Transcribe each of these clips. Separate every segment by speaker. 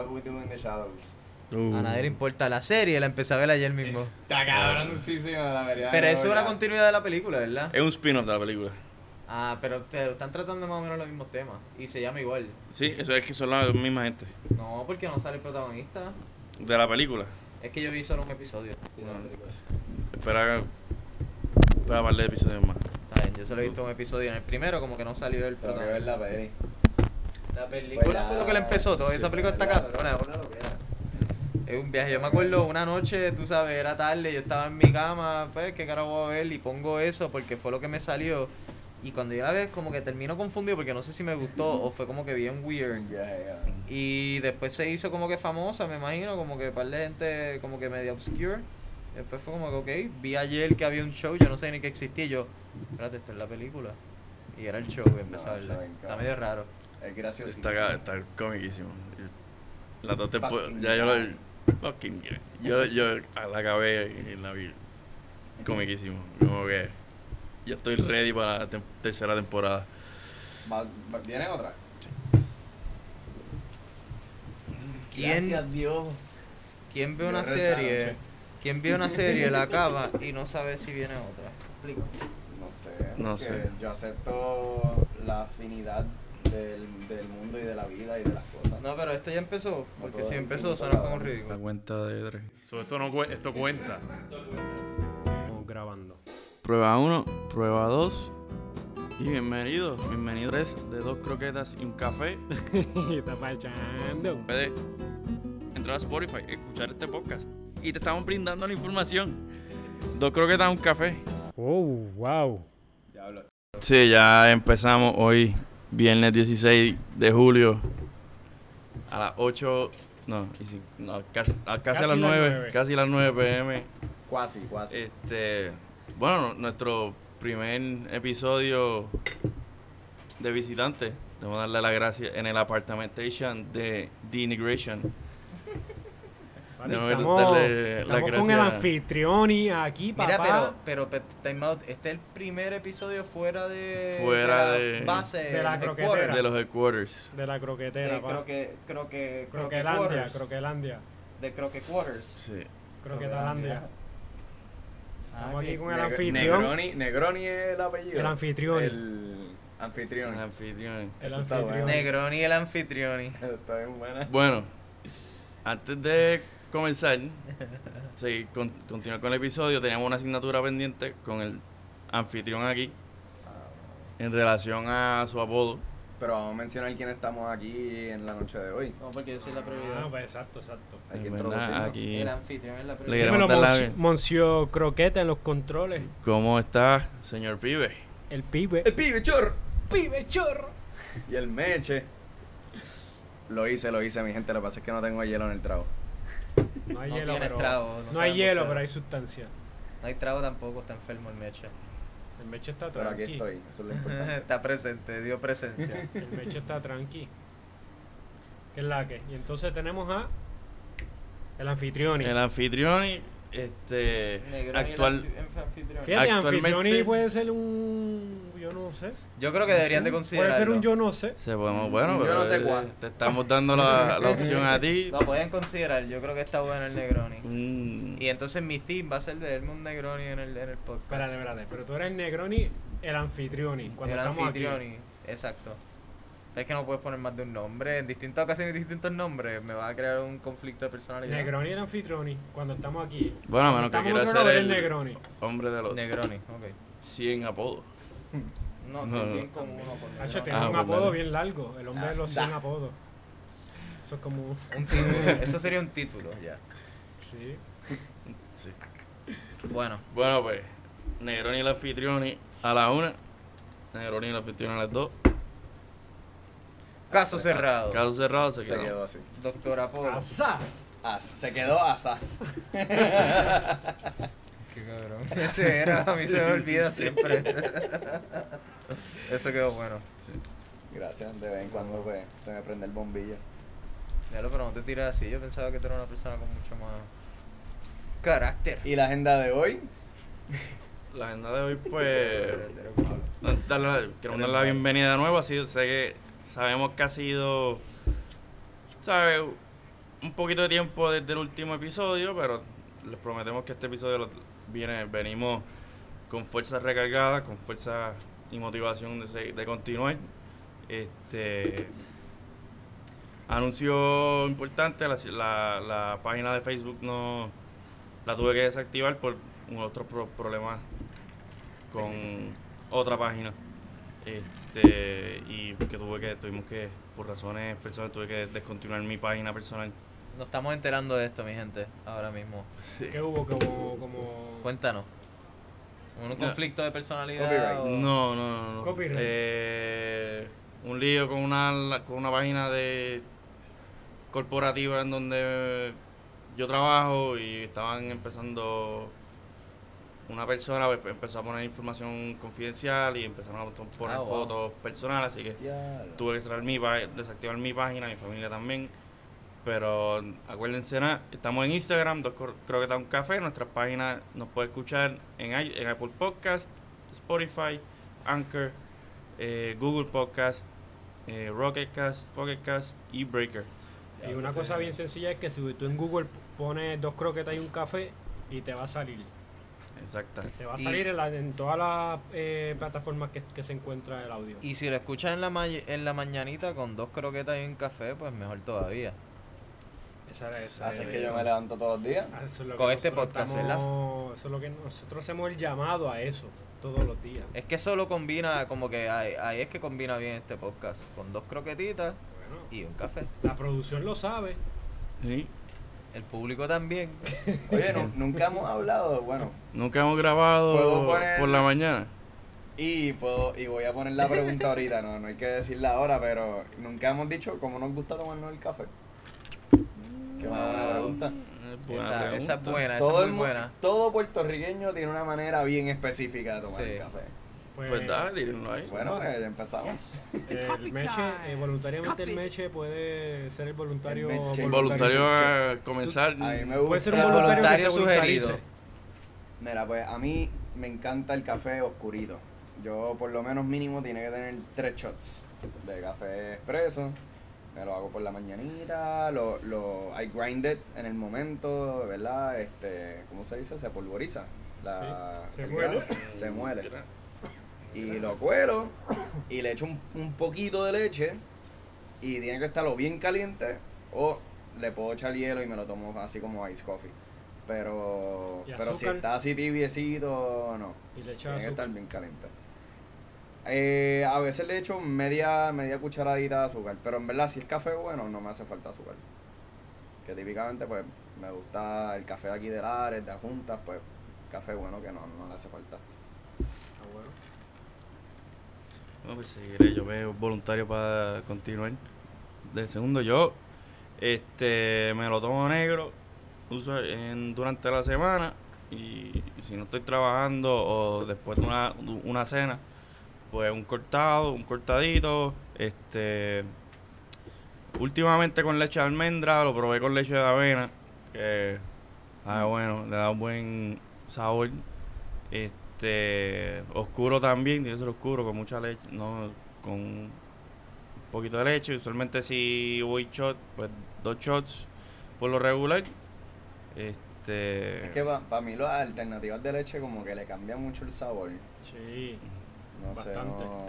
Speaker 1: What We Do in the Shadows.
Speaker 2: Uh.
Speaker 3: A nadie le importa la serie, la empecé a ver ayer mismo.
Speaker 1: Está cabroncísima la verdad.
Speaker 3: Pero
Speaker 1: no,
Speaker 3: eso es una
Speaker 1: ya.
Speaker 3: continuidad de la película, ¿verdad?
Speaker 2: Es un spin-off de la película.
Speaker 3: Ah, pero te- están tratando más o menos los mismos temas. Y se llama igual.
Speaker 2: Sí, eso es que son la misma gente
Speaker 3: No, porque no sale el protagonista.
Speaker 2: de la película.
Speaker 3: Es que yo vi solo un episodio.
Speaker 1: Sí, no, película.
Speaker 2: Espera, espera un par de episodios más.
Speaker 3: Está bien, yo solo he visto un episodio. En el primero como que no salió el
Speaker 1: Tengo que ver
Speaker 3: protagonista.
Speaker 1: la peli.
Speaker 3: La película fue lo que le empezó todo. Esa película está cabrona.
Speaker 1: una loquera.
Speaker 3: Es un viaje. Yo me acuerdo una noche, tú sabes, era tarde, yo estaba en mi cama, pues, ¿qué cara voy a ver? Y pongo eso porque fue lo que me salió. Y cuando yo la veo, como que termino confundido porque no sé si me gustó o fue como que bien weird.
Speaker 1: Un viaje, cabrón.
Speaker 3: Y después se hizo como que famosa, me imagino, como que par de gente como que media obscure. Después fue como que, ok, vi ayer que había un show, yo no sé ni que existía. y yo, espérate, esto es la película. Y era el show, y empecé
Speaker 1: No,
Speaker 3: a
Speaker 1: eso
Speaker 3: verla.
Speaker 1: me encanta.
Speaker 3: Está medio raro.
Speaker 1: Es graciosísimo.
Speaker 2: Está, ca- está comiquísimo. Y Las dos
Speaker 1: Fucking
Speaker 2: temporadas. Ya yo
Speaker 1: guy.
Speaker 2: lo. Fucking guy. Yo, yo la acabé y la vi. Comiquísimo. Como que. Ya estoy ready para la tem- tercera temporada.
Speaker 1: Va- va- ¿Viene otra?
Speaker 3: ¿Quién-
Speaker 1: Gracias, Dios.
Speaker 3: ¿Quién ve
Speaker 1: Yo
Speaker 3: una
Speaker 1: recé
Speaker 3: serie?
Speaker 1: anoche.
Speaker 3: ¿Quién ve una serie, la acaba y no sabe si viene otra? Explico.
Speaker 1: No sé.
Speaker 2: No
Speaker 1: porque
Speaker 2: sé.
Speaker 1: Yo acepto la afinidad del, del mundo y de la vida y de las cosas.
Speaker 3: No, pero esto ya empezó, porque
Speaker 1: todo
Speaker 3: si
Speaker 1: es
Speaker 3: empezó
Speaker 1: infinito,
Speaker 3: suena como
Speaker 1: cabrón.
Speaker 3: un ridículo.
Speaker 2: cuenta de tres. esto, no, cue- esto cuenta.
Speaker 4: Estamos grabando.
Speaker 2: Prueba 1, prueba 2. Y bienvenidos, bienvenidos tres de dos croquetas y un café.
Speaker 4: Está marchando.
Speaker 2: Puedes entrar a Spotify, escuchar este podcast. Y te estamos brindando la información. Dos croquetas y un café.
Speaker 4: Oh, wow.
Speaker 1: Diablo.
Speaker 2: Sí, ya empezamos hoy, viernes 16 de julio, a las 8, no, y si- no, casi, a- casi a las 9, casi las 9 pm.
Speaker 1: Cuasi, cuasi.
Speaker 2: Este, bueno, nuestro primer episodio de visitante. Debemos darle las gracias en el apartamentation de Denigration.
Speaker 4: Papi,
Speaker 2: Debemos
Speaker 4: estamos
Speaker 2: darle las
Speaker 4: estamos con el
Speaker 2: gracias.
Speaker 4: anfitrión y aquí, papá.
Speaker 3: Mira, pero, pero, pe- time out, este es el primer episodio fuera de.
Speaker 2: Fuera
Speaker 3: la
Speaker 2: de-
Speaker 3: Base,
Speaker 4: De la croquetera.
Speaker 3: headquarters.
Speaker 2: De los headquarters.
Speaker 4: De la croquetera,
Speaker 3: de
Speaker 4: pa.
Speaker 3: creo que creo que creo que
Speaker 4: Croquelandia,
Speaker 3: quarters.
Speaker 4: croquelandia.
Speaker 3: de creo que quarters
Speaker 2: Sí.
Speaker 4: Croquetalandia.
Speaker 3: Ah,
Speaker 4: Estamos aquí con el
Speaker 1: Neg-
Speaker 4: anfitrión.
Speaker 1: Negroni, Negroni es el apellido.
Speaker 4: El anfitrión.
Speaker 1: El anfitrión.
Speaker 2: El anfitrión.
Speaker 4: El
Speaker 1: Eso está
Speaker 4: anfitrión.
Speaker 1: bueno.
Speaker 3: Negroni el anfitrioni
Speaker 1: Está bien buena.
Speaker 2: Bueno, antes de comenzar, seguir con- continuar con el episodio, teníamos una asignatura pendiente con el anfitrión aquí
Speaker 1: Ah,
Speaker 2: en relación a su apodo.
Speaker 1: Pero vamos a mencionar quién estamos aquí en la noche de hoy.
Speaker 3: no porque yo soy la prioridad
Speaker 4: Ah, pues exacto, exacto.
Speaker 1: Hay que
Speaker 2: En verdad,
Speaker 1: introducirnos.
Speaker 2: aquí.
Speaker 3: el anfitrión es la prioridad
Speaker 2: queremos
Speaker 4: Dímelo,
Speaker 2: dar la
Speaker 4: Monsi-
Speaker 2: bien.
Speaker 4: Monsieur Croqueta en los controles.
Speaker 2: ¿Cómo está, señor pibe?
Speaker 4: El pibe.
Speaker 1: El pibe chorro
Speaker 4: pibe chorro.
Speaker 1: y el meche. Lo hice, lo hice, mi gente. Lo que pasa es que no tengo hielo en el trago.
Speaker 4: No hay
Speaker 3: No
Speaker 4: hielo,
Speaker 3: tienes
Speaker 4: pero.
Speaker 3: trago, no
Speaker 4: no hay
Speaker 3: sabemos
Speaker 4: hielo,
Speaker 3: qué-
Speaker 4: pero hay sustancia.
Speaker 3: no hay trago tampoco está enfermo el meche
Speaker 4: El meche está
Speaker 1: Pero aquí
Speaker 4: tranqui.
Speaker 1: estoy. Eso es lo importante.
Speaker 3: está presente dio presencia
Speaker 4: El meche está tranqui. Que es la que. Y entonces tenemos a. El anfitrión.
Speaker 2: El anfitrión, y, este,
Speaker 3: Negroni
Speaker 2: actual,
Speaker 3: el anfi- anfitrión.
Speaker 4: Fíjate,
Speaker 2: Actualmente-
Speaker 4: anfitrión puede ser un. Yo no sé.
Speaker 3: yo creo que deberían de
Speaker 4: Puede
Speaker 3: considerarlo
Speaker 4: ser un yo no sé.
Speaker 2: se podemos, bueno,
Speaker 1: Yo
Speaker 2: pero
Speaker 1: no sé
Speaker 2: eh,
Speaker 1: cuál.
Speaker 2: te estamos dando la, la opción a ti.
Speaker 3: lo pueden considerar yo creo que está bueno el negroni
Speaker 2: Mm,
Speaker 3: y entonces mi team va a ser verme un negroni en el, en el podcast
Speaker 4: Espérate, espérate. Pero tú eres el Negroni, el anfitrioni. Cuando
Speaker 3: el
Speaker 4: estamos
Speaker 3: anfitrioni, exacto. Es que no puedes poner más de un nombre. En distintas ocasiones, distintos nombres. Me va a crear un conflicto de
Speaker 4: aquí.
Speaker 3: personalidad.
Speaker 4: Negroni, el anfitrioni. Cuando estamos aquí.
Speaker 2: Bueno, a menos que
Speaker 4: Estamos
Speaker 2: quiera
Speaker 4: otro lado,
Speaker 2: ser
Speaker 4: eres el
Speaker 2: el
Speaker 4: Negroni.
Speaker 2: hombre de los
Speaker 3: Negroni, ok.
Speaker 2: 100 apodos.
Speaker 3: No,
Speaker 2: No,
Speaker 3: tú bien
Speaker 2: no.
Speaker 3: con uno. por
Speaker 4: Hacho,
Speaker 3: Negroni.
Speaker 4: tengo
Speaker 2: Ah,
Speaker 4: un
Speaker 2: pues,
Speaker 4: apodo
Speaker 2: dale.
Speaker 4: bien largo. El hombre de los
Speaker 1: Asa.
Speaker 4: 100 apodos. Eso es como.
Speaker 3: Un título. Eso sería un título.
Speaker 1: Ya.
Speaker 4: Sí.
Speaker 2: Sí.
Speaker 3: Bueno,
Speaker 2: Bueno, pues, Negroni y la anfitrioni a la una, Negroni y la anfitriona a las dos.
Speaker 3: caso cerrado.
Speaker 2: Caso cerrado se
Speaker 1: Se
Speaker 2: quedó.
Speaker 1: quedó así.
Speaker 3: Doctor Apolo.
Speaker 4: ¡Asa!
Speaker 1: As- se quedó asa.
Speaker 3: Qué cabrón. Ese era, a mí se me olvida siempre. Eso quedó bueno.
Speaker 1: Gracias. De vez en cuando pues, se me prende el bombillo.
Speaker 3: Diablo, pero no te tires así. Yo pensaba que tú eras una persona con mucho más carácter.
Speaker 1: Y la agenda de hoy.
Speaker 2: La agenda de hoy, pues, darle, queremos darle la bienvenida de nuevo. Así sé que sabemos que ha sido, ¿sabes? un poquito de tiempo desde el último episodio, pero les prometemos que este episodio lo- viene, venimos con fuerza recargada, con fuerza y motivación de, se- de continuar. Este anuncio importante, la, la- la página de Facebook no la tuve que desactivar por otros pro- problemas con otra página. Este, y que tuve que, tuvimos que, por razones personales, tuve que descontinuar mi página personal.
Speaker 3: Nos estamos enterando de esto, mi gente, ahora mismo.
Speaker 4: ¿Qué hubo como, como
Speaker 3: Cuéntanos. ¿Un conflicto de personalidad?
Speaker 1: Copyright.
Speaker 3: o-
Speaker 2: No, no, no. no.
Speaker 4: Copyright.
Speaker 2: Eh, un lío con una, la- con una página de corporativa en donde yo trabajo y estaban empezando una persona pues, empezó a poner información confidencial y empezaron a poner
Speaker 3: Ah, wow.
Speaker 2: fotos personales así que tuve que cerrar mi pá- desactivar mi página, mi familia también. Pero acuérdense, na, que estamos en Instagram, dos Cor- creo que está un café. Nuestra página nos puede escuchar en, i- en Apple Podcast, Spotify, Anchor, eh, Google Podcast, eh, Rocketcast, Pocketcast y Breaker.
Speaker 4: Y una cosa bien sencilla es que si tú en Google pones dos croquetas y un café y te va a salir.
Speaker 2: Exacto.
Speaker 4: Te va a
Speaker 3: Y-
Speaker 4: salir en, la- en todas las eh, plataformas que, que se encuentra el audio.
Speaker 3: Y si lo escuchas en la, ma- en la mañanita con dos croquetas y un café, pues mejor todavía.
Speaker 4: Esa es- esa
Speaker 1: Así
Speaker 4: es- Ah,
Speaker 1: que yo me levanto todos los días.
Speaker 4: eso es lo que
Speaker 3: Con este
Speaker 4: nosotros
Speaker 3: podcast,
Speaker 4: estamos- Eso es lo que nosotros hacemos el llamado a eso todos los días.
Speaker 1: Eh,
Speaker 3: Es que solo combina, como que ahí, ahí es que combina bien este podcast. Con dos croquetitas
Speaker 4: Bueno,
Speaker 3: y un café.
Speaker 4: la producción lo sabe.
Speaker 2: Sí.
Speaker 3: El público también.
Speaker 1: Oye, nu- nunca hemos hablado, bueno.
Speaker 2: Nunca hemos
Speaker 1: ¿Puedo
Speaker 2: grabado
Speaker 1: poner-
Speaker 2: por la mañana.
Speaker 1: Y puedo, y voy a poner la pregunta ahorita, no, no hay que decirla ahora, pero nunca hemos dicho cómo nos gusta tomarnos el café. Qué buena
Speaker 3: Wow.
Speaker 1: pregunta.
Speaker 2: Buena
Speaker 3: esa, esa es
Speaker 2: pregunta.
Speaker 3: buena, esa
Speaker 1: Todo,
Speaker 3: es
Speaker 1: el
Speaker 3: muy
Speaker 1: mu-
Speaker 3: buena.
Speaker 1: todo puertorriqueño tiene una manera bien específica de tomar
Speaker 3: Sí.
Speaker 1: el café.
Speaker 4: Pues,
Speaker 2: Pues dale, tírenlo ahí.
Speaker 1: Bueno, pues ya empezamos.
Speaker 4: el meche, eh, voluntariamente el meche puede ser el voluntario.
Speaker 1: El meche.
Speaker 2: Voluntario a
Speaker 1: A
Speaker 2: comenzar.
Speaker 1: mí me
Speaker 4: Puede ser
Speaker 1: gusta.
Speaker 4: un voluntario,
Speaker 3: voluntario
Speaker 4: que se voluntarice.
Speaker 3: sugerido.
Speaker 1: Mira, pues a mí me encanta el café oscurito. Yo por lo menos mínimo tiene que tener tres shots de café expreso. Me lo hago por la mañanita, lo, lo I grind it en el momento, ¿verdad? Este, ¿cómo se dice? Se polvoriza. La,
Speaker 4: Sí, se
Speaker 1: el
Speaker 4: muele.
Speaker 1: grano. Se muele. Y lo cuelo y le echo un, un poquito de leche y tiene que estarlo bien caliente o le puedo echar hielo y me lo tomo así como ice coffee. Pero,
Speaker 4: ¿Y
Speaker 1: pero si
Speaker 4: azúcar?
Speaker 1: está así tibiecito, no.
Speaker 4: Y le
Speaker 1: Tiene
Speaker 4: echaba
Speaker 1: que
Speaker 4: azúcar.
Speaker 1: estar bien caliente. Eh, a veces le echo media, media cucharadita de azúcar, pero en verdad si es café bueno no me hace falta azúcar. Que típicamente pues me gusta el café de aquí de Lares, de Juntas, pues café bueno que no, no le hace falta.
Speaker 4: Ah, bueno.
Speaker 2: Bueno, pues seguiré, yo veo voluntario para continuar. Del segundo yo, este, me lo tomo negro uso en, durante la semana y si no estoy trabajando o después de una, una cena, pues un cortado, un cortadito, este, últimamente con leche de almendra, lo probé con leche de avena, que, ah, bueno, le da un buen sabor, este, oscuro también, tiene que ser oscuro, con mucha leche, no, con un poquito de leche, usualmente si voy shot, pues dos shots por lo regular, este...
Speaker 1: Es que para mí las alternativas de leche como que le cambia mucho el sabor.
Speaker 4: Sí.
Speaker 1: No
Speaker 4: Bastante.
Speaker 1: sé, no...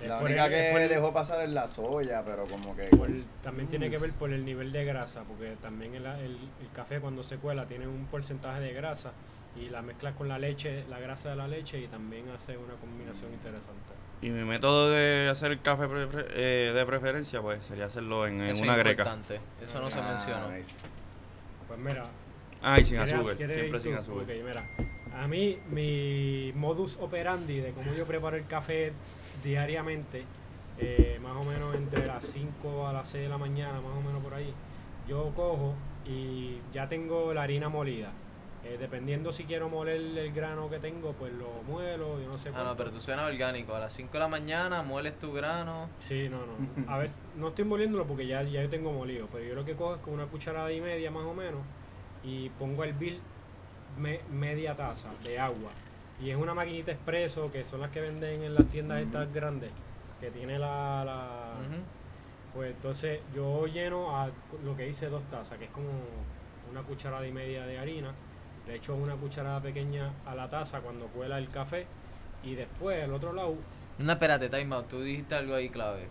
Speaker 4: Es
Speaker 1: La
Speaker 4: por
Speaker 1: única
Speaker 4: el-
Speaker 1: que
Speaker 4: es por el-
Speaker 1: dejó pasar es la soya, pero como que...
Speaker 4: por- también tiene que ver por el nivel de grasa, porque también el, el- el café cuando se cuela tiene un porcentaje de grasa y la mezclas con la leche, la grasa de la leche y también hace una combinación interesante.
Speaker 2: Y mi método de hacer el café prefe- eh, de preferencia, pues sería hacerlo en, en
Speaker 3: Eso es
Speaker 2: una greca.
Speaker 3: importante, Eso no se
Speaker 1: Ah,
Speaker 3: menciona.
Speaker 1: nice.
Speaker 4: Pues mira,
Speaker 2: Ah, y sin
Speaker 4: ¿quieres-
Speaker 2: azúcar,
Speaker 4: quieres
Speaker 2: siempre
Speaker 4: ir
Speaker 2: sin
Speaker 4: tú?
Speaker 2: azúcar.
Speaker 4: Ok, mira, a mí mi modus operandi de cómo yo preparo el café diariamente, eh, más o menos entre las 5 a las 6 de la mañana, más o menos por ahí, yo cojo y ya tengo la harina molida. Eh, dependiendo si quiero moler el grano que tengo, pues lo muelo, yo no sé
Speaker 3: Ah, no,
Speaker 4: cuánto.
Speaker 3: pero tú suena orgánico. A las 5 de la mañana mueles tu grano.
Speaker 4: Sí, no, no. A veces no estoy moliéndolo porque ya, ya yo tengo molido, pero yo lo que cojo es con una cucharada y media más o menos y pongo a hervir me- media taza de agua. Y es una maquinita expreso que son las que venden en las tiendas
Speaker 1: Ujú.
Speaker 4: Ah. estas grandes, que tiene la, la,
Speaker 3: Ujú.
Speaker 4: Pues entonces yo lleno a lo que hice dos tazas, que es como una cucharada y media de harina. Le echo una cucharada pequeña a la taza cuando cuela el café. Y después, al otro lado,
Speaker 3: No, espérate, time out. Tú dijiste algo ahí clave.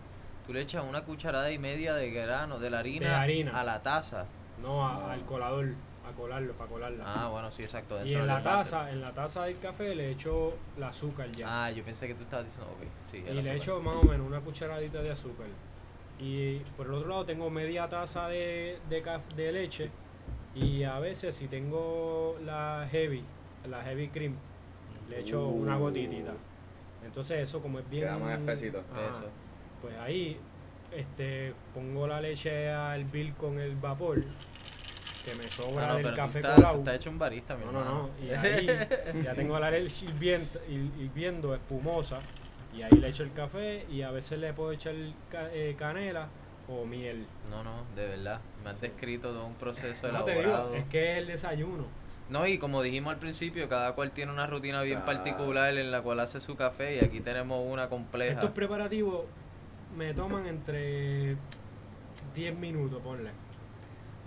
Speaker 3: Tú le echas una cucharada y media de grano, de la harina,
Speaker 4: harina.
Speaker 3: a la taza.
Speaker 4: no, a- al colador, a colarlo, para colarla.
Speaker 3: Ah, bueno, sí, exacto.
Speaker 4: y
Speaker 3: dentro
Speaker 4: en
Speaker 3: del
Speaker 4: la
Speaker 3: envase.
Speaker 4: taza, en la taza del café le echo el azúcar ya.
Speaker 3: Ah, yo pensé que tú estabas diciendo, ok, sí.
Speaker 4: y
Speaker 3: el
Speaker 4: le
Speaker 3: azúcar.
Speaker 4: echo más o menos una cucharadita de azúcar. Y por el otro lado tengo media taza de, de, ca- de leche. Y a veces si tengo la heavy, la heavy cream, le echo una
Speaker 1: Uh.
Speaker 4: gotitita.
Speaker 3: Uh.
Speaker 4: Entonces eso como es bien...
Speaker 1: Queda más espesito.
Speaker 4: Ajá.
Speaker 3: Eso.
Speaker 4: Pues ahí este, pongo la leche a hervir con el vapor que me sobra
Speaker 3: Ah, no,
Speaker 4: del
Speaker 3: pero tú
Speaker 4: café
Speaker 3: estás,
Speaker 4: colado.
Speaker 3: tú estás hecho un barista, mi
Speaker 4: No, no,
Speaker 3: hermano.
Speaker 4: no. Y ahí ya tengo la leche hirviendo, hirviendo espumosa. Y ahí le echo el café y a veces le puedo echar ca- eh, canela o miel.
Speaker 3: No, no, de verdad. Me has descrito todo un proceso
Speaker 4: No te
Speaker 3: elaborado.
Speaker 4: digo, es que es el desayuno.
Speaker 3: No, y como dijimos al principio, cada cual tiene una rutina bien
Speaker 1: Claro.
Speaker 3: particular en la cual hace su café y aquí tenemos una compleja.
Speaker 4: Estos preparativos me toman entre 10 minutos, ponle.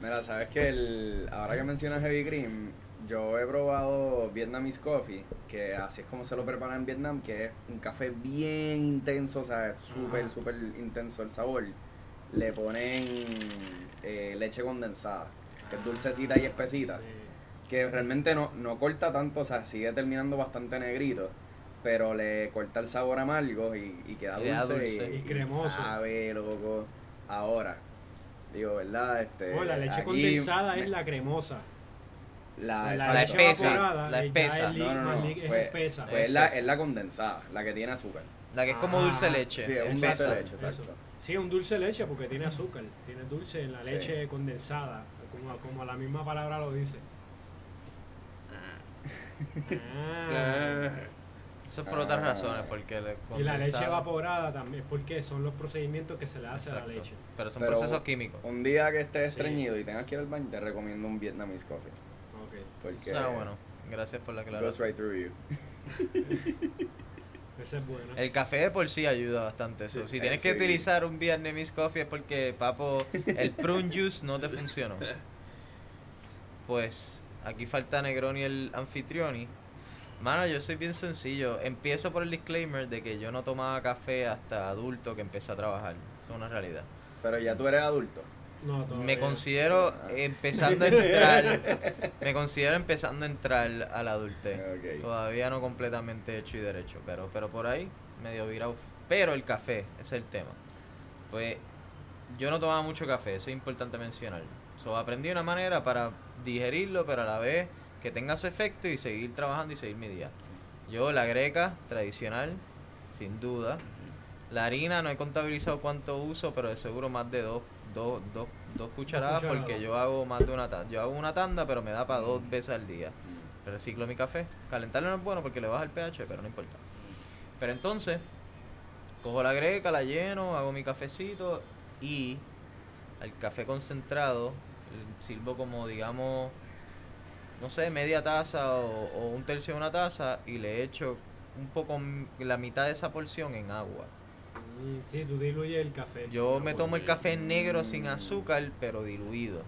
Speaker 1: Mira, sabes que el, ahora que mencionas Heavy Cream, yo he probado Vietnamese Coffee, que así es como se lo preparan en Vietnam, que es un café bien intenso, o sea, es súper,
Speaker 4: Ajá.
Speaker 1: súper intenso el sabor. Le ponen eh, leche condensada, que es dulcecita y espesita,
Speaker 4: Sí.
Speaker 1: que realmente no, no corta tanto, o sea, sigue terminando bastante negrito, pero le corta el sabor amargo y, y queda
Speaker 3: Y le da
Speaker 1: dulce,
Speaker 3: dulce.
Speaker 4: Y cremoso.
Speaker 1: Sabe, loco. Ahora, digo, ¿verdad? Este,
Speaker 4: No, Oh, Pues la leche
Speaker 1: aquí
Speaker 4: condensada
Speaker 1: me-
Speaker 4: es la cremosa.
Speaker 1: la,
Speaker 4: la
Speaker 1: Ah, exacto.
Speaker 3: La
Speaker 4: leche
Speaker 3: espesa,
Speaker 4: evaporada
Speaker 3: la
Speaker 4: eh, ya
Speaker 3: espesa.
Speaker 4: es, li-
Speaker 1: No, no,
Speaker 4: más
Speaker 1: no.
Speaker 4: li- es
Speaker 1: pues,
Speaker 4: espesa.
Speaker 1: pues es, la,
Speaker 3: Espesa.
Speaker 1: es la condensada, la que tiene azúcar.
Speaker 3: La que es como dulce
Speaker 4: Ah,
Speaker 3: leche.
Speaker 1: sí, es un dulce
Speaker 3: espesa.
Speaker 1: de leche, exacto.
Speaker 4: Eso. Sí, un dulce de leche porque tiene azúcar, tiene dulce en la
Speaker 1: Sí.
Speaker 4: leche condensada, como, como la misma palabra lo dice. Ah.
Speaker 3: Eso es por otras
Speaker 1: Ah.
Speaker 3: razones, porque le
Speaker 4: Y la leche
Speaker 3: condensado-
Speaker 4: evaporada también, porque son los procedimientos que se le hace a
Speaker 3: Exacto.
Speaker 4: la leche.
Speaker 3: Pero son
Speaker 1: Pero-
Speaker 3: procesos químicos.
Speaker 1: Un día que estés
Speaker 4: Sí.
Speaker 1: estreñido y tengas que ir al baño, te recomiendo un Vietnamese coffee.
Speaker 4: Ok,
Speaker 1: Porque
Speaker 3: Eso era bueno. Gracias por la
Speaker 1: goes
Speaker 3: aclaración.
Speaker 1: right through you.
Speaker 4: esa es buena.
Speaker 3: El café de por sí ayuda bastante. so,
Speaker 1: Sí,
Speaker 3: si
Speaker 1: eh,
Speaker 3: tienes que
Speaker 1: sí.
Speaker 3: utilizar un Vietnamese coffee es porque, papo, el prune juice no te funcionó. Pues aquí falta Negroni el anfitrioni. Mano, yo soy bien sencillo. Empiezo por el disclaimer de que yo no tomaba café hasta adulto que empecé a trabajar. Eso es una realidad.
Speaker 1: Pero ya tú eres adulto.
Speaker 4: No, todavía.
Speaker 3: Me considero
Speaker 1: Ah.
Speaker 3: empezando a entrar. me considero empezando a entrar a la adultez.
Speaker 1: Ok.
Speaker 3: Todavía no completamente hecho y derecho, pero, pero por ahí medio virado. Pero el café, ese es el tema. Pues yo no tomaba mucho café, eso es importante mencionarlo. So, aprendí una manera para digerirlo, pero a la vez que tenga su efecto y seguir trabajando y seguir mi día. Yo la greca tradicional, sin duda. La harina no he contabilizado cuánto uso, pero de seguro más de dos, dos, dos, dos cucharadas,
Speaker 4: cucharadas.
Speaker 3: porque yo hago más de una tanda. Yo hago una tanda, pero me da para dos veces al día reciclo mi café. Calentarlo no es bueno porque le baja el pH, pero no importa. Pero entonces, cojo la greca, la lleno, hago mi cafecito y al café concentrado eh, sirvo como, digamos, no sé, media taza o, o un tercio de una taza y le echo un poco, m- la mitad de esa porción en agua.
Speaker 4: Mm, Sí, tú diluyes el café.
Speaker 3: Yo me tomo el café negro sin
Speaker 1: Mm.
Speaker 3: azúcar, pero diluido.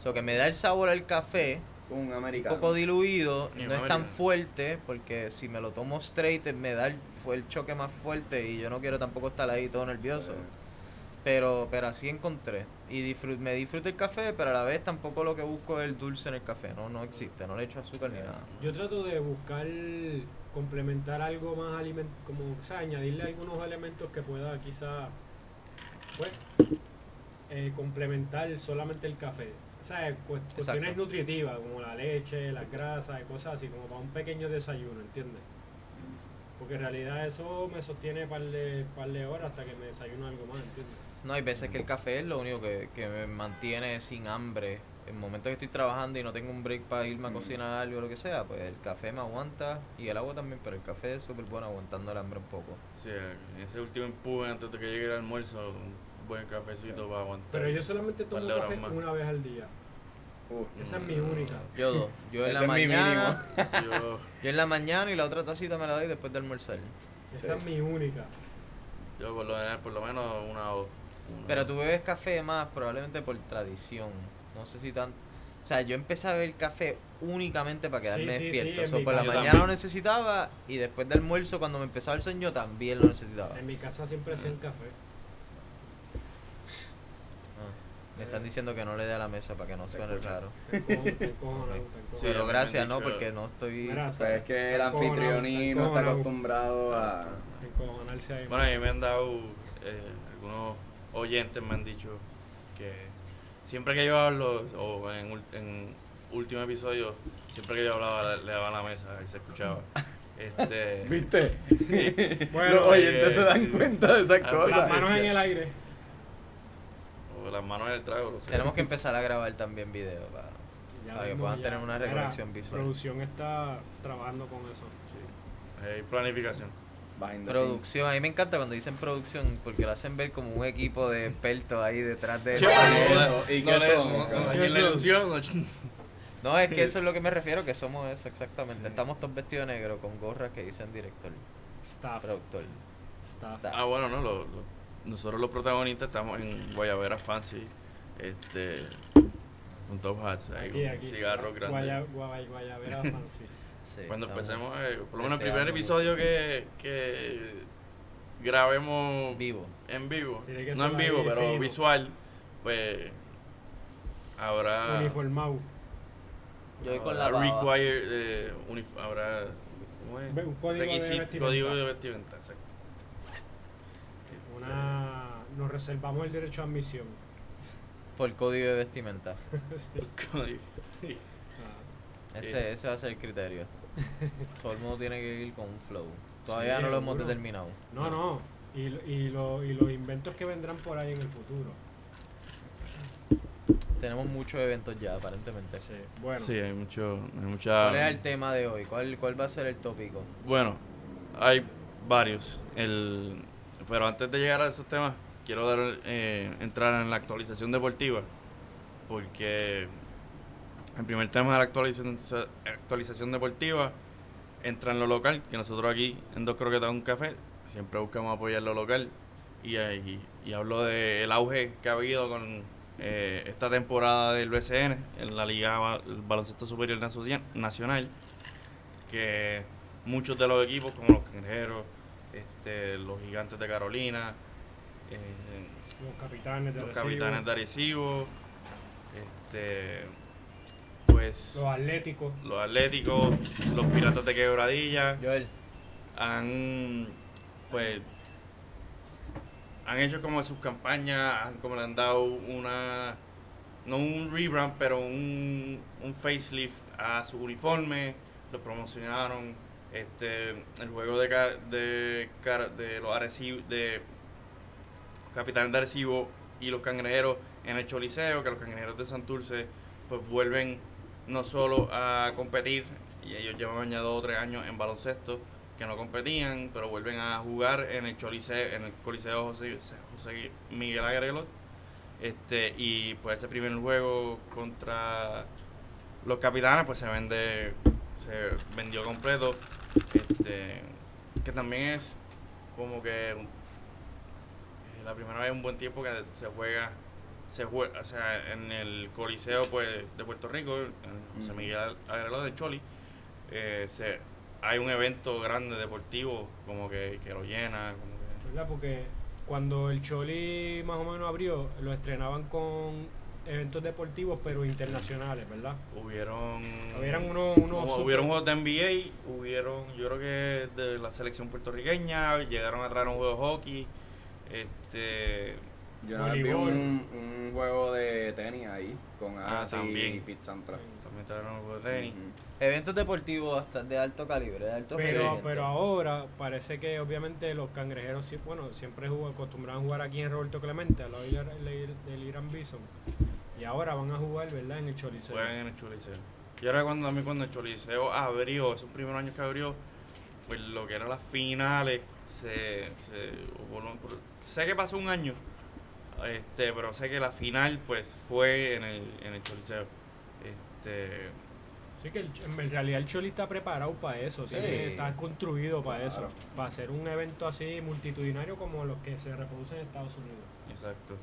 Speaker 3: O sea, que me da el sabor al café,
Speaker 1: Un
Speaker 3: un
Speaker 1: americano.
Speaker 3: poco diluido,
Speaker 2: Y
Speaker 3: no es tan
Speaker 2: Mario.
Speaker 3: fuerte, porque si me lo tomo straight eh, me da el, fue el choque más fuerte y yo no quiero tampoco estar ahí todo nervioso.
Speaker 1: Eh,
Speaker 3: Pero, pero así encontré. Y disfrut, me disfruto el café, pero a la vez tampoco lo que busco es el dulce en el café. No, no existe, no le echo azúcar ni nada.
Speaker 4: Yo trato de buscar complementar algo más aliment como o sea, añadirle algunos elementos que pueda quizá pues eh, complementar solamente el café. O sea, cu- cuestiones
Speaker 3: Exacto.
Speaker 4: nutritivas como la leche, las grasas, y cosas así, como para un pequeño desayuno, ¿entiendes? Porque en realidad eso me sostiene par de, par de horas hasta que me desayuno algo más, ¿entiendes?
Speaker 3: No, hay veces que el café es lo único que, que me mantiene sin hambre. En momentos que estoy trabajando y no tengo un break para irme a
Speaker 1: Mm.
Speaker 3: cocinar algo o lo que sea, pues el café me aguanta y el agua también, pero el café es súper bueno aguantando el hambre un poco.
Speaker 2: Sí, en ese último empuje antes de que llegue el almuerzo, un buen cafecito para aguantar.
Speaker 4: Pero yo solamente tomo
Speaker 2: Par de horas
Speaker 4: café
Speaker 2: más. Mm,
Speaker 4: una vez al día.
Speaker 1: Uh,
Speaker 4: Esa es mi única.
Speaker 3: Yo dos. Yo en la
Speaker 1: Ese es mi
Speaker 3: mañana.
Speaker 1: mínimo.
Speaker 2: Yo,
Speaker 3: Yo en la mañana y la otra tacita me la doy después de almorzar.
Speaker 4: Esa
Speaker 1: Sí.
Speaker 4: es mi única.
Speaker 2: yo por, lo, general, por lo menos una o dos.
Speaker 3: Pero tú bebes café más probablemente por tradición. No sé si tanto. O sea, yo empecé a beber café únicamente para quedarme
Speaker 4: Sí, sí, sí,
Speaker 3: despierto.
Speaker 4: en
Speaker 3: So,
Speaker 4: mi
Speaker 3: por la
Speaker 2: caso
Speaker 3: mañana
Speaker 2: también.
Speaker 3: lo necesitaba y después del almuerzo, cuando me empezaba el sueño, también lo necesitaba.
Speaker 4: En mi casa siempre hacía
Speaker 2: Mm.
Speaker 4: el café.
Speaker 3: Ah, me están diciendo que no le dé a la mesa para que no
Speaker 2: Se
Speaker 3: suene
Speaker 2: escucha.
Speaker 3: raro.
Speaker 4: Te encojonan, te encojonan, te
Speaker 3: Sí,
Speaker 2: me
Speaker 4: encojonan.
Speaker 3: pero
Speaker 2: han
Speaker 3: gracias, ¿no?
Speaker 2: dicho-
Speaker 3: Porque no estoy...
Speaker 4: Mira,
Speaker 1: Pues es que el
Speaker 4: Está encojonado,
Speaker 1: anfitrión
Speaker 4: está
Speaker 1: no está
Speaker 4: encojonado.
Speaker 1: acostumbrado a.
Speaker 4: Te encojonarse ahí.
Speaker 2: Bueno, a mí me han dado, eh, algunos oyentes me han dicho que siempre que yo hablo, o en, ul- en último episodio, siempre que yo hablaba le, le daba a la mesa y se escuchaba. Este,
Speaker 1: ¿Viste?
Speaker 4: Bueno,
Speaker 1: Los oyentes se dan
Speaker 2: eh,
Speaker 1: cuenta de esas
Speaker 2: las
Speaker 4: las
Speaker 1: cosas.
Speaker 4: manos en el aire.
Speaker 2: o las manos en el trago. no sé.
Speaker 3: Tenemos que empezar a grabar también video. para-
Speaker 4: Ya
Speaker 3: Para que
Speaker 4: mismo,
Speaker 3: puedan
Speaker 4: ya.
Speaker 3: tener una
Speaker 4: Mira,
Speaker 3: reconexión visual.
Speaker 4: producción está trabajando con eso.
Speaker 2: Hay planificación.
Speaker 1: Behind the scenes.
Speaker 3: Producción, a mí me encanta cuando dicen producción porque lo hacen ver como un equipo de expertos ahí detrás de...
Speaker 1: Che, vale.
Speaker 3: No,
Speaker 1: eso, ¿y qué
Speaker 2: le-
Speaker 1: son,
Speaker 2: no- no
Speaker 1: cabrón?
Speaker 2: dañen la
Speaker 3: ¿Qué son?
Speaker 2: ilusión.
Speaker 3: No, es que eso es lo que me refiero, que somos eso, exactamente. Estamos todos vestidos de negro con gorras que dicen director,
Speaker 4: Staff.
Speaker 3: productor.
Speaker 4: staff.
Speaker 3: staff.
Speaker 2: Ah, bueno, no, lo- lo- nosotros los protagonistas estamos en Guayabera Fancy, este, con top hats, ahí,
Speaker 4: Aquí,
Speaker 2: con
Speaker 4: aquí.
Speaker 2: cigarros grandes.
Speaker 4: Guaya, guaya- guayabera fancy.
Speaker 3: Sí,
Speaker 2: Cuando
Speaker 3: estamos
Speaker 2: empecemos, eh, por lo menos el primer
Speaker 3: deseando.
Speaker 2: episodio que, que grabemos
Speaker 3: Vivo.
Speaker 2: en vivo,
Speaker 4: Tiene que
Speaker 2: no
Speaker 4: ser
Speaker 2: en vivo,
Speaker 4: ahí
Speaker 2: pero
Speaker 4: fino.
Speaker 2: visual, pues
Speaker 3: Ah.
Speaker 2: habrá,
Speaker 4: Uniformado.
Speaker 3: Yo
Speaker 4: Ah,
Speaker 3: voy con la
Speaker 2: habrá
Speaker 3: baba.
Speaker 2: require, eh, unif- habrá ¿cómo es?
Speaker 4: Ve- un código de
Speaker 2: Requisi-
Speaker 4: vestimenta.
Speaker 2: código de vestimenta, exacto.
Speaker 4: Una, nos reservamos el derecho a admisión.
Speaker 3: Por código de vestimenta.
Speaker 2: Código.
Speaker 4: Ah,
Speaker 3: Ese, ese va a ser el criterio. Todo el mundo tiene que ir con un flow. Todavía
Speaker 4: Sí,
Speaker 3: no lo hemos
Speaker 4: seguro.
Speaker 3: determinado.
Speaker 4: No, no. Y, lo- y, lo- y los inventos que vendrán por ahí en el futuro.
Speaker 3: Tenemos muchos eventos ya, aparentemente.
Speaker 4: Sí, Um. Bueno,
Speaker 2: Sí, hay mucho, hay
Speaker 3: ¿Cuál es el
Speaker 2: mucha.
Speaker 3: tema de hoy? ¿Cuál, cuál va a ser el tópico?
Speaker 2: Bueno, hay varios. El, pero antes de llegar a esos temas, quiero dar, eh, entrar en la actualización deportiva, porque el primer tema de la actualización, actualización deportiva entra en lo local, que nosotros aquí en Dos Croquetas un Café siempre buscamos apoyar lo local y, ahí- y hablo del auge que ha habido con eh, esta temporada del BCN en la Liga Ba- el Baloncesto Superior Nasocia- Nacional, que muchos de los equipos como los Cangrejeros, este, los Gigantes de Carolina, eh,
Speaker 4: los capitanes de
Speaker 2: los
Speaker 4: Arecibo,
Speaker 2: Capitanes de Arecibo, este, pues
Speaker 4: los atléticos.
Speaker 2: los Atléticos, los Piratas de Quebradilla,
Speaker 3: Joel,
Speaker 2: han pues han hecho como sus campañas, han como le han dado una no un rebrand, pero un, un facelift a su uniforme, lo promocionaron este el juego de ca- de, Car- de los Arecibo de Capitán de Arecibo y los Cangrejeros en el Choliseo, que los Cangrejeros de Santurce pues vuelven no solo a competir, y ellos llevan ya dos o tres años en baloncesto, que no competían, pero vuelven a jugar en el Choliseo, en el Coliseo José, José Miguel Agrelot. Este, y pues ese primer juego contra los capitanes, pues se vende, se vendió completo. Este, que también es como que un- la primera vez en un buen tiempo que se juega, se juega, o sea, en el Coliseo pues, de Puerto Rico, en José
Speaker 1: Ujú.
Speaker 2: Miguel Agrelot de Choli, eh, se, hay un evento grande deportivo como que, que lo llena, como que-
Speaker 4: ¿verdad? Porque cuando el Choli más o menos abrió, lo estrenaban con eventos deportivos, pero internacionales, ¿verdad?
Speaker 2: hubieron
Speaker 4: Hubieron uno- unos
Speaker 2: hubo-
Speaker 4: super-
Speaker 2: hubieron juegos de NBA, hubieron yo creo que de la selección puertorriqueña, llegaron a traer un juego de hockey, este
Speaker 1: Yo una vez vi
Speaker 4: Voleibol.
Speaker 1: un, un juego de tenis ahí con
Speaker 2: Ah,
Speaker 1: Asi y
Speaker 2: también.
Speaker 1: Pete Sampras. Mm-hmm.
Speaker 2: también trajeron un juego de tenis.
Speaker 1: Ujú.
Speaker 3: eventos deportivos hasta de alto calibre, de alto
Speaker 4: Pero,
Speaker 3: rendimiento.
Speaker 4: pero ahora parece que obviamente los cangrejeros, sí- bueno, siempre jugó- acostumbraban a jugar aquí en Roberto Clemente, al lado del Ira- del del Irán Bison. Y ahora van a jugar, ¿verdad? En el Choliseo.
Speaker 2: Juegan en el Choliseo. Y ahora cuando también cuando el Choliseo abrió, esos primeros años que abrió, pues lo que eran las finales, se, se hubo lo- por- sé que pasó un año, este, pero sé que la final pues fue en el, en el Choliseo. Este,
Speaker 4: Sí, Sí, que el ch- en realidad el Choli está preparado para eso, sí,
Speaker 3: Sí.
Speaker 4: está construido para
Speaker 1: Claro.
Speaker 4: eso, para hacer un evento así multitudinario como los que se reproducen en Estados Unidos.
Speaker 2: Exacto.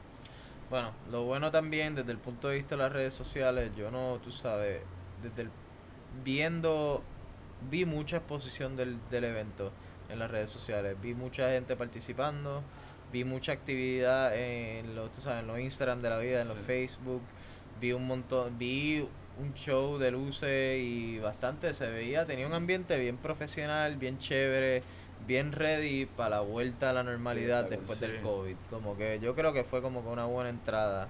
Speaker 3: Bueno, lo bueno también desde el punto de vista de las redes sociales, yo no, tú sabes, desde el, viendo, vi mucha exposición del, del evento en las redes sociales, vi mucha gente participando, vi mucha actividad en los, tú sabes, en los Instagram de la vida, en los
Speaker 2: Sí.
Speaker 3: Facebook, vi un montón, vi un show de luces y bastante se veía, tenía un ambiente bien profesional, bien chévere, bien ready para la vuelta a la normalidad
Speaker 1: está cool,
Speaker 3: después
Speaker 2: sí.
Speaker 3: del COVID. Como que yo creo que fue como que una buena entrada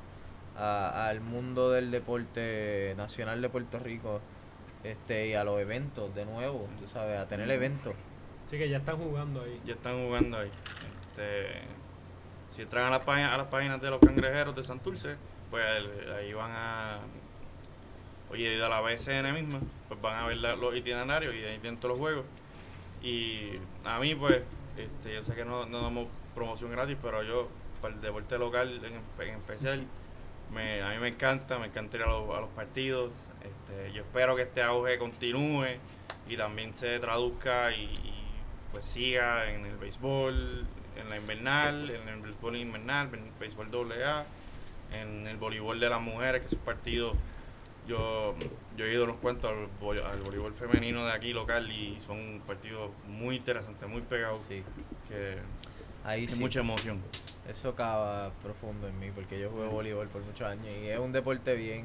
Speaker 3: a- al mundo del deporte nacional de Puerto Rico. Este, y a los eventos de nuevo, tú sabes, a tener eventos.
Speaker 4: Así que ya están jugando ahí.
Speaker 2: Ya están jugando ahí. Este, si entran a, la página- a las páginas de los cangrejeros de Santurce, pues el- ahí van a. Oye, de la BSN misma, pues van a ver la- los itinerarios y ahí tienen todos los juegos. Y a mí, pues, este, yo sé que no, no damos promoción gratis, pero yo, para el deporte local en, en especial, me- a mí me encanta, me encanta ir a los, a los partidos. Este, yo espero que este auge continúe y también se traduzca y, y, pues siga en el béisbol, en la invernal, en el béisbol invernal, en el béisbol doble A, en el voleibol de las mujeres, que es un partido. Yo, yo he ido a unos cuantos al, vo- al voleibol femenino de aquí local y son partidos muy interesantes, muy pegados,
Speaker 3: Sí,
Speaker 2: que
Speaker 3: ahí
Speaker 2: que
Speaker 3: sí.
Speaker 2: mucha emoción.
Speaker 3: Eso cava profundo en mí porque yo jugué voleibol por muchos años y es un deporte bien,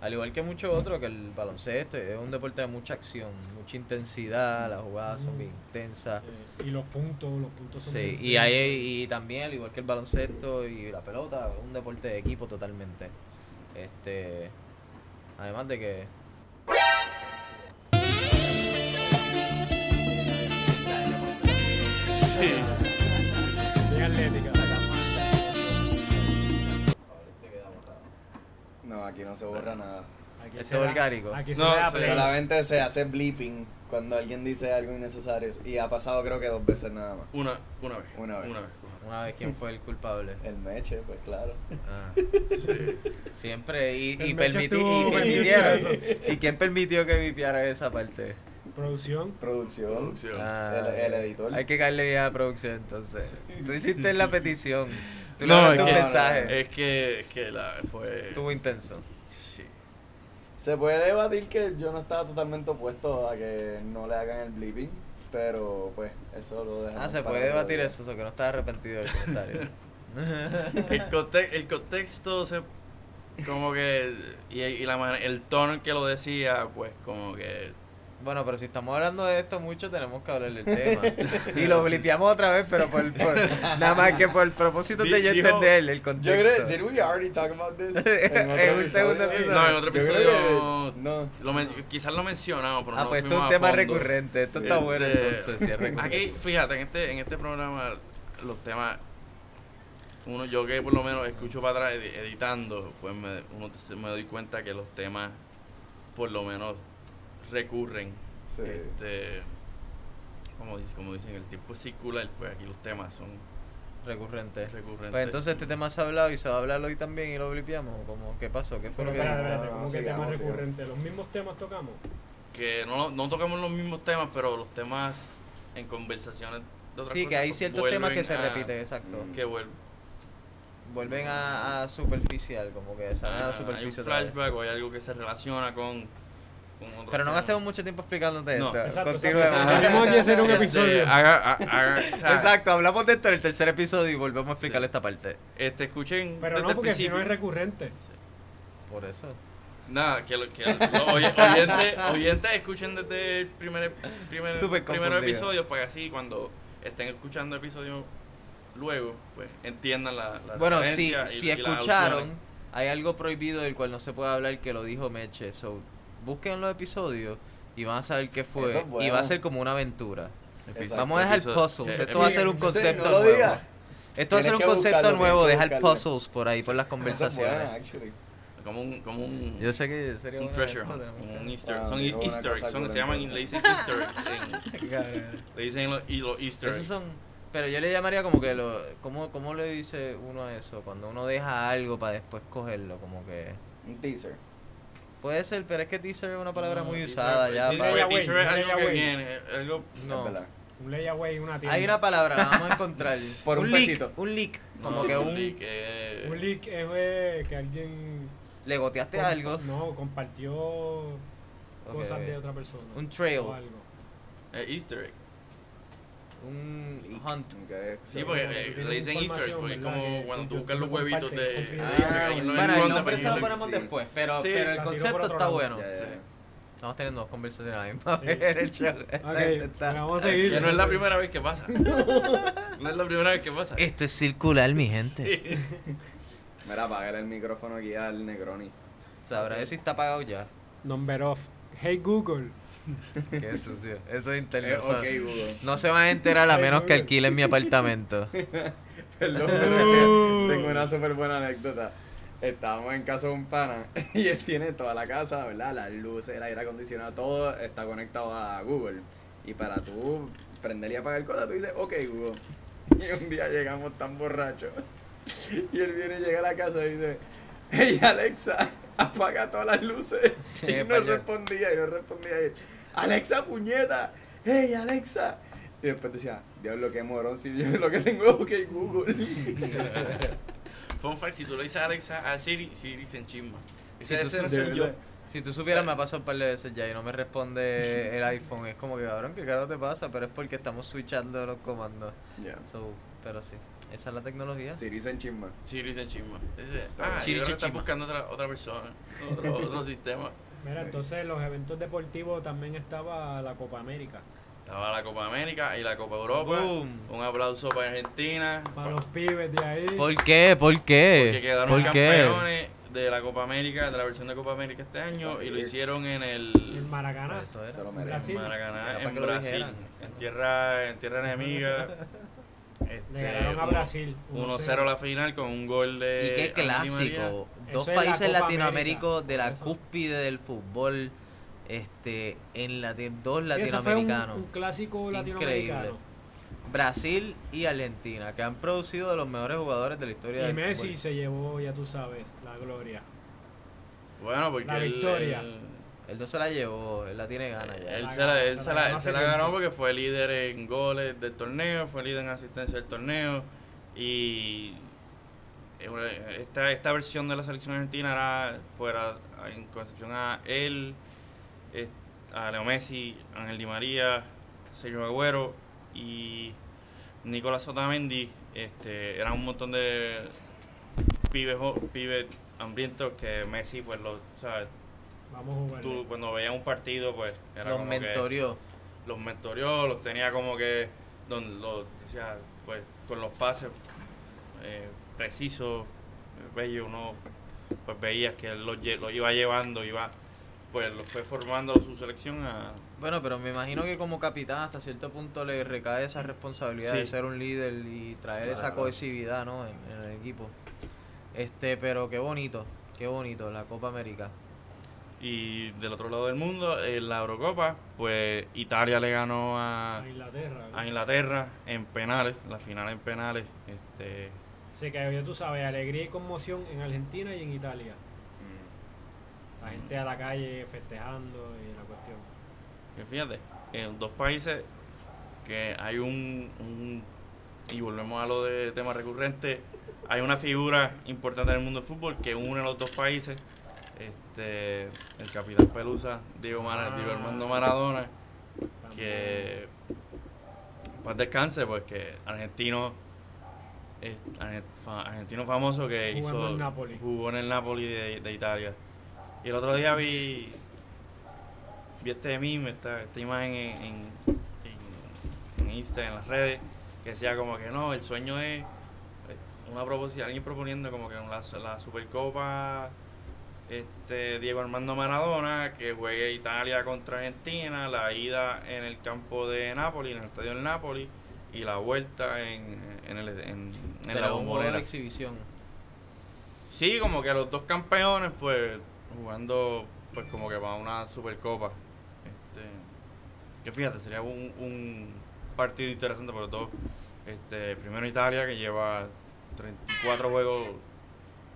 Speaker 3: al igual que muchos otros, que el baloncesto, es un deporte de mucha acción, mucha intensidad, las jugadas son bien intensas.
Speaker 4: Eh, y los puntos, los puntos son
Speaker 3: Sí,
Speaker 4: bien
Speaker 3: y, ahí,
Speaker 4: serios.
Speaker 3: y también, al igual que el baloncesto y la pelota, es un deporte de equipo totalmente. Este, además de que...
Speaker 4: Bien atlética.
Speaker 1: No, aquí no se borra nada.
Speaker 4: Aquí
Speaker 3: Esto
Speaker 4: se
Speaker 3: es
Speaker 4: da-
Speaker 3: orgánico.
Speaker 4: Aquí
Speaker 2: No,
Speaker 4: se da
Speaker 2: se
Speaker 4: play.
Speaker 1: Solamente se hace bleeping cuando alguien dice algo innecesario. Y ha pasado creo que dos veces nada más.
Speaker 2: Una, una vez.
Speaker 1: Una vez.
Speaker 2: Una vez.
Speaker 3: Una vez, ¿quién fue el culpable?
Speaker 1: El meche, pues claro.
Speaker 3: Ah.
Speaker 2: Sí.
Speaker 3: Siempre, y,
Speaker 4: El
Speaker 3: y,
Speaker 4: Meche
Speaker 3: permiti-
Speaker 4: estuvo
Speaker 3: y
Speaker 4: pendiente
Speaker 3: permitieron.
Speaker 4: de
Speaker 3: ¿Y quién permitió que vipiara esa parte?
Speaker 4: Producción.
Speaker 1: Producción.
Speaker 2: Producción.
Speaker 3: Ah,
Speaker 1: El- el editor.
Speaker 3: Hay que caerle bien a la producción, entonces. Tú hiciste la petición. Tú
Speaker 2: No,
Speaker 3: no,
Speaker 2: es
Speaker 3: tu
Speaker 2: que-
Speaker 3: mensaje.
Speaker 2: Es que, es que la fue.
Speaker 3: Estuvo intenso.
Speaker 2: Sí.
Speaker 1: Se puede debatir que yo no estaba totalmente opuesto a que no le hagan el bleeping, pero pues eso lo dejamos.
Speaker 3: Ah, se
Speaker 1: para
Speaker 3: puede
Speaker 1: otro
Speaker 3: debatir
Speaker 1: día.
Speaker 3: eso, eso que no estás arrepentido del comentario.
Speaker 2: El, conte- el contexto se. Como que. Y, y la man- el tono en que lo decía, pues como que.
Speaker 3: bueno, pero si estamos hablando de esto mucho, tenemos que hablar del tema. Y lo blipeamos otra vez, pero por, por- nada más que por el propósito de
Speaker 2: Di-
Speaker 3: yo
Speaker 2: dijo-
Speaker 3: entender el
Speaker 1: Yo
Speaker 3: contexto.
Speaker 1: creo, ¿did we already talk about this?
Speaker 3: En un segundo
Speaker 4: episodio.
Speaker 2: No, en otro
Speaker 1: Yo creo
Speaker 2: episodio-
Speaker 1: que no.
Speaker 2: Lo men- quizás lo mencionamos, pero
Speaker 3: ah,
Speaker 2: no
Speaker 3: pues esto es
Speaker 2: fuimos
Speaker 3: un
Speaker 2: a
Speaker 3: tema
Speaker 2: fondo.
Speaker 3: recurrente. Esto está bueno,
Speaker 2: Este,
Speaker 3: entonces. sí, es recurrente.
Speaker 2: Aquí, fíjate, en este, en este programa, los temas. Uno, yo que por lo menos escucho para atrás edi- editando, pues me, uno se- me doy cuenta que los temas, por lo menos, recurren.
Speaker 1: Sí.
Speaker 3: Eh,
Speaker 2: Este, como, dice- como dicen, el tiempo es circular, pues aquí los temas son
Speaker 3: Recurrente.
Speaker 2: recurrentes.
Speaker 3: Pues entonces este tema se ha hablado y se va a hablar hoy también y lo blipeamos. como ¿Qué pasó? ¿Qué fue
Speaker 4: Pero
Speaker 3: lo que
Speaker 4: espérate,
Speaker 1: no,
Speaker 4: espérate,
Speaker 1: no,
Speaker 4: como que
Speaker 1: sigamos,
Speaker 4: tema
Speaker 1: sigamos.
Speaker 4: recurrente. Los mismos temas tocamos.
Speaker 2: Que no, no tocamos los mismos temas, pero los temas en conversaciones de otras
Speaker 3: Sí, que
Speaker 2: cosas,
Speaker 3: hay
Speaker 2: pues,
Speaker 3: ciertos temas que
Speaker 2: vuelven
Speaker 3: se
Speaker 2: a-
Speaker 3: repiten, exacto.
Speaker 1: Mm.
Speaker 2: Que vuelven.
Speaker 3: Vuelven a, a superficial, como que salen
Speaker 2: Ah, hay
Speaker 3: a la
Speaker 2: un
Speaker 3: superficie otra vez.
Speaker 2: flashback o hay algo que se relaciona con, con otro
Speaker 3: Pero no
Speaker 2: tema.
Speaker 3: gastemos mucho tiempo explicándote
Speaker 2: No.
Speaker 3: esto.
Speaker 4: Exacto,
Speaker 3: Continuemos.
Speaker 4: exacto. Tenemos que hacer un
Speaker 2: Este,
Speaker 4: episodio.
Speaker 2: haga- ha- haga- o sea,
Speaker 3: Exacto, hablamos de esto en el tercer episodio y volvemos a explicar
Speaker 2: Sí.
Speaker 3: esta parte.
Speaker 2: Este, escuchen.
Speaker 4: Pero
Speaker 2: desde
Speaker 4: no,
Speaker 2: el
Speaker 4: porque si no
Speaker 2: principio.
Speaker 4: es recurrente.
Speaker 3: Por eso.
Speaker 2: Nada, que, lo- que los oy- oyentes, oyentes escuchen desde el primer, primer,
Speaker 3: Súper
Speaker 2: primero
Speaker 3: confundido.
Speaker 2: episodio, pues así cuando estén escuchando episodios luego, pues entiendan la, la
Speaker 3: Bueno, si,
Speaker 2: referencia y-
Speaker 3: si
Speaker 2: y las
Speaker 3: escucharon,
Speaker 2: opciones.
Speaker 3: hay algo prohibido del cual no se puede hablar que lo dijo Meche. So, busquen los episodios y van a saber qué fue.
Speaker 1: Eso es
Speaker 3: Y
Speaker 1: bueno.
Speaker 3: va a ser como una aventura.
Speaker 1: Exacto.
Speaker 3: Vamos a dejar
Speaker 2: Episodio-
Speaker 3: puzzles.
Speaker 2: eh,
Speaker 3: Esto va a
Speaker 2: epi-
Speaker 3: ser un
Speaker 1: Sí,
Speaker 3: concepto
Speaker 1: no lo
Speaker 3: nuevo.
Speaker 1: digas.
Speaker 3: Esto va a
Speaker 1: Tienes
Speaker 3: ser un
Speaker 1: que
Speaker 3: concepto
Speaker 1: buscarlo,
Speaker 3: nuevo,
Speaker 1: tienes que
Speaker 3: dejar
Speaker 1: buscarlo. ah,
Speaker 3: puzzles por ahí, por las conversaciones.
Speaker 2: Como un, como un,
Speaker 3: Yo sé que sería
Speaker 2: un
Speaker 3: bueno
Speaker 2: treasure
Speaker 3: esto,
Speaker 2: hunt,
Speaker 3: tenemos
Speaker 2: como
Speaker 3: que-
Speaker 2: un easter,
Speaker 1: Ah,
Speaker 2: son
Speaker 1: digo, una
Speaker 2: easter eggs,
Speaker 1: cosa
Speaker 2: son, se
Speaker 1: cool,
Speaker 2: llaman
Speaker 1: entonces.
Speaker 2: le dicen easter eggs, en- le dicen los, y los easter
Speaker 3: Esos
Speaker 2: eggs.
Speaker 3: son, pero yo le llamaría como que lo, ¿cómo, ¿cómo le dice uno a eso? Cuando uno deja algo para después cogerlo, como que
Speaker 1: Un teaser.
Speaker 3: Puede ser, pero es que teaser es una palabra
Speaker 2: No,
Speaker 3: muy
Speaker 2: teaser,
Speaker 3: usada
Speaker 2: pues,
Speaker 3: ya.
Speaker 2: teaser,
Speaker 3: para-
Speaker 2: porque
Speaker 4: Layaway,
Speaker 2: teaser es
Speaker 4: un
Speaker 2: algo que
Speaker 4: layaway.
Speaker 2: viene, eh, algo-
Speaker 1: Es
Speaker 3: No.
Speaker 1: verdad.
Speaker 4: Un layaway, una tienda.
Speaker 3: Hay una palabra, la vamos a encontrar.
Speaker 1: Por un
Speaker 3: leak,
Speaker 1: pesito.
Speaker 3: Un leak. Como que un.
Speaker 2: leak, eh,
Speaker 4: Un leak es eh, que alguien.
Speaker 3: Le goteaste
Speaker 4: com-
Speaker 3: algo.
Speaker 4: No, compartió cosas
Speaker 3: Ok.
Speaker 4: de otra persona.
Speaker 3: Un trail.
Speaker 4: O algo.
Speaker 2: eh, Easter egg.
Speaker 3: Un hunt.
Speaker 1: Ok,
Speaker 2: Sí,
Speaker 1: so-
Speaker 2: porque
Speaker 3: pues,
Speaker 4: como que
Speaker 2: eh,
Speaker 4: tiene
Speaker 2: le dicen Easter egg,
Speaker 4: información,
Speaker 2: porque es
Speaker 4: ¿verdad?
Speaker 2: como
Speaker 4: Que
Speaker 2: cuando tú
Speaker 4: yo-
Speaker 2: buscas
Speaker 4: yo
Speaker 2: los
Speaker 4: lo
Speaker 2: huevitos
Speaker 4: comparto,
Speaker 2: de
Speaker 4: confío.
Speaker 2: Easter egg,
Speaker 1: Ah,
Speaker 2: alguien
Speaker 1: bueno,
Speaker 2: lo
Speaker 3: Para, el
Speaker 2: encuentra,
Speaker 3: nombre
Speaker 2: pero
Speaker 3: se lo
Speaker 1: sí,
Speaker 2: dicen-
Speaker 1: para-
Speaker 3: ponemos
Speaker 1: sí.
Speaker 3: después, pero,
Speaker 2: Sí.
Speaker 3: pero el
Speaker 4: La tiró por
Speaker 3: concepto
Speaker 4: otro
Speaker 3: está
Speaker 4: lado.
Speaker 3: bueno.
Speaker 1: Ya, ya,
Speaker 2: Sí.
Speaker 1: ya.
Speaker 3: Estamos teniendo dos conversaciones a la misma
Speaker 4: Sí.
Speaker 3: vez. el show. Esta
Speaker 4: Ok,
Speaker 3: gente Este, está-
Speaker 4: pero vamos a seguir.
Speaker 2: que no es la primera vez que pasa. No es la primera vez que pasa.
Speaker 3: Esto es circular, mi gente.
Speaker 1: Mira, apagar el micrófono aquí al Negroni.
Speaker 3: Sabrá Dios si está apagado ya.
Speaker 4: Number off. Hey Google.
Speaker 3: Qué sucio. Eso es
Speaker 1: Eh,
Speaker 3: internet. o sea,
Speaker 1: ok, Google.
Speaker 3: No se van a enterar a
Speaker 4: Ay,
Speaker 3: menos
Speaker 4: no,
Speaker 3: que
Speaker 4: bien.
Speaker 3: alquilen mi apartamento.
Speaker 1: Perdón, pero es que tengo una súper buena anécdota. Estábamos en casa de un pana y él tiene toda la casa, ¿verdad? Las luces, el aire acondicionado, todo está conectado a Google. Y para tú prender y apagar cosas, tú dices, ok, Google. Y un día llegamos tan borrachos. Y él viene, llega a la casa y dice, hey Alexa, apaga todas las luces.
Speaker 3: Sí,
Speaker 1: y no
Speaker 3: español.
Speaker 1: respondía, y no respondía. Y él, Alexa, puñeta, hey Alexa. Y después decía, diablo, qué morón, si yo lo que tengo es OK Google.
Speaker 2: Fun fact, si tú le dices a Alexa, a Siri, Siri se enchisma.
Speaker 3: Si
Speaker 2: Dice,
Speaker 3: tú
Speaker 2: ese no
Speaker 3: se-
Speaker 2: soy yo.
Speaker 3: Si tú supieras, me ha pasado un par de veces ya y no me responde el iPhone. Es como que, cabrón, ¿qué caro te pasa? Pero es porque estamos switchando los comandos.
Speaker 1: Ya.
Speaker 3: So, pero sí, esa es la tecnología.
Speaker 1: Siri se enchisma.
Speaker 2: Siri se enchisma. Dice, ah, Siri
Speaker 3: Siri se
Speaker 2: se está
Speaker 3: enchisma.
Speaker 2: buscando otra, otra persona, otro, otro sistema.
Speaker 4: Mira, entonces los eventos deportivos también estaba la Copa América.
Speaker 2: Estaba la Copa América y la Copa Europa.
Speaker 3: Boom.
Speaker 2: Un aplauso para Argentina.
Speaker 4: Para los pibes de ahí.
Speaker 3: ¿Por qué? ¿Por qué?
Speaker 2: que quedaron
Speaker 3: ¿Por qué?
Speaker 2: campeones de la Copa América, de la versión de Copa América este año y lo hicieron en
Speaker 4: y el
Speaker 2: el
Speaker 4: Maracaná.
Speaker 3: Eso era.
Speaker 1: Se lo
Speaker 4: Brasil.
Speaker 1: merece.
Speaker 4: sí.
Speaker 2: Maracaná,
Speaker 3: Era para
Speaker 2: en
Speaker 3: que lo
Speaker 2: Brasil,
Speaker 3: dijeran.
Speaker 2: en tierra, en tierra enemiga.
Speaker 4: Le
Speaker 2: Este,
Speaker 4: ganaron a
Speaker 2: uno-
Speaker 4: Brasil.
Speaker 2: 1-0 la final con un gol de.
Speaker 3: Y qué
Speaker 2: Andy María.
Speaker 3: clásico. Dos
Speaker 4: Eso es la
Speaker 3: países
Speaker 4: Copa
Speaker 3: latinoamericanos
Speaker 4: América.
Speaker 3: de la
Speaker 4: Eso.
Speaker 3: cúspide del fútbol. Este, en lati- dos
Speaker 4: Eso fue un,
Speaker 3: latinoamericanos.
Speaker 4: un clásico latinoamericano.
Speaker 3: Increíble. Brasil y Argentina, que han producido de los mejores jugadores de la historia
Speaker 4: Y
Speaker 3: del
Speaker 4: Messi
Speaker 3: fútbol.
Speaker 4: se llevó, ya tú sabes, la gloria.
Speaker 2: Bueno, porque.
Speaker 4: La
Speaker 2: él-
Speaker 4: victoria.
Speaker 2: él-
Speaker 3: Él no se la llevó, él la tiene gana ya.
Speaker 2: Él
Speaker 4: La
Speaker 2: se la, él
Speaker 4: ganó,
Speaker 2: se la- él
Speaker 4: hace
Speaker 2: se la
Speaker 4: tiempo.
Speaker 2: ganó porque fue líder en goles del torneo, fue líder en asistencia del torneo y eh, bueno, esta, esta versión de la selección argentina era fuera en concepción a él, es- a Leo Messi, Ángel Di María, Sergio Agüero y Nicolás Otamendi. Este, eran un montón de pibes, jo- pibes hambrientos que Messi pues los, ¿sabes?
Speaker 4: Vamos a jugar.
Speaker 2: tú cuando veías un partido pues era
Speaker 3: Los
Speaker 2: como que
Speaker 3: mentorió.
Speaker 2: los mentorió los tenía como que don- los decía, pues con los pases eh, precisos eh, bello uno pues veías que él los lle- los iba llevando iba pues lo fue formando su selección ah, a
Speaker 3: Bueno, pero me imagino que como capitán hasta cierto punto le recae esa responsabilidad
Speaker 2: Sí.
Speaker 3: de ser un líder y traer esa
Speaker 1: Claro.
Speaker 3: cohesividad ¿no? en, en el equipo. Este, pero qué bonito, qué bonito la Copa América.
Speaker 2: y del otro lado del mundo en la Eurocopa pues Italia le ganó a,
Speaker 4: A Inglaterra.
Speaker 2: ah, a Inglaterra en penales la final en penales este
Speaker 4: Se cayó, ya tú sabes, alegría y conmoción en Argentina y en Italia.
Speaker 1: Mm,
Speaker 2: Mm.
Speaker 4: La gente a la calle festejando y la cuestión.
Speaker 2: Que fíjate, en dos países que hay un, un- Y volvemos a lo de tema recurrente. Hay una figura importante en el mundo del fútbol que une a los dos países. Este, el capitán Pelusa, Diego, Mara-
Speaker 4: Ah.
Speaker 2: Diego Armando Maradona,
Speaker 4: También.
Speaker 2: que. Paz descanse, pues que argentino. es- argen- fa- argentino famoso que
Speaker 4: Jugó en
Speaker 2: hizo.
Speaker 4: el Napoli.
Speaker 2: Jugó en el Napoli de, de Italia. Y el otro día vi. Vi este meme, esta, esta imagen en, en, en, en Insta, en las redes, que decía como que no, el sueño es. es Eh, Una proposición, alguien proponiendo como que la, la Supercopa este Diego Armando Maradona que juegue Italia contra Argentina, la ida en el campo de Nápoles, en el estadio del Nápoles y la vuelta en, en, el- en- en
Speaker 3: Pero
Speaker 2: la
Speaker 3: un juego de
Speaker 2: bombonera.
Speaker 3: exhibición.
Speaker 2: Sí, como que los dos campeones pues jugando pues como que para una Supercopa. Este, que fíjate, sería un, un partido interesante para los dos. Este, primero Italia que lleva 34 juegos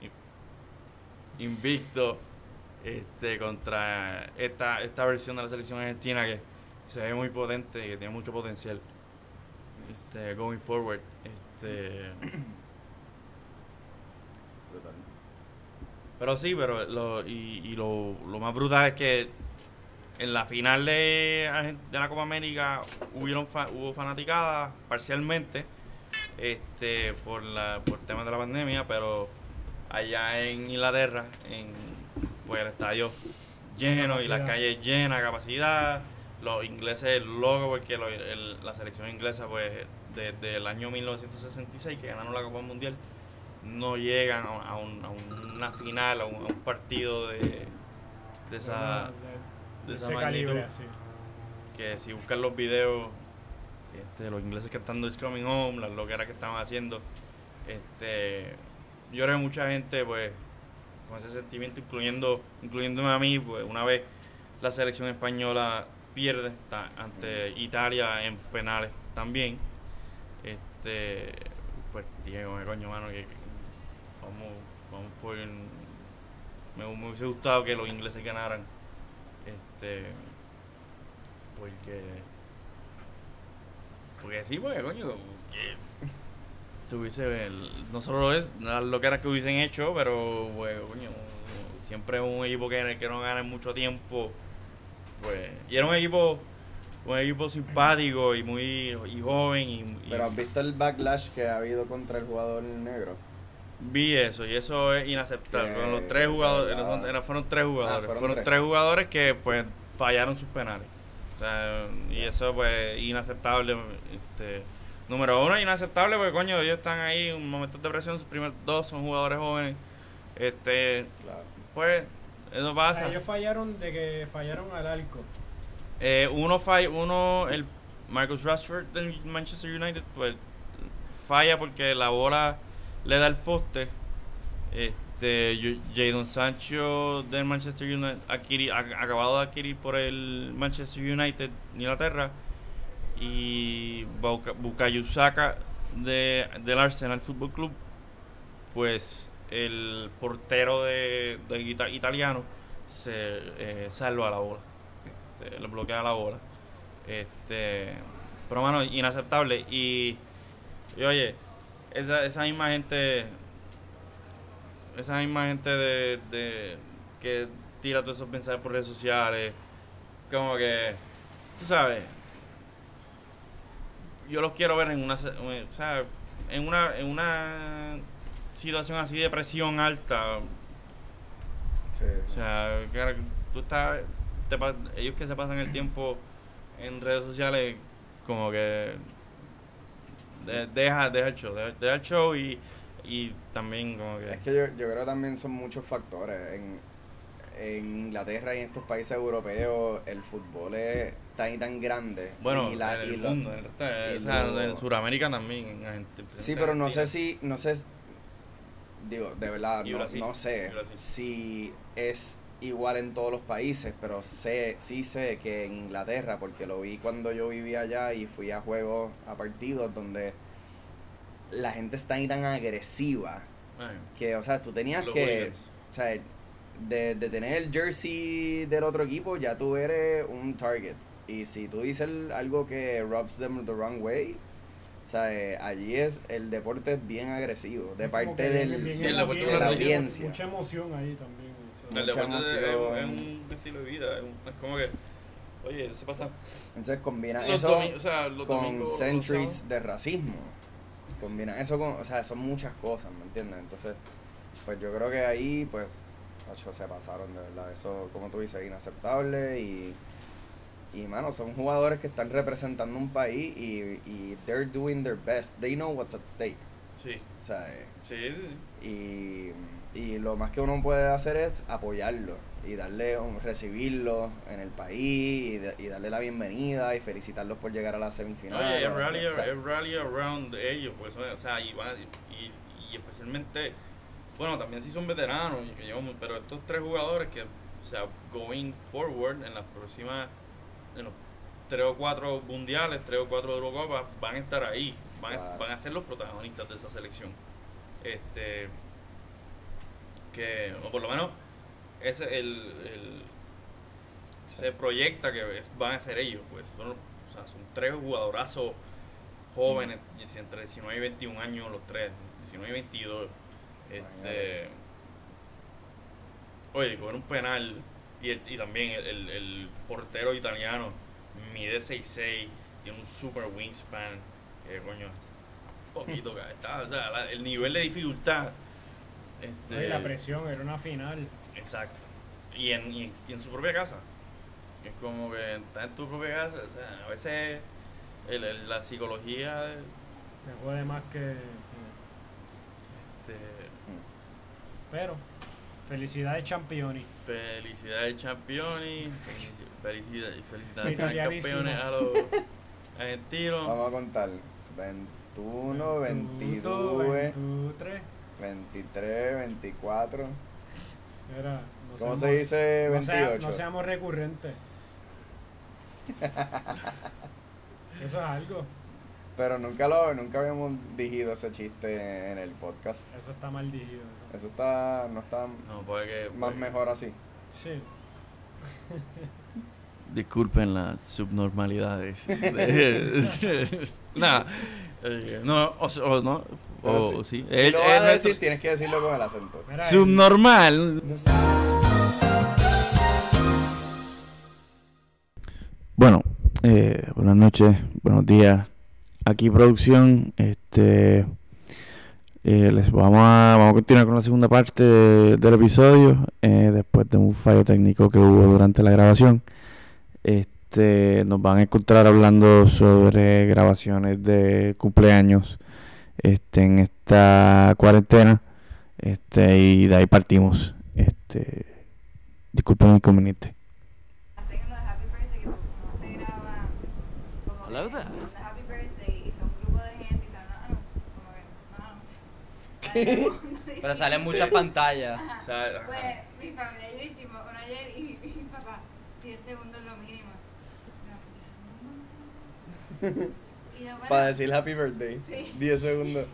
Speaker 2: in- invicto. este, contra esta, esta versión de la selección argentina que se ve muy potente y que tiene mucho potencial. Este, going forward. Este,
Speaker 1: Brutal.
Speaker 2: pero sí, pero lo, y, y lo, lo más brutal es que en la final de, Argen- de la Copa América hubieron fa- hubo fanaticadas parcialmente este, por, la, por temas de la pandemia, pero allá en Inglaterra, en, pues el estadio lleno y las
Speaker 4: Capacidad.
Speaker 2: calles llenas, capacidad, los ingleses locos porque lo- el- la selección inglesa pues desde el año 1966 que ganaron la Copa Mundial no llegan a, a un- a una final, a un, a un partido de, de esa,
Speaker 4: de
Speaker 2: de esa
Speaker 4: ese
Speaker 2: magnitud
Speaker 4: calibre, así.
Speaker 2: que si buscan los videos este, los ingleses cantando It's Coming Home, las loqueras que estaban haciendo, este, yo creo que mucha gente pues con ese sentimiento, incluyendo incluyéndome a mí, pues una vez la selección española pierde ta- ante Italia en penales también, este, pues dije, "Oye, coño mano, que, que vamos, vamos por... Me, me hubiese gustado que los ingleses ganaran. Este, porque. Porque sí, porque coño, como que. Tuviese. el- no solo es las loqueras que hubiesen hecho, pero, pues, coño, siempre un equipo que, que no gana en mucho tiempo. Pues. Y era un equipo. Un equipo simpático y muy y joven. Y, y-
Speaker 1: Pero has visto el backlash que ha habido contra el jugador negro.
Speaker 2: vi eso, y eso es inaceptable.
Speaker 1: Que-
Speaker 2: Fueron los tres jugadores.
Speaker 1: Ah.
Speaker 2: eran- eran- fueron tres jugadores.
Speaker 1: fueron
Speaker 2: fueron
Speaker 1: tres.
Speaker 2: tres. jugadores que, pues, fallaron sus penales. O sea, y eso, pues, inaceptable. Este, número uno, inaceptable porque, coño, ellos están ahí en un momento de presión. Sus primeros dos son jugadores jóvenes. Este,
Speaker 1: Claro.
Speaker 2: pues, eso
Speaker 4: O
Speaker 2: pasa.
Speaker 4: sea, ellos fallaron de que fallaron al arco.
Speaker 2: Eh, uno falla, uno, el Marcus Rashford del Manchester United, pues falla porque la bola le da el poste. Este, J- Jadon Sancho del Manchester United, adquiri- a- acabado de adquirir por el Manchester United, Inglaterra. Y Bauka- Bukayo Saka de, del Arsenal Football Club, pues el portero de, de ita- italiano se eh, salva la bola este, le bloquea la bola. Este, pero mano, inaceptable. Y, y, oye, esa, esa misma gente, esa misma gente de, de- que tira todos esos mensajes por redes sociales, como que, tú sabes, yo los quiero ver en una, se- en- o sea, en una, en una situación así de presión alta,
Speaker 1: Sí.
Speaker 2: o sea, cara, tú estás. te pa- ellos que se pasan el tiempo en redes sociales, como que. de- deja, deja el show, deja, deja el show y, y también como que.
Speaker 1: Es que yo, yo creo que también son muchos factores. En, en Inglaterra y en estos países europeos, el fútbol es tan y tan grande.
Speaker 2: bueno,
Speaker 1: y la-
Speaker 2: en
Speaker 1: y
Speaker 2: el
Speaker 1: lo-
Speaker 2: mundo, en, el resto de-
Speaker 1: y
Speaker 2: o sea,
Speaker 1: lo-
Speaker 2: en Sudamérica también. En Argentina,
Speaker 1: Sí, pero no sé si, no sé, digo, de verdad,
Speaker 2: Y
Speaker 1: no,
Speaker 2: Brasil,
Speaker 1: no sé
Speaker 2: y Brasil.
Speaker 1: si es igual en todos los países, pero sé, sí sé que en Inglaterra, porque lo vi cuando yo vivía allá y fui a juegos, a partidos donde la gente está ahí tan agresiva
Speaker 2: Ay,
Speaker 1: que, o sea, tú tenías
Speaker 2: los
Speaker 1: que,
Speaker 2: hooligans.
Speaker 1: o sea, de, de tener el jersey del otro equipo, ya tú eres un target. Y si tú dices el- algo que rubs them the wrong way, o sea, eh, allí es el deporte es bien agresivo, de
Speaker 4: Es como
Speaker 1: parte
Speaker 4: que
Speaker 1: del,
Speaker 4: bien- bien
Speaker 2: Sí, el
Speaker 1: de
Speaker 2: deporte
Speaker 4: emotivo,
Speaker 2: de la
Speaker 1: la
Speaker 4: mucha-
Speaker 1: audiencia.
Speaker 4: Mucha emoción ahí también. o sea.
Speaker 2: El deporte es, es un- es
Speaker 1: emoción.
Speaker 2: un estilo de vida, es, un- es como que. Oye, se pasa.
Speaker 1: Entonces combina
Speaker 2: los
Speaker 1: eso
Speaker 2: domi- o sea, los
Speaker 1: con
Speaker 2: domingos, los sábados.
Speaker 1: centuries de racismo. Combina eso con, o sea, son muchas cosas, ¿me entiendes? Entonces, pues yo creo que ahí, pues, macho, se pasaron, de verdad. Eso, como tú dices, inaceptable y, y, mano, son jugadores que están representando un país y, y they're doing their best. They know what's at stake.
Speaker 2: Sí,
Speaker 1: O sea, eh,
Speaker 2: sí, sí.
Speaker 1: y, y lo más que uno puede hacer es apoyarlo y darle un- recibirlo en el país y, da- y darle la bienvenida y felicitarlos por llegar a la semifinal.
Speaker 2: Oye,
Speaker 1: O-
Speaker 2: es rally,
Speaker 1: o sea,
Speaker 2: es rally around ellos, pues, o sea, y, van- y, y especialmente, bueno, también si son veteranos, y que llevan- pero estos tres jugadores que, o sea, going forward en las próximas, en los tres o cuatro mundiales, tres o cuatro Eurocopas, van a estar ahí, van, a-
Speaker 1: Claro.
Speaker 2: van a ser los protagonistas de esa selección. Este, que, o por lo menos, ese el, el- se proyecta que es- van a ser ellos, pues son, o sea, son tres jugadorazos jóvenes, dieci- entre 19 y 21 años los tres, 19 y 22. Este, oye, con un penal y, el- y también el, el- el portero italiano mide 6'6", tiene un super wingspan, que coño, poquito, ca- está, o sea, la- el nivel de dificultad.
Speaker 5: No,
Speaker 2: Este,
Speaker 5: y la presión, era una final.
Speaker 2: Exacto. Y en, y, y en su propia casa. Que es como que está en tu propia casa. O sea, a veces el- el- la psicología de-
Speaker 5: Te jode más que.
Speaker 2: de
Speaker 1: Mm.
Speaker 5: Pero, felicidades, Championi.
Speaker 2: felicidades campeones, felicidades, felicidades a los
Speaker 5: Italianísimo.
Speaker 2: campeones a los argentinos.
Speaker 1: Vamos a contar. 21, 22,
Speaker 5: 23.
Speaker 1: 23, 24.
Speaker 5: Era, no
Speaker 1: ¿Cómo
Speaker 5: seamos-
Speaker 1: se dice
Speaker 5: no sea-
Speaker 1: 28?
Speaker 5: no seamos recurrentes. Eso es algo.
Speaker 1: Pero nunca lo nunca habíamos digido ese chiste en el podcast.
Speaker 5: Eso está mal dirigido. eso.
Speaker 1: Eso está no está
Speaker 2: No, porque, pues,
Speaker 1: más
Speaker 2: porque-
Speaker 1: mejor así.
Speaker 5: Sí.
Speaker 2: Disculpen las subnormalidades. Nada. eh, no, o, o no.
Speaker 1: Pero
Speaker 2: O,
Speaker 1: si,
Speaker 2: Oh, sí. Eh,
Speaker 1: si
Speaker 2: Él-
Speaker 1: lo
Speaker 2: él
Speaker 1: vas a
Speaker 2: no es-
Speaker 1: decir, tienes que decirlo con el acento.
Speaker 5: Mira, el-
Speaker 2: Subnormal.
Speaker 6: Bueno, eh, buenas noches, buenos días. Aquí producción, este, eh, les vamos a, vamos a continuar con la segunda parte de- del episodio eh, después de un fallo técnico que hubo durante la grabación. Este, nos van a encontrar hablando sobre grabaciones de cumpleaños este, en esta cuarentena este, y de ahí partimos. Este, disculpen el inconveniente.
Speaker 7: hacen en los Happy Birthday que no no se graba como que
Speaker 3: Hello there.
Speaker 7: un Happy Birthday y son un grupo de gente y salen unos anuncios, como que unos anuncios. Sale todo el mundo
Speaker 3: Pero
Speaker 7: diciendo,
Speaker 3: salen muchas pantallas.
Speaker 7: ajá,
Speaker 2: Sale, ajá.
Speaker 7: Pues mi familia y yo hicimos uno ayer y mi, mi papá, 10 segundos lo mínimo. No, 10 segundos. Y yo, bueno,
Speaker 1: Para decir happy birthday.
Speaker 7: Sí.
Speaker 1: 10 segundos.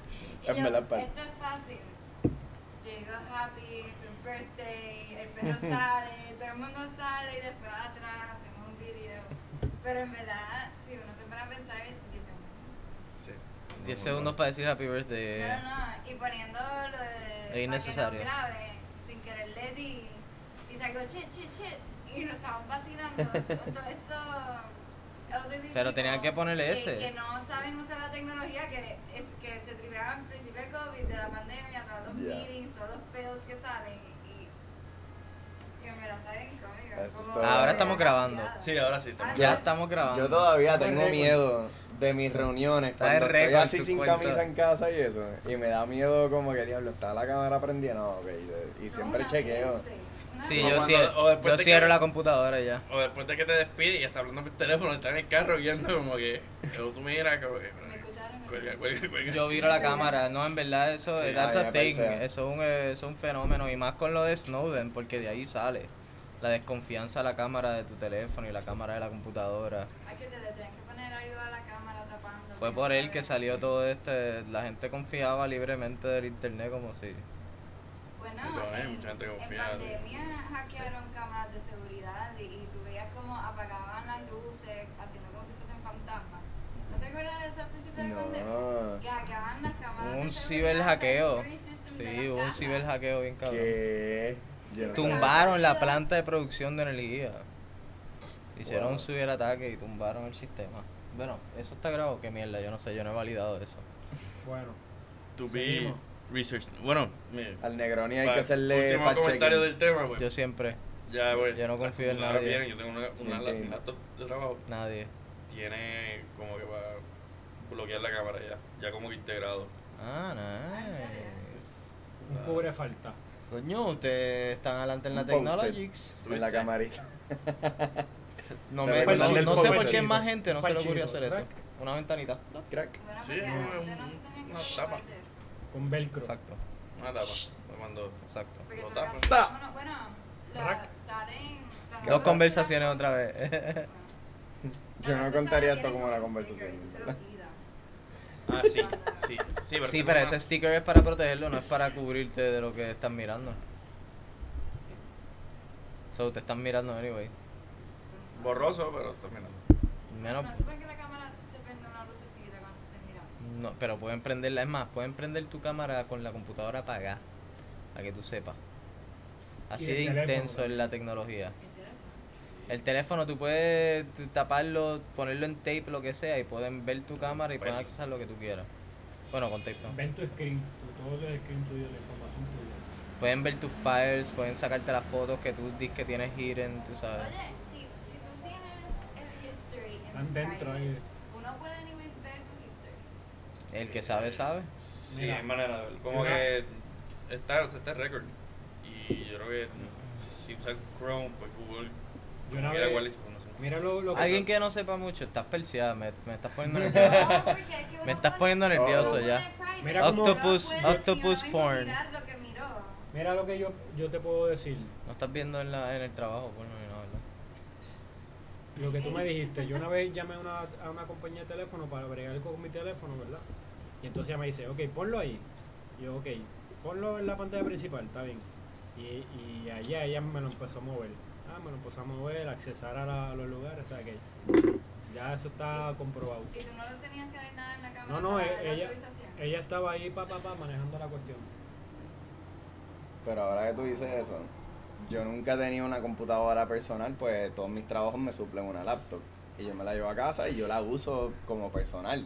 Speaker 7: y yo,
Speaker 1: hazme la pal.
Speaker 7: esto es fácil. Llegó Happy, tu birthday, el perro sale, todo el mundo sale y después atrás hacemos un video. Pero en verdad, si uno se para a pensar, dice,
Speaker 3: 10 segundos para decir happy birthday.
Speaker 7: pues. no, no, no. Y poniendo lo de.
Speaker 3: Es Eh, innecesario.
Speaker 7: Para que no grabe, sin querer le di. Y sacó che, che, che. Y nos estamos vacilando. todo esto. auditivos
Speaker 3: Pero tenían que ponerle
Speaker 7: que-
Speaker 3: ese.
Speaker 7: Que no saben usar la tecnología, que, es, que se tripeaban al principio del COVID, de la pandemia, todos los
Speaker 1: Ya.
Speaker 7: meetings, todos los pedos que salen. Y. y me la saben conmigo.
Speaker 1: Eso
Speaker 7: como- Ah,
Speaker 1: está- Ahora
Speaker 3: estamos grabando.
Speaker 2: Sí, ahora sí. estamos-
Speaker 3: Ya
Speaker 1: Yo-
Speaker 3: estamos grabando.
Speaker 1: Yo todavía
Speaker 5: Está en
Speaker 1: tengo
Speaker 5: récord.
Speaker 1: miedo de mis reuniones
Speaker 3: Está en
Speaker 1: cuando estoy
Speaker 3: récord
Speaker 1: así
Speaker 3: tu
Speaker 1: sin
Speaker 3: cuenta.
Speaker 1: camisa en casa y eso. Y me da miedo como que diablo, está la cámara prendida. No, ok. Y siempre
Speaker 7: Una
Speaker 1: chequeo.
Speaker 7: vez, una
Speaker 3: Sí,
Speaker 7: vez.
Speaker 3: yo,
Speaker 2: O
Speaker 3: cier-
Speaker 2: cuando- o después
Speaker 3: yo
Speaker 2: de que-
Speaker 3: cierro la computadora ya.
Speaker 2: O después de que te despides y está hablando por teléfono, está en el carro guiando como que. que tú miras, como que.
Speaker 7: Me escucharon. me
Speaker 2: Cuelga, cuelga, cuelga.
Speaker 3: Yo viro la cámara, no, en verdad eso
Speaker 2: Sí,
Speaker 3: that's
Speaker 1: ah,
Speaker 3: a
Speaker 1: ya
Speaker 3: thing,
Speaker 1: pensé.
Speaker 3: eso es, un, eh, eso es un fenómeno y más con lo de Snowden porque de ahí sale la desconfianza a la cámara de tu teléfono y la cámara de la computadora.
Speaker 7: Hay que te le tenían que poner algo a la cámara tapando.
Speaker 3: Fue
Speaker 7: ¿quién
Speaker 3: por él
Speaker 7: sabe?
Speaker 3: que salió todo este, la gente confiaba libremente del internet como si
Speaker 7: Bueno,
Speaker 2: Y todavía hay
Speaker 7: en,
Speaker 2: mucha gente
Speaker 7: en
Speaker 2: confiada.
Speaker 7: pandemia hackearon cámaras de seguridad y, y tú veías como apagaban las luces, haciendo como si fuesen fantasmas. ¿No te acuerdas de eso al principio de la pandemia?
Speaker 1: No.
Speaker 7: Que hackeaban las cámaras
Speaker 3: un
Speaker 7: de seguridad,
Speaker 3: ciberhackeo.
Speaker 7: el security system de
Speaker 3: Sí,
Speaker 7: las
Speaker 3: hubo un
Speaker 7: casas.
Speaker 3: ciberhackeo bien cabrón.
Speaker 1: ¿Qué? Yo no sabía.
Speaker 3: Tumbaron la planta de producción de energía. Hicieron
Speaker 1: Wow.
Speaker 3: un ciberataque y tumbaron el sistema. Bueno, eso está grabado, qué mierda, yo no sé, yo no he validado eso.
Speaker 5: Bueno,
Speaker 2: To be
Speaker 5: Seguimos.
Speaker 2: research. Bueno, mire.
Speaker 1: Al Negroni hay que
Speaker 2: para-
Speaker 1: hacerle
Speaker 2: Último comentario
Speaker 1: fact-checking.
Speaker 2: del tema, pues.
Speaker 3: Yo siempre
Speaker 2: ya, pues.
Speaker 3: yo no confío en
Speaker 2: Ahora
Speaker 3: nadie.
Speaker 2: vienen, yo tengo una, una la-
Speaker 1: Entiendo.
Speaker 2: laptop de trabajo.
Speaker 3: Nadie.
Speaker 2: Tiene como que para bloquear la cámara ya. Ya como que integrado.
Speaker 3: Ah,
Speaker 7: ¿en serio?
Speaker 3: nice.
Speaker 5: un cubre falta.
Speaker 3: Coño, ustedes están adelante en la
Speaker 1: Un post-it.
Speaker 3: Technologics.
Speaker 1: En la camarita.
Speaker 3: No,
Speaker 1: Se
Speaker 3: me,
Speaker 1: ve
Speaker 3: no,
Speaker 1: con el
Speaker 3: no sé por
Speaker 1: post-it.
Speaker 3: qué más gente no se le
Speaker 5: Panchito,
Speaker 3: ocurrió hacer eso.
Speaker 5: crack.
Speaker 3: Una ventanita.
Speaker 1: Crack.
Speaker 7: Bueno,
Speaker 2: Sí,
Speaker 7: porque
Speaker 2: no,
Speaker 7: antes
Speaker 2: un-
Speaker 7: no se tenían que
Speaker 2: una
Speaker 7: preocupar
Speaker 2: tapa.
Speaker 7: de eso.
Speaker 5: Con velcro.
Speaker 3: Exacto,
Speaker 2: Una tapa. Me mandó.
Speaker 3: exacto.
Speaker 7: Porque
Speaker 2: Lo
Speaker 7: se
Speaker 2: tapa.
Speaker 7: alcanzó- bueno, bueno, la,
Speaker 5: Rack.
Speaker 7: salen... la
Speaker 3: Dos
Speaker 7: nueva-
Speaker 3: conversaciones otra vez.
Speaker 1: Yo no
Speaker 7: Además, tú
Speaker 1: contaría
Speaker 7: sabes
Speaker 1: esto
Speaker 7: que
Speaker 1: como una
Speaker 7: viene con un
Speaker 1: conversación.
Speaker 7: sticker y tú se
Speaker 2: Ah,
Speaker 7: lo quitas.
Speaker 2: sí. Sí, sí, pero,
Speaker 3: Sí,
Speaker 2: tengo
Speaker 3: pero
Speaker 2: una-
Speaker 3: ese sticker es para protegerlo, no es para cubrirte de lo que estás mirando. So, te están mirando anyway.
Speaker 2: Borroso, pero está mirando.
Speaker 3: Menos,
Speaker 7: No, supongo que la cámara se prende una lucecita cuando estés mirando.
Speaker 3: no, pero pueden prenderla, es más, pueden prender tu cámara con la computadora apagada, para que tú sepas. Así
Speaker 4: Y
Speaker 3: de
Speaker 4: el teléfono
Speaker 3: intenso es
Speaker 4: también.
Speaker 3: la tecnología.
Speaker 7: El teléfono.
Speaker 3: El teléfono tú puedes t- taparlo, ponerlo en tape, lo que sea, y pueden ver tu cámara y pueden
Speaker 2: Bueno.
Speaker 3: accesar lo que tú quieras. Bueno, con tape no.
Speaker 4: Ven tu screen, tu- todo el screen tuyo, la información tuya.
Speaker 3: Pueden ver tus files, pueden sacarte las fotos que tú dices que tienes hidden, tú sabes.
Speaker 7: Oye, si, si tú tienes el history en
Speaker 4: Están dentro
Speaker 7: private,
Speaker 4: ahí.
Speaker 7: uno puede anyways ver tu history.
Speaker 3: El que sabe, sabe.
Speaker 2: Sí,
Speaker 4: Mira.
Speaker 2: hay manera de verlo. Como
Speaker 4: Mira.
Speaker 2: que está, está el récord. Y yo creo que si usas Chrome, pues Google,
Speaker 4: Yo
Speaker 2: como
Speaker 4: una
Speaker 2: quiera
Speaker 4: vez-
Speaker 2: igual esa información.
Speaker 4: Mira lo, lo que.
Speaker 3: Alguien que no sepa mucho, estás perseada, me, me estás poniendo nervioso.
Speaker 7: No, porque es que uno
Speaker 3: Me estás
Speaker 7: pone-
Speaker 3: poniendo
Speaker 7: uno
Speaker 3: nervioso
Speaker 7: pone
Speaker 3: ya.
Speaker 7: private,
Speaker 4: Mira
Speaker 7: uno
Speaker 4: cómo-
Speaker 7: no
Speaker 3: Octopus-
Speaker 7: puede, si uno
Speaker 3: octopus
Speaker 7: venga a
Speaker 3: porn.
Speaker 7: mirar lo que miró.
Speaker 4: Mira lo que yo, yo te puedo decir.
Speaker 3: No estás viendo en, la, en el trabajo, pues no, no, ¿verdad?
Speaker 4: Lo que tú me dijiste. Yo una vez llamé a una, a una compañía de teléfono para bregar con mi teléfono, ¿verdad? Y entonces ella me dice, ok, ponlo ahí. Y yo, ok, ponlo en la pantalla principal, está bien. Y, y allá ella me lo empezó a mover. Ah, me lo empezó a mover, accesar a, la- a los lugares, o sea que ya eso está comprobado.
Speaker 7: Y tú no le tenías que dar nada en la cámara
Speaker 4: No, no,
Speaker 7: para
Speaker 4: e-
Speaker 7: darle
Speaker 4: ella,
Speaker 7: autorización.
Speaker 4: ella estaba ahí, pa, pa, pa, manejando la cuestión.
Speaker 1: Pero ahora que tú dices eso, yo nunca he tenido una computadora personal, pues todos mis trabajos me suplen una laptop. Y yo me la llevo a casa y yo la uso como personal.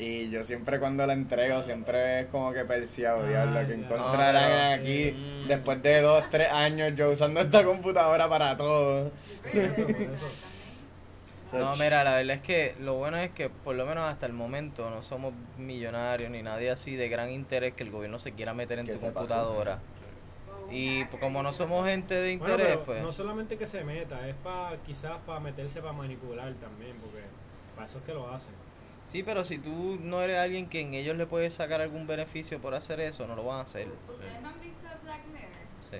Speaker 1: Y yo siempre cuando la entrego, siempre es como que persiado,
Speaker 2: Ah,
Speaker 4: Ay,
Speaker 1: diablo, que
Speaker 4: ya.
Speaker 1: encontrarán
Speaker 4: No, pero
Speaker 1: aquí
Speaker 2: sí.
Speaker 1: después de dos, tres años yo usando esta computadora para todo.
Speaker 7: Pero
Speaker 4: Eso, por
Speaker 7: también.
Speaker 4: eso.
Speaker 3: No, mira, la verdad es que lo bueno es que por lo menos hasta el momento no somos millonarios ni nadie así de gran interés que el gobierno se quiera meter en
Speaker 1: Que
Speaker 3: tu
Speaker 1: sepa.
Speaker 3: computadora.
Speaker 7: O un
Speaker 3: Y
Speaker 7: hacker,
Speaker 3: pues, como no
Speaker 7: ¿no?
Speaker 3: somos gente de
Speaker 4: Bueno,
Speaker 3: interés,
Speaker 4: pero
Speaker 3: pues...
Speaker 4: no solamente que se meta, es para quizás para meterse para manipular también, porque para eso es que lo hacen.
Speaker 3: Sí, pero si tú no eres alguien que en ellos le puedes sacar algún beneficio por hacer eso, no lo van a hacer.
Speaker 7: ¿Ustedes no han visto Black Mirror?
Speaker 3: Sí.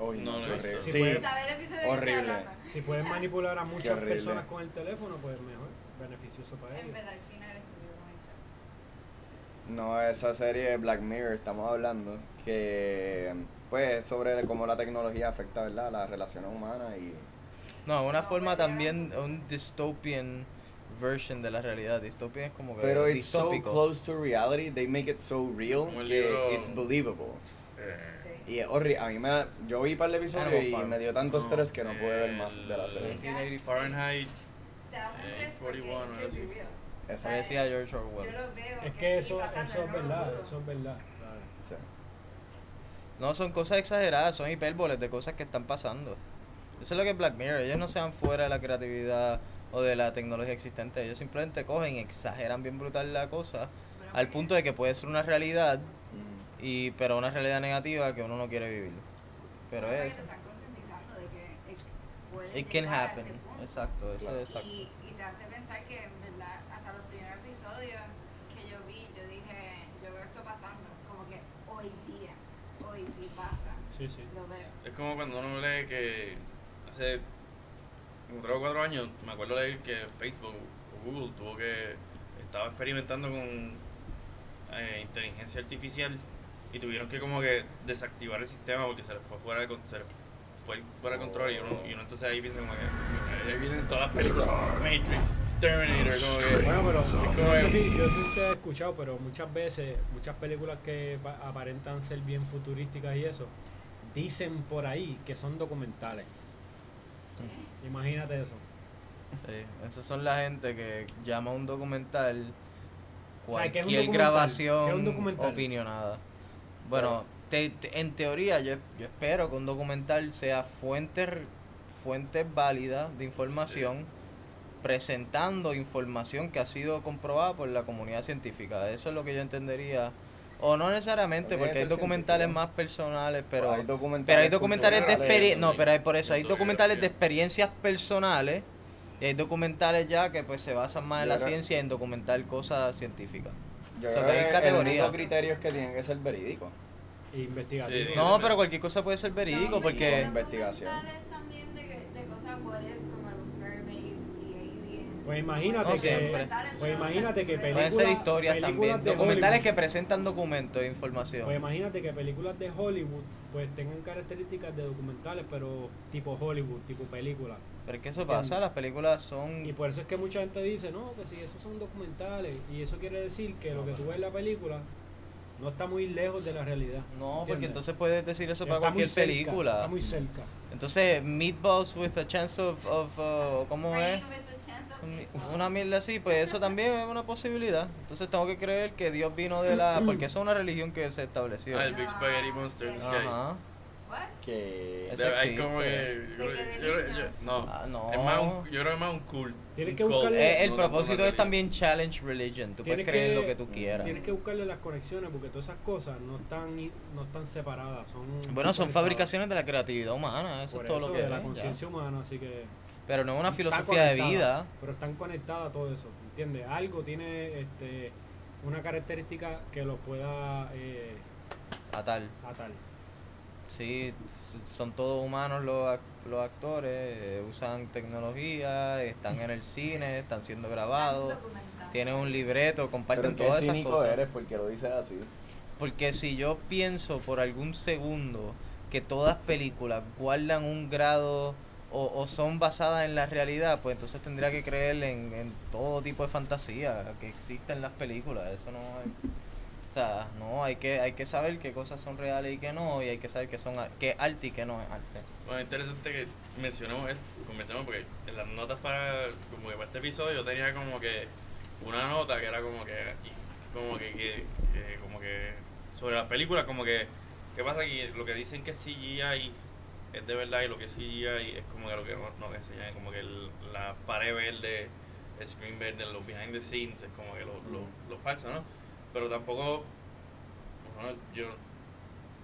Speaker 1: Uy,
Speaker 2: No lo he
Speaker 1: horrible.
Speaker 2: visto.
Speaker 1: Sí,
Speaker 4: Sí.
Speaker 7: ¿Sabe el episodio que estoy
Speaker 1: Horrible.
Speaker 7: hablando?
Speaker 4: Si pueden manipular a
Speaker 1: Qué
Speaker 4: muchas
Speaker 1: horrible.
Speaker 4: personas con el teléfono, pues mejor, beneficioso para
Speaker 7: En
Speaker 4: ellos.
Speaker 7: verdad, al final estuvo muy chato.
Speaker 1: No, esa serie de Black Mirror estamos hablando que pues sobre cómo la tecnología afecta, ¿verdad? Las relaciones humanas y
Speaker 3: No, una
Speaker 7: No, pues
Speaker 3: forma
Speaker 7: pero-
Speaker 3: también, un dystopian version de la realidad. Dystopian es como que
Speaker 1: pero it's so
Speaker 3: distópico.
Speaker 1: close to reality, they make it so real
Speaker 2: Como el
Speaker 1: que
Speaker 2: libro-
Speaker 1: it's believable.
Speaker 2: Eh,
Speaker 1: Y es horrible, a mí me da- yo vi para el episodio
Speaker 3: Animal
Speaker 1: y
Speaker 3: Farm.
Speaker 1: me dio tanto
Speaker 2: No,
Speaker 1: estrés que no pude ver más
Speaker 2: el-
Speaker 1: de la serie.
Speaker 3: 1980
Speaker 2: Fahrenheit.
Speaker 7: Te da un
Speaker 2: Eh,
Speaker 7: estrés porque
Speaker 2: 41
Speaker 7: it
Speaker 2: o
Speaker 7: could be
Speaker 2: algo así.
Speaker 7: real.
Speaker 1: Esa
Speaker 3: Como decía George
Speaker 7: Yo
Speaker 3: Orwell.
Speaker 7: lo veo.
Speaker 4: Es que
Speaker 7: sigue
Speaker 4: eso,
Speaker 7: pasando,
Speaker 4: eso es
Speaker 7: no lo
Speaker 4: verdad,
Speaker 7: dudo.
Speaker 4: eso es verdad.
Speaker 1: sí.
Speaker 3: No, son cosas exageradas, son hipérboles de cosas que están pasando. Eso es lo que es Black Mirror. Ellos no se dan fuera de la creatividad o de la tecnología existente. Ellos simplemente cogen, y exageran bien brutal la cosa
Speaker 7: Pero
Speaker 3: al
Speaker 7: porque-
Speaker 3: punto de que puede ser una realidad
Speaker 1: Mm.
Speaker 3: y pero una realidad negativa que uno no quiere vivir. Pero
Speaker 7: porque
Speaker 3: es
Speaker 7: te están concientizando de que it puede
Speaker 3: it can
Speaker 7: llegar a ese
Speaker 3: happen.
Speaker 7: punto.
Speaker 3: Exacto, eso es exacto.
Speaker 7: Y, y te hace pensar que en verdad hasta los primeros episodios que yo vi, yo dije, yo veo esto pasando, como que hoy día, hoy sí pasa,
Speaker 4: Sí, sí.
Speaker 7: lo veo.
Speaker 2: Es como cuando uno lee que hace como 3 o 4 años, me acuerdo leer que Facebook o Google tuvo que estaba experimentando con eh, inteligencia artificial y tuvieron que como que desactivar el sistema porque se les fue fuera de, con- se les fue fuera de control y uno, y uno entonces ahí piensa como que ahí vienen todas las películas Matrix, Terminator, como que
Speaker 4: Bueno, pero
Speaker 2: como
Speaker 4: yo
Speaker 2: que-
Speaker 4: sí, yo sí te he escuchado, pero muchas veces, muchas películas que pa- aparentan ser bien futurísticas y eso, dicen por ahí que son documentales. Imagínate eso.
Speaker 3: Sí, esas son la gente que llama a un documental
Speaker 4: sea, ¿qué
Speaker 3: cualquier
Speaker 4: es un documental? ¿Qué es un
Speaker 3: grabación
Speaker 4: documental?
Speaker 3: opinionada. Bueno, te- te- en teoría yo, yo espero que un documental sea fuente r- fuentes válidas de información presentando información que ha sido comprobada por la comunidad científica. Eso es lo que yo entendería. O no necesariamente,
Speaker 1: Tiene que
Speaker 3: porque hay
Speaker 1: ser
Speaker 3: documentales
Speaker 1: científico.
Speaker 3: más personales, pero...
Speaker 1: Pues documentales,
Speaker 3: Pero hay documentales de
Speaker 1: culturales,
Speaker 3: experiencias. No, pero hay por eso. Hay
Speaker 2: Científico,
Speaker 3: documentales de
Speaker 2: biología.
Speaker 3: experiencias personales. Y hay documentales ya que pues se basan más en
Speaker 1: Yo
Speaker 3: la
Speaker 1: creo-
Speaker 3: ciencia y en documentar cosas científicas.
Speaker 1: Yo
Speaker 3: O sea,
Speaker 1: creo
Speaker 3: que hay
Speaker 1: que
Speaker 3: categorías.
Speaker 1: Hay criterios que tienen que ser verídicos.
Speaker 4: E investigativo.
Speaker 2: Sí,
Speaker 3: No,
Speaker 2: también.
Speaker 3: pero cualquier cosa puede ser verídico
Speaker 7: Son
Speaker 3: porque...
Speaker 1: Investigación.
Speaker 7: documentales también de, que- de cosas what if, como los mermaids y aliens
Speaker 4: Pues imagínate
Speaker 3: No
Speaker 4: que.
Speaker 3: siempre.
Speaker 4: Pues imagínate que
Speaker 3: Pueden
Speaker 4: películas.
Speaker 3: ser historias
Speaker 4: películas
Speaker 3: también,
Speaker 4: de
Speaker 3: documentales que
Speaker 4: Hollywood-
Speaker 3: presentan documentos e
Speaker 4: Pues
Speaker 3: información.
Speaker 4: imagínate que películas de Hollywood pues tengan características de documentales, pero tipo Hollywood, tipo película.
Speaker 3: Pero es que eso pasa, las películas son...
Speaker 4: Y pues, por eso es que mucha gente dice, no, que si esos son documentales, y eso quiere decir que lo que tú ves en la película no está muy lejos de la realidad.
Speaker 3: No, porque
Speaker 4: ¿entiendes?
Speaker 3: entonces puedes decir eso para
Speaker 4: Está muy
Speaker 3: cualquier
Speaker 4: cerca,
Speaker 3: película. Mm.
Speaker 4: Está muy cerca.
Speaker 3: Entonces, Meatballs with a chance of... of, uh, ¿Cómo es? Mi- Una mierda así, pues eso también es una posibilidad. Entonces tengo que creer que Dios vino de la... Porque eso es una religión que se estableció.
Speaker 2: Ah, el Big Spaghetti Monster. es que hay-
Speaker 3: Ajá.
Speaker 7: What?
Speaker 1: Que.
Speaker 3: Eso
Speaker 2: de- hay como
Speaker 3: existe.
Speaker 2: que. yo creo-
Speaker 7: De que
Speaker 2: yo creo-
Speaker 7: delicias.
Speaker 2: yo- no.
Speaker 3: Ah, no.
Speaker 2: Es más un, yo creo que es más un cool.
Speaker 4: Tienes
Speaker 2: un
Speaker 4: que
Speaker 2: cult,
Speaker 4: buscarle-
Speaker 3: Eh, el
Speaker 2: no tanto
Speaker 3: propósito
Speaker 2: una
Speaker 3: es también challenge religion. Tú puedes
Speaker 4: Tienes
Speaker 3: creer en lo
Speaker 4: que-
Speaker 3: que tú quieras.
Speaker 4: Tienes que buscarle las conexiones porque todas esas cosas no están, i- no están separadas. Son
Speaker 3: Bueno, son
Speaker 4: conectadas.
Speaker 3: fabricaciones de la creatividad humana. Eso
Speaker 4: Por
Speaker 3: es todo lo que
Speaker 4: de la
Speaker 3: es, ya.
Speaker 4: conciencia humana, así que.
Speaker 3: Pero no es una
Speaker 4: está
Speaker 3: filosofía de
Speaker 4: conectada,
Speaker 3: vida.
Speaker 4: Pero están conectadas a todo eso, ¿entiendes? Algo tiene este, una característica que los pueda eh,
Speaker 3: A tal.
Speaker 4: atar.
Speaker 3: Sí, s- son todos humanos los, ac- los actores, eh, usan tecnología, están en el cine, están siendo grabados, tienen un libreto,
Speaker 1: Pero
Speaker 3: comparten
Speaker 1: en qué
Speaker 3: todas esas
Speaker 1: cínico
Speaker 3: cosas.
Speaker 1: eres porque lo dices así.
Speaker 3: Porque si yo pienso por algún segundo que todas películas guardan un grado o, o son basadas en la realidad, pues entonces tendría que creer en, en todo tipo de fantasía que existe en las películas. Eso no hay- O sea, no, hay que, hay que saber qué cosas son reales y qué no, y hay que saber qué, son, a- qué es arte y qué no es arte.
Speaker 2: Bueno, interesante que mencionemos esto, comencemos porque en las notas para, como que para este episodio yo tenía como que una nota que era como que, como que, que- que- como que sobre las películas, como que, ¿qué pasa aquí? Lo que dicen que es CGI es de verdad y lo que es CGI es como que lo que nos, nos enseñan, como que el- la pared verde, el screen verde, los behind the scenes, es como que lo, lo, lo falso, ¿no? Pero tampoco, bueno, yo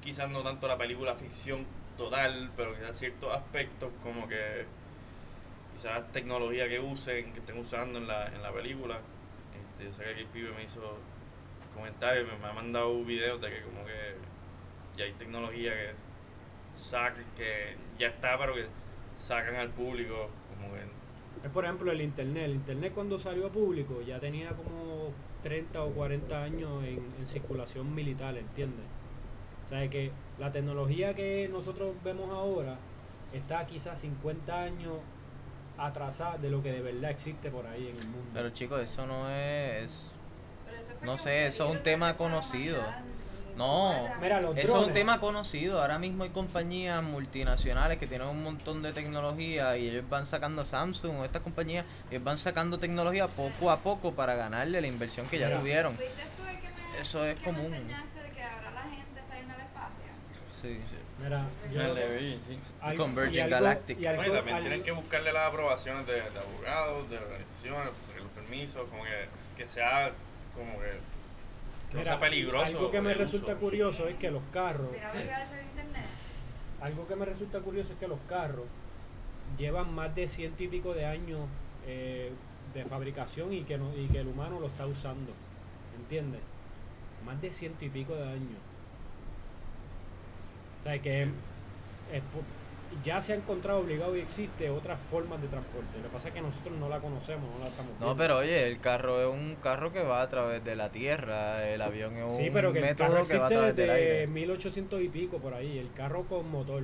Speaker 2: quizás no tanto la película ficción total, pero quizás ciertos aspectos como que quizás tecnología que usen, que estén usando en la, en la película. Este, yo sé que aquí el pibe me hizo comentarios, me, me ha mandado videos de que como que ya hay tecnología que saca, que ya está, pero que sacan al público como que
Speaker 4: Es por ejemplo el Internet. El Internet cuando salió a público ya tenía como 30 o 40 años en, en circulación militar, ¿entiendes? O sea, que la tecnología que nosotros vemos ahora está quizás 50 años atrasada de lo que de verdad existe por ahí en el mundo.
Speaker 3: Pero chicos, eso no es... es- No sé, eso es un tema conocido. No.
Speaker 4: Mira, los
Speaker 3: Eso es un
Speaker 4: drones.
Speaker 3: tema conocido. Ahora mismo hay compañías multinacionales que tienen un montón de tecnología y ellos van sacando Samsung o estas compañías, ellos van sacando tecnología poco a poco para ganarle la inversión que ya
Speaker 4: Mira.
Speaker 3: tuvieron.
Speaker 7: ¿Fuiste tú el Pues que me,
Speaker 3: Eso es
Speaker 7: que me
Speaker 3: común.
Speaker 7: enseñaste de que ahora la gente está yendo al espacio?
Speaker 3: Sí.
Speaker 4: Mira, yo-
Speaker 2: sí.
Speaker 4: algo-
Speaker 3: Convergent
Speaker 4: y algo-
Speaker 3: Galactic.
Speaker 4: y algo-
Speaker 2: Bueno, y también
Speaker 4: algo-
Speaker 2: tienes que buscarle las aprobaciones de, de abogados, de organizaciones, pues, los permisos, como que, que sea como que, que no
Speaker 4: Mira,
Speaker 2: sea peligroso. pues,
Speaker 4: Algo que me
Speaker 2: el uso.
Speaker 4: resulta curioso es que los carros,
Speaker 7: Mira, obligar a hacer internet.
Speaker 4: algo que me resulta curioso es que los carros llevan más de ciento y pico de años eh, de fabricación y que, no- y que el humano lo está usando. ¿Entiendes? Más de ciento y pico de años. O sea, que es po- ya se ha encontrado obligado y existe otras formas de transporte. Lo que pasa es que nosotros no la conocemos, no la estamos
Speaker 3: No,
Speaker 4: viendo.
Speaker 3: pero oye, el carro es un carro que va a través de la tierra, el avión es un
Speaker 4: Sí, pero que el
Speaker 3: método
Speaker 4: carro
Speaker 3: que va a
Speaker 4: existe
Speaker 3: través del
Speaker 4: desde
Speaker 3: aire.
Speaker 4: 1800 y pico por ahí, el carro con motor.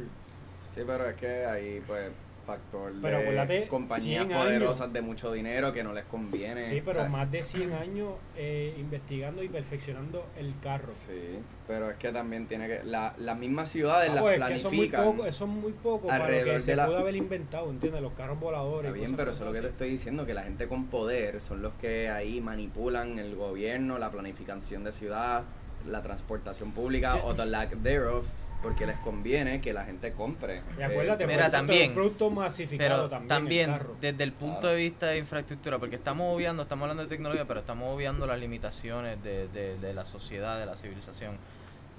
Speaker 1: Sí, pero es que ahí, pues, factor
Speaker 4: Pero
Speaker 1: de
Speaker 4: acuérdate,
Speaker 1: compañías
Speaker 4: 100 años.
Speaker 1: poderosas de mucho dinero que no les conviene.
Speaker 4: Sí, pero
Speaker 1: ¿sabes?
Speaker 4: más de 100 años eh, investigando y perfeccionando el carro.
Speaker 1: Sí, pero es que también tiene que. la- las mismas ciudades
Speaker 4: Ah,
Speaker 1: las
Speaker 4: pues, que eso es muy
Speaker 1: planifican.
Speaker 4: poco, eso es muy poco para lo
Speaker 1: alrededor
Speaker 4: que se
Speaker 1: de la-
Speaker 4: pudo haber inventado, ¿entiendes? Los carros voladores.
Speaker 1: Está
Speaker 4: y
Speaker 1: bien,
Speaker 4: cosas
Speaker 1: pero eso es lo que te
Speaker 4: así.
Speaker 1: estoy diciendo, que la gente con poder son los que ahí manipulan el gobierno, la planificación de ciudad, la transportación pública o the lack thereof, porque les conviene que la gente compre.
Speaker 4: Y acuérdate,
Speaker 5: pues,
Speaker 4: pues,
Speaker 1: Eh,
Speaker 4: por
Speaker 3: Mira,
Speaker 4: eso,
Speaker 3: también-
Speaker 4: pero un producto masificado
Speaker 3: Pero
Speaker 4: también.
Speaker 3: también,
Speaker 4: el carro.
Speaker 3: desde el punto
Speaker 1: Claro.
Speaker 3: de vista de infraestructura, porque estamos obviando, estamos hablando de tecnología, pero estamos obviando las limitaciones de, de- de la sociedad, de la civilización.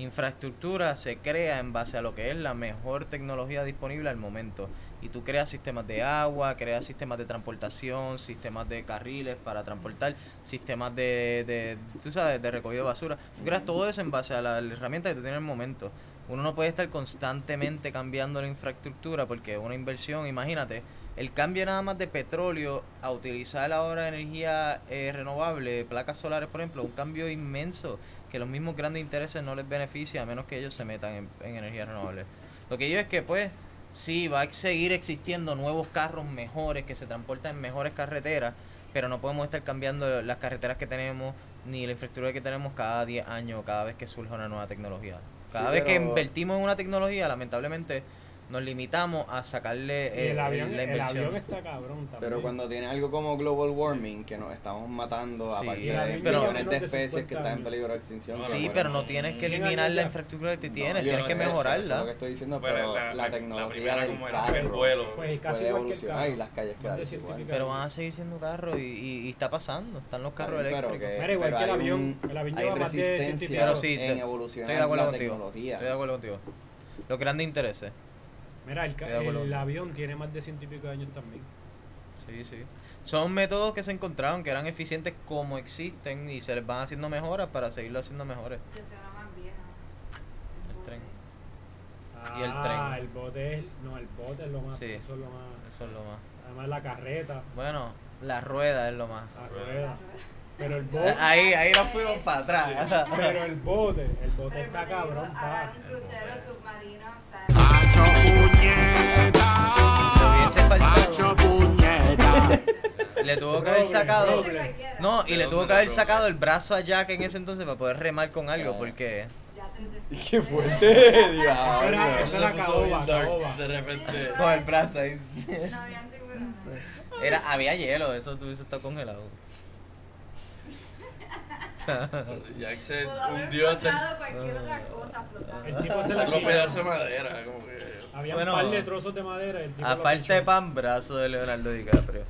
Speaker 3: Infraestructura se crea en base a lo que es la mejor tecnología disponible al momento. Y tú creas sistemas de agua, creas sistemas de transportación, sistemas de carriles para transportar, sistemas de, de tú sabes, de recogido de basura. Tú creas todo eso en base a la, la herramienta que tú tienes en el momento. Uno no puede estar constantemente cambiando la infraestructura porque una inversión, imagínate, El cambio nada más de petróleo a utilizar ahora energía eh, renovable, placas solares, por ejemplo, un cambio inmenso que los mismos grandes intereses no les beneficia a menos que ellos se metan en, en energías renovables. Lo que yo es que, pues, sí, va a seguir existiendo nuevos carros mejores que se transportan en mejores carreteras, pero no podemos estar cambiando las carreteras que tenemos ni la infraestructura que tenemos cada 10 años, cada vez que surge una nueva tecnología. Cada
Speaker 1: Sí,
Speaker 3: vez que
Speaker 1: pero-
Speaker 3: invertimos en una tecnología, lamentablemente, nos limitamos a sacarle
Speaker 5: Y
Speaker 3: eh,
Speaker 5: el avión,
Speaker 3: la
Speaker 5: el
Speaker 3: inversión.
Speaker 5: avión está cabrón también.
Speaker 1: Pero cuando tiene algo como global warming, que nos estamos matando,
Speaker 3: Sí,
Speaker 1: aparte
Speaker 3: y la
Speaker 1: de
Speaker 3: vida lleva
Speaker 1: millones de
Speaker 5: menos de
Speaker 1: especies que
Speaker 5: 50
Speaker 1: están en
Speaker 5: años.
Speaker 1: peligro de extinción.
Speaker 3: Sí,
Speaker 1: bueno,
Speaker 3: pero no tienes que
Speaker 5: Llega
Speaker 3: eliminar
Speaker 5: allá.
Speaker 3: la infraestructura que
Speaker 1: no,
Speaker 3: tienes,
Speaker 1: yo
Speaker 3: tienes
Speaker 1: no
Speaker 3: que
Speaker 1: sé, Eso, eso es lo que
Speaker 3: mejorarla.
Speaker 1: estoy diciendo,
Speaker 2: Bueno,
Speaker 1: pero la,
Speaker 2: la- la- la
Speaker 1: tecnología
Speaker 2: primera
Speaker 1: del
Speaker 2: como era,
Speaker 1: carro
Speaker 2: el vuelo.
Speaker 1: puede
Speaker 5: Pues casi igual que el
Speaker 1: evolucionar
Speaker 5: carro.
Speaker 1: y las calles
Speaker 5: Más
Speaker 1: quedan
Speaker 5: de
Speaker 1: igual.
Speaker 5: científica.
Speaker 3: Pero van a seguir siendo carros y, y- y está pasando, están los carros
Speaker 1: Pero
Speaker 3: eléctricos.
Speaker 1: que-
Speaker 5: Mira, igual
Speaker 1: pero
Speaker 5: que el
Speaker 1: hay
Speaker 5: avión,
Speaker 1: un-
Speaker 5: el avión
Speaker 1: hay
Speaker 5: lleva más de
Speaker 1: resistencia
Speaker 5: 100
Speaker 3: Pero sí, te-
Speaker 1: en
Speaker 3: Estoy
Speaker 1: evolucionar
Speaker 3: de acuerdo
Speaker 1: la
Speaker 3: contigo.
Speaker 1: tecnología.
Speaker 3: Estoy de acuerdo contigo. Los grandes intereses.
Speaker 5: Mira, el, ca-
Speaker 3: Estoy de acuerdo.
Speaker 5: el avión tiene más de ciento y pico de años también.
Speaker 3: Sí, sí. Son métodos que se encontraron que eran eficientes como existen y se les van haciendo mejoras para seguirlo haciendo mejores.
Speaker 7: Yo soy una más vieja.
Speaker 3: El tren. Y el
Speaker 5: Ah,
Speaker 3: tren.
Speaker 5: el bote es, no, el bote es lo más,
Speaker 3: Sí.
Speaker 5: eso es lo más,
Speaker 3: Eso es lo más.
Speaker 5: además la carreta,
Speaker 3: Bueno, la rueda es lo más.
Speaker 5: la rueda, pero el bote,
Speaker 3: Ahí, ahí nos fuimos para atrás.
Speaker 5: pero el bote, el bote está
Speaker 7: Pero como te digo,
Speaker 5: cabrón, pa.
Speaker 7: Ahora un crucero submarino, o sea,
Speaker 8: Hacho puñeta.
Speaker 3: hubiese faltado.
Speaker 8: Hacho puñeta.
Speaker 3: Le tuvo que haber
Speaker 5: Roble,
Speaker 3: sacado.
Speaker 5: roble.
Speaker 7: cualquiera.
Speaker 3: Ah, No, y
Speaker 2: ¿De
Speaker 3: le
Speaker 2: dónde
Speaker 3: tuvo que
Speaker 2: la
Speaker 3: haber
Speaker 2: roble?
Speaker 3: sacado el brazo a Jack en ese entonces para poder remar con algo,
Speaker 1: Claro.
Speaker 3: porque.
Speaker 7: Ya te
Speaker 1: ¡Qué fuerte!
Speaker 5: Eso era,
Speaker 1: diablo!
Speaker 5: eso era caoba, caoba.
Speaker 2: De repente.
Speaker 3: Con el brazo ahí.
Speaker 7: No habían tiburones.
Speaker 3: Era, había hielo, eso tuviese estado congelado.
Speaker 2: Jack pues, se
Speaker 7: Pudo haber
Speaker 2: hundió hasta
Speaker 7: flotado cualquier otra cosa flotando.
Speaker 5: El tipo se la
Speaker 2: otro
Speaker 5: quitó.
Speaker 2: pedazo de madera. Como que.
Speaker 5: Había
Speaker 3: Bueno.
Speaker 5: un par de trozos de madera, el tipo,
Speaker 3: A
Speaker 5: lo
Speaker 3: falta de
Speaker 5: pichó.
Speaker 3: pan, brazo de Leonardo DiCaprio.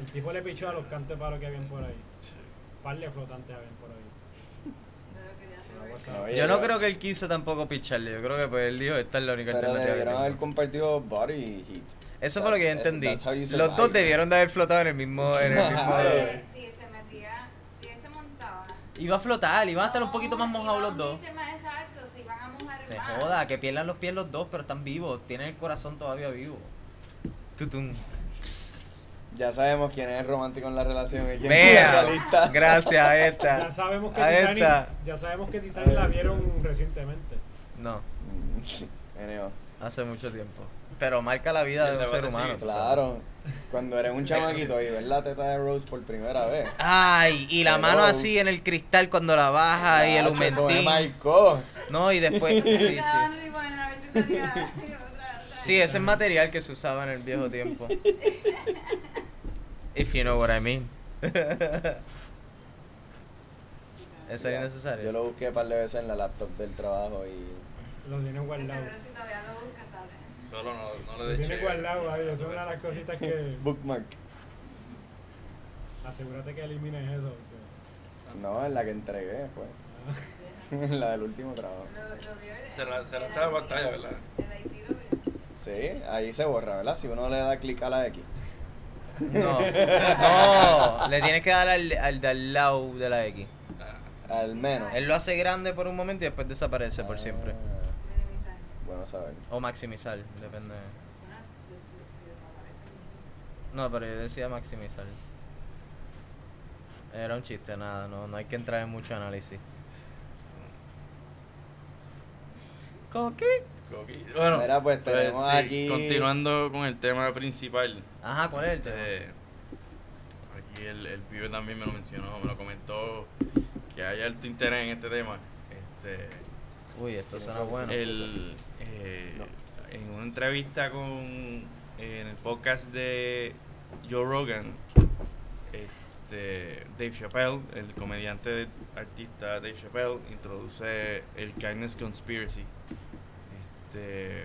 Speaker 5: el tipo le pichó a los cantos de paro que habían por ahí, un par de flotantes habían por ahí. Pues,
Speaker 7: Pero quería hacer ver.
Speaker 3: Yo no creo que él quiso tampoco picharle, yo creo que pues él dijo, esta es la única
Speaker 1: Pero
Speaker 3: alternativa. que
Speaker 1: debieron haber
Speaker 3: tengo".
Speaker 1: compartido body heat.
Speaker 3: Eso fue lo que yo
Speaker 1: That's-
Speaker 3: entendí.
Speaker 1: that's how you
Speaker 3: Los
Speaker 1: survive.
Speaker 3: dos debieron de haber flotado en el mismo... En el mismo
Speaker 1: Sí.
Speaker 7: Si se metía, si él se montaba.
Speaker 3: iba a flotar, iban a estar un
Speaker 7: No,
Speaker 3: poquito más mojados
Speaker 7: iban
Speaker 3: los dos.
Speaker 7: muchísimo más Exacto, si van a mojar
Speaker 3: Se
Speaker 7: más.
Speaker 3: joda, que pierdan los pies los dos, pero están vivos, tienen el corazón todavía vivo. Tutum.
Speaker 1: Ya sabemos quién es el romántico en la relación y quién es el
Speaker 3: Vea,
Speaker 1: realista.
Speaker 3: gracias a esta.
Speaker 5: Ya sabemos que
Speaker 3: a
Speaker 5: Titanic,
Speaker 3: esta.
Speaker 5: ya sabemos que Titanic la vieron recientemente.
Speaker 3: No,
Speaker 1: Genio.
Speaker 3: hace mucho tiempo. Pero marca la vida
Speaker 2: Y el
Speaker 3: de un ser
Speaker 2: debate
Speaker 3: humano.
Speaker 2: sigue.
Speaker 3: tú sabes.
Speaker 1: Claro. Cuando eres un chamaquito y ves la teta de Rose por primera vez.
Speaker 3: Ay, y la
Speaker 1: Hello.
Speaker 3: mano así en el cristal cuando la baja y el
Speaker 1: Chacho, eso me
Speaker 3: humentín.
Speaker 1: marcó.
Speaker 3: No, y después.
Speaker 7: Yo
Speaker 3: Sí,
Speaker 7: estaba
Speaker 3: sí.
Speaker 7: rewind, a ver si salía otra- otra
Speaker 3: Sí, ese es material que se usaba en el viejo tiempo. If you know what I mean. Eso era
Speaker 1: Yo
Speaker 3: innecesario.
Speaker 1: lo busqué un par de veces en la laptop del trabajo y
Speaker 5: Lo tienen
Speaker 7: De
Speaker 5: guardado.
Speaker 7: seguro si todavía lo buscas, sale.
Speaker 2: Solo no, no
Speaker 5: Lo
Speaker 2: le
Speaker 5: tienen
Speaker 2: deché.
Speaker 5: guardado ahí, eso es una de las cositas que
Speaker 1: bookmark.
Speaker 5: asegúrate que elimines eso. porque- ah,
Speaker 1: No, en la que entregué fue. En la del último trabajo.
Speaker 7: Lo, lo vio el-
Speaker 2: Se la- se la
Speaker 7: el
Speaker 2: sabe
Speaker 7: Haití,
Speaker 2: pantalla, ¿verdad?
Speaker 7: El Haití lo vio.
Speaker 1: Sí, ahí se borra, ¿verdad? Si uno le da clic a la X.
Speaker 3: No, no, le tienes que dar al, al de al lado de la X.
Speaker 1: Al menos.
Speaker 3: Él lo hace grande por un momento y después desaparece por
Speaker 1: Ah,
Speaker 3: siempre.
Speaker 7: Minimizar.
Speaker 1: Bueno, saber.
Speaker 3: O maximizar, depende.
Speaker 7: Bueno, pues, si- si desaparece.
Speaker 3: No, pero yo decía maximizar. Era un chiste, nada, no, no hay que entrar en mucho análisis. ¿Coqui?
Speaker 2: Coqui. Bueno,
Speaker 1: Mira, pues, tenemos
Speaker 2: sí,
Speaker 1: aquí-
Speaker 2: Continuando con el tema principal.
Speaker 3: Ajá, ¿cuál es el tema?
Speaker 2: eh, aquí el, el pibe también me lo mencionó, me lo comentó que hay alto interés en este tema. Este.
Speaker 3: Uy, esto
Speaker 1: Sí,
Speaker 3: suena
Speaker 1: sí, sí,
Speaker 3: bueno.
Speaker 1: sí.
Speaker 2: el, eh, en una entrevista con eh, en el podcast de Joe Rogan, este, Dave Chappelle, el comediante artista Dave Chappelle, introduce el Kindness Conspiracy. Este,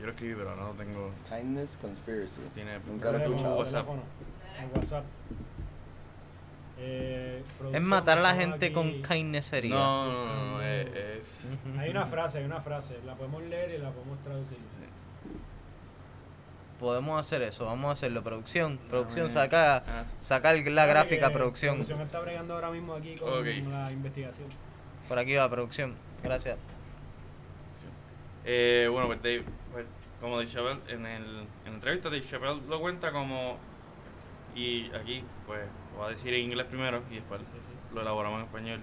Speaker 2: yo lo escribí, pero no lo tengo.
Speaker 1: Kindness Conspiracy.
Speaker 2: Tiene,
Speaker 1: Nunca lo he
Speaker 5: Teléfono,
Speaker 1: escuchado.
Speaker 2: WhatsApp.
Speaker 5: teléfono, en WhatsApp. Eh,
Speaker 3: Es
Speaker 5: producción,
Speaker 3: matar a la
Speaker 5: estamos
Speaker 3: gente con
Speaker 5: aquí.
Speaker 2: No,
Speaker 3: kindnessería.
Speaker 2: no, no, no, es, es-
Speaker 5: Hay una frase, hay una frase, la podemos leer y la podemos traducir.
Speaker 3: Podemos hacer eso, vamos a hacerlo. Producción, producción,
Speaker 2: eh.
Speaker 3: saca,
Speaker 2: ah,
Speaker 3: saca el- la
Speaker 5: Sabe
Speaker 4: eh,
Speaker 3: gráfica,
Speaker 5: que
Speaker 3: producción.
Speaker 5: Producción está bregando ahora mismo aquí con
Speaker 2: Ok.
Speaker 5: la investigación.
Speaker 3: Por aquí va, producción. Gracias.
Speaker 2: Eh, bueno, pues Dave, pues, como Dave Chappelle, en, el, en la entrevista Dave Chappelle lo cuenta como, y aquí, pues, voy a decir en inglés primero y después lo elaboramos en español.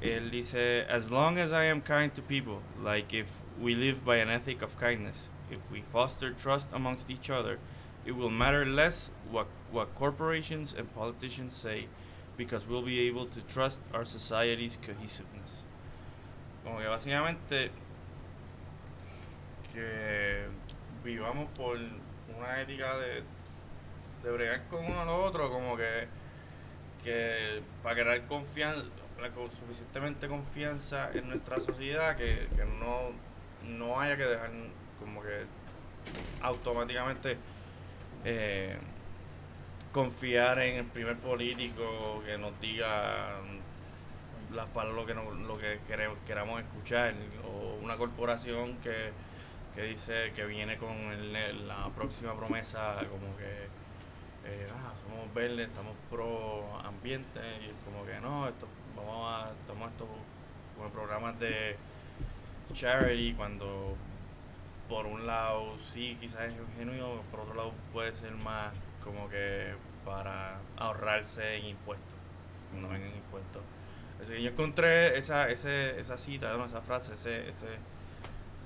Speaker 2: Él dice, as long as I am kind to people, like if we live by an ethic of kindness, if we foster trust amongst each other, it will matter less what, what corporations and politicians say, because we'll be able to trust our society's cohesiveness. Como que básicamente que vivamos por una ética de, de bregar con uno al otro, como que, que para crear confianza, la co- suficientemente confianza en nuestra sociedad que, que no, no haya que dejar como que automáticamente eh, confiar en el primer político que nos diga las palabras lo que no- lo que quere- queramos escuchar o una corporación que, que dice que viene con el- la próxima promesa como que eh, ah, somos verdes, estamos pro ambiente y es como que no, esto, vamos a tomar esto como programas de charity cuando por un lado sí quizás es genuino, por otro lado puede ser más como que para ahorrarse en impuestos, no en impuestos. Así que yo encontré esa, ese, esa cita, ¿no? esa frase, ese, ese,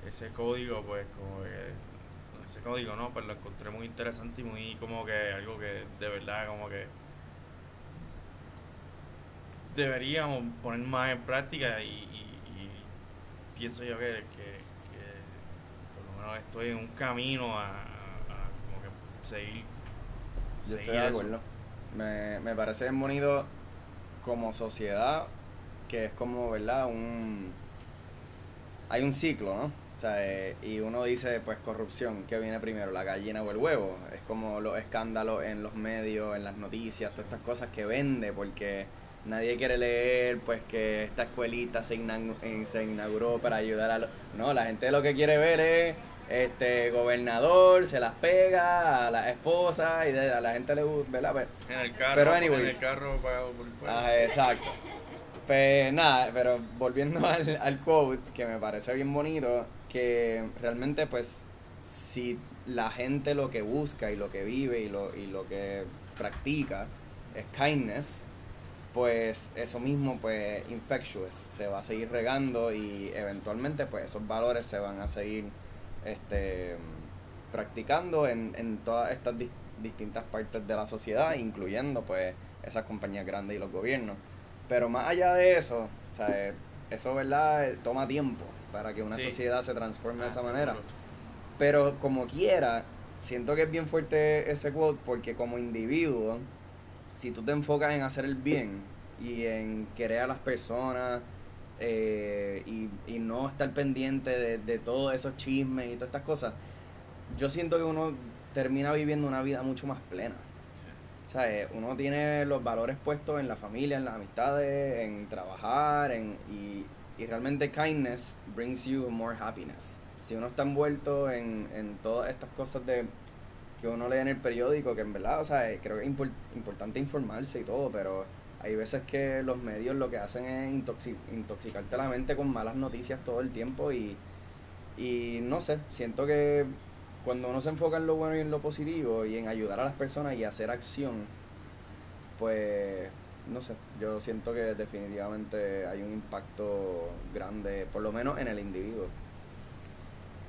Speaker 2: ese código, pues como que ese código, ¿no? Pues lo encontré muy interesante y muy como que algo que de verdad como que deberíamos poner más en práctica y, y- y pienso yo que, que- que por lo menos estoy en un camino a, a como que seguir.
Speaker 1: Yo
Speaker 2: seguir
Speaker 1: estoy de
Speaker 2: eso.
Speaker 1: acuerdo. Me, me parece bien bonito como sociedad, que es como, ¿verdad? Un, hay un ciclo, ¿no? O sea, eh, y uno dice, pues, corrupción, ¿qué viene primero, la gallina o el huevo? Es como los escándalos en los medios, en las noticias, todas estas cosas que vende, porque nadie quiere leer, pues, que esta escuelita se, inaugu- eh, se inauguró para ayudar a los... No, la gente lo que quiere ver es, este, gobernador, se las pega a la esposa, y de- a la gente le gusta, ¿verdad? Pues,
Speaker 2: En el carro,
Speaker 1: Pero
Speaker 2: en
Speaker 1: anyways.
Speaker 2: el carro pagado por el pueblo.
Speaker 1: Ah, exacto. Pues nada, pero volviendo al, al quote, que me parece bien bonito, que realmente pues si la gente lo que busca y lo que vive y lo, y lo que practica es kindness, pues eso mismo pues infectious, se va a seguir regando y eventualmente pues esos valores se van a seguir este, practicando en, en todas estas dis- distintas partes de la sociedad, incluyendo pues esas compañías grandes y los gobiernos. Pero más allá de eso, o sea, eh, eso verdad Eh, toma tiempo para que una
Speaker 2: Sí.
Speaker 1: sociedad se transforme
Speaker 2: Ah,
Speaker 1: de esa
Speaker 2: seguro.
Speaker 1: manera. Pero como quiera, siento que es bien fuerte ese quote porque como individuo, si tú te enfocas en hacer el bien y en querer a las personas eh, y, y no estar pendiente de, de todos esos chismes y todas estas cosas, yo siento que uno termina viviendo una vida mucho más plena. O sea, eh, uno tiene los valores puestos en la familia, en las amistades, en trabajar, en, y, y realmente kindness brings you more happiness. Si uno está envuelto en, en todas estas cosas de que uno lee en el periódico, que en verdad, o sea, eh, creo que es impor- importante informarse y todo, pero hay veces que los medios lo que hacen es intoxi- intoxicarte la mente con malas noticias todo el tiempo y, y no sé, siento que cuando uno se enfoca en lo bueno y en lo positivo y en ayudar a las personas y hacer acción, pues no sé, yo siento que definitivamente hay un impacto grande, por lo menos en el individuo.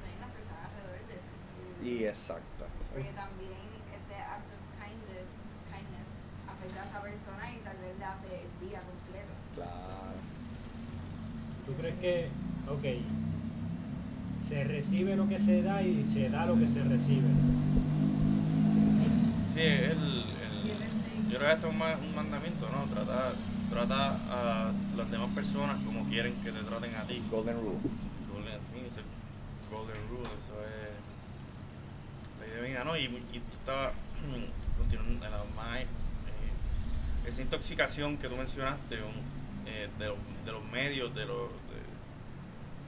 Speaker 7: Hay unas personas alrededor de eso.
Speaker 1: Y exacto. exacto.
Speaker 7: Porque también ese acto of kindness, kindness afecta a esa persona y tal vez le hace el día completo.
Speaker 1: Claro.
Speaker 5: ¿Tú crees que, ok, se recibe lo que se da y se da lo que se recibe?
Speaker 2: Sí, el, el- yo creo que esto es un, ma- un mandamiento, ¿no? Trata, trata a las demás personas como quieren que te traten a ti.
Speaker 1: Golden Rule.
Speaker 2: Golden, sí, es el Golden Rule, eso es la idea de vida, ¿no? Y, y tú estabas continuando en la más, eh, esa intoxicación que tú mencionaste un- eh, de, los- de los medios, de los de-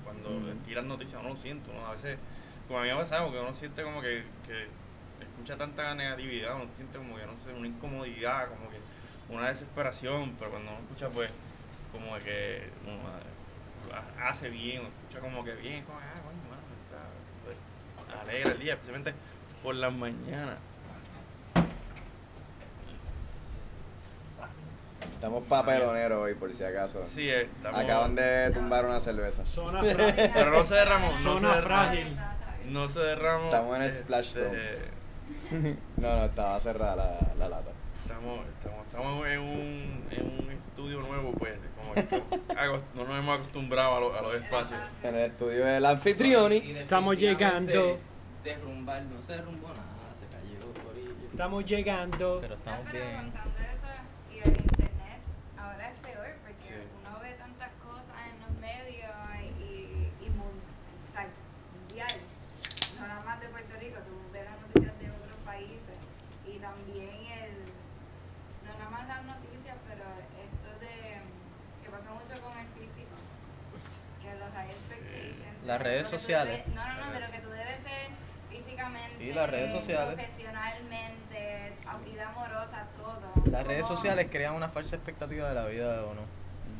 Speaker 2: cuando tiran noticias, uno lo siente, uno a veces, como a mí me ha pasado, que uno siente como que, que escucha tanta negatividad, uno siente como que, no sé, una incomodidad, como que una desesperación, pero cuando uno escucha, pues, como que uno, eh, hace bien, escucha como que bien, como, ah, bueno, mano, está- pues, alegra el día, especialmente por las mañanas.
Speaker 1: Estamos papeloneros hoy, por si acaso.
Speaker 2: Sí, eh, estamos...
Speaker 1: Acaban de tumbar una cerveza.
Speaker 4: Zona frágil.
Speaker 2: Pero no se derramó, no
Speaker 4: Zona
Speaker 2: se derramó.
Speaker 4: frágil.
Speaker 2: No se derramó.
Speaker 1: Estamos en splash
Speaker 2: este,
Speaker 1: zone. No, no, estaba cerrada la, la lata.
Speaker 2: Estamos, estamos, estamos en, un, en un estudio nuevo, pues. Como que acos- no nos hemos acostumbrado a, lo- a los espacios.
Speaker 1: En el estudio del anfitrioni.
Speaker 4: Estamos llegando.
Speaker 9: Derrumbar, no se derrumbó nada, se cayó corillo.
Speaker 4: Estamos llegando.
Speaker 3: Pero
Speaker 7: No,
Speaker 3: estamos
Speaker 7: Ah, pero
Speaker 3: bien.
Speaker 7: contando eso y el internet ahora es peor porque
Speaker 2: Sí.
Speaker 7: uno ve tantas cosas en los medios y, y mun- o sea, mundial, no nada más de Puerto Rico, tú ves las noticias de otros países y también el, no nada más las noticias, pero esto de que pasa mucho con el físico, que los high expectations. de
Speaker 3: Las
Speaker 7: lo
Speaker 3: redes
Speaker 7: que tú
Speaker 3: sociales.
Speaker 7: debes- no, no, no, de lo que tú debes ser físicamente.
Speaker 3: Sí, las redes sociales.
Speaker 7: Profesionalmente, a vida amorosa, todo.
Speaker 3: Las redes
Speaker 7: Como-
Speaker 3: sociales crean una falsa expectativa de la vida o no.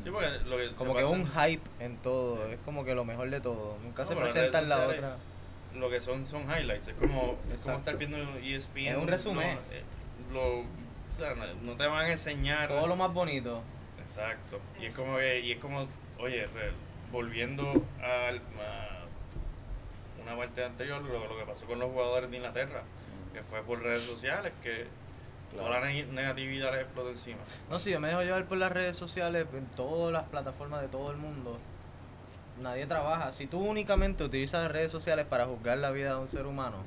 Speaker 2: Sí, porque lo que se
Speaker 3: Como que
Speaker 2: pasa-
Speaker 3: un hype en todo, es como que lo mejor de todo. Nunca
Speaker 2: No,
Speaker 3: se
Speaker 2: pero las
Speaker 3: presenta
Speaker 2: redes
Speaker 3: en la
Speaker 2: sociales-
Speaker 3: otra.
Speaker 2: lo que son son highlights. Es como, es como
Speaker 3: Exacto.
Speaker 2: estar viendo E ESPN.
Speaker 3: Es un resumen.
Speaker 2: No, eh, lo, o sea, no, no te van a enseñar.
Speaker 3: Todo lo más bonito.
Speaker 2: Exacto. Y es como que, y es como, oye, re- volviendo al- a una parte anterior, lo, lo que pasó con los jugadores de Inglaterra, que fue por redes sociales, que toda la ne- negatividad les explotó encima.
Speaker 3: No, si yo me dejo llevar por las redes sociales, en todas las plataformas de todo el mundo. Nadie trabaja. Si tú únicamente utilizas las redes sociales para juzgar la vida de un ser humano,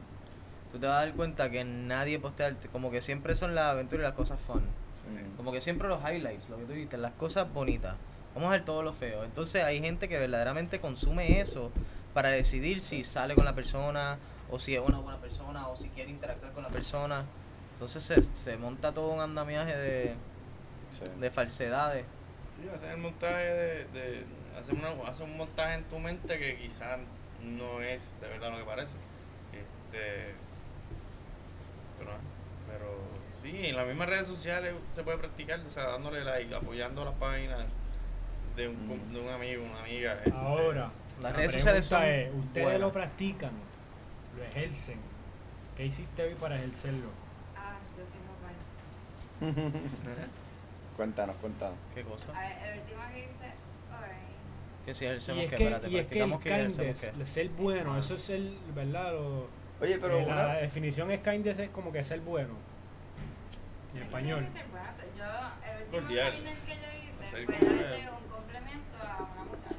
Speaker 3: tú te vas a dar cuenta que nadie postea, arte. como que siempre son las aventuras y las cosas fun. Como que siempre los highlights, lo que tú dijiste, las cosas bonitas. Vamos a ver todo lo feo. Entonces hay gente que verdaderamente consume eso para decidir si sale con la persona, o si es una buena persona, o si quiere interactuar con la persona. Entonces se, se monta todo un andamiaje de, de falsedades.
Speaker 2: Sí, hacer el montaje de, de hacer, una- hacer un montaje en tu mente que quizás no es de verdad lo que parece. Este, pero, pero sí, en las mismas redes sociales se puede practicar, o sea, dándole like, apoyando las páginas de un,
Speaker 3: Mm.
Speaker 2: com- de un amigo, una amiga. este.
Speaker 4: Ahora.
Speaker 3: Las
Speaker 4: la
Speaker 3: redes sociales
Speaker 4: pregunta
Speaker 3: son
Speaker 4: es, ustedes
Speaker 3: buenas.
Speaker 4: lo practican, lo ejercen. ¿Qué hiciste hoy para ejercerlo?
Speaker 7: Ah, yo tengo varios.
Speaker 1: Cuéntanos, cuéntanos.
Speaker 3: ¿Qué cosa?
Speaker 7: A ver, el último que hice hoy.
Speaker 3: Que si ejercemos
Speaker 4: Y es
Speaker 3: que,
Speaker 4: que,
Speaker 3: espérate,
Speaker 4: y es que el
Speaker 3: practicamos que ejercemos
Speaker 4: kindness,
Speaker 3: que.
Speaker 4: el ser bueno, eso es el, ¿verdad? Lo-
Speaker 1: Oye, pero
Speaker 4: eh, la
Speaker 1: una,
Speaker 4: definición es kindness es como que ser bueno. En
Speaker 7: Aquí
Speaker 4: español.
Speaker 7: tiene que ser barato. Yo, el último
Speaker 2: Cordial.
Speaker 7: fitness que yo
Speaker 2: Hacer
Speaker 7: hice
Speaker 2: como
Speaker 7: fue
Speaker 2: que-
Speaker 7: darle un complemento a una muchacha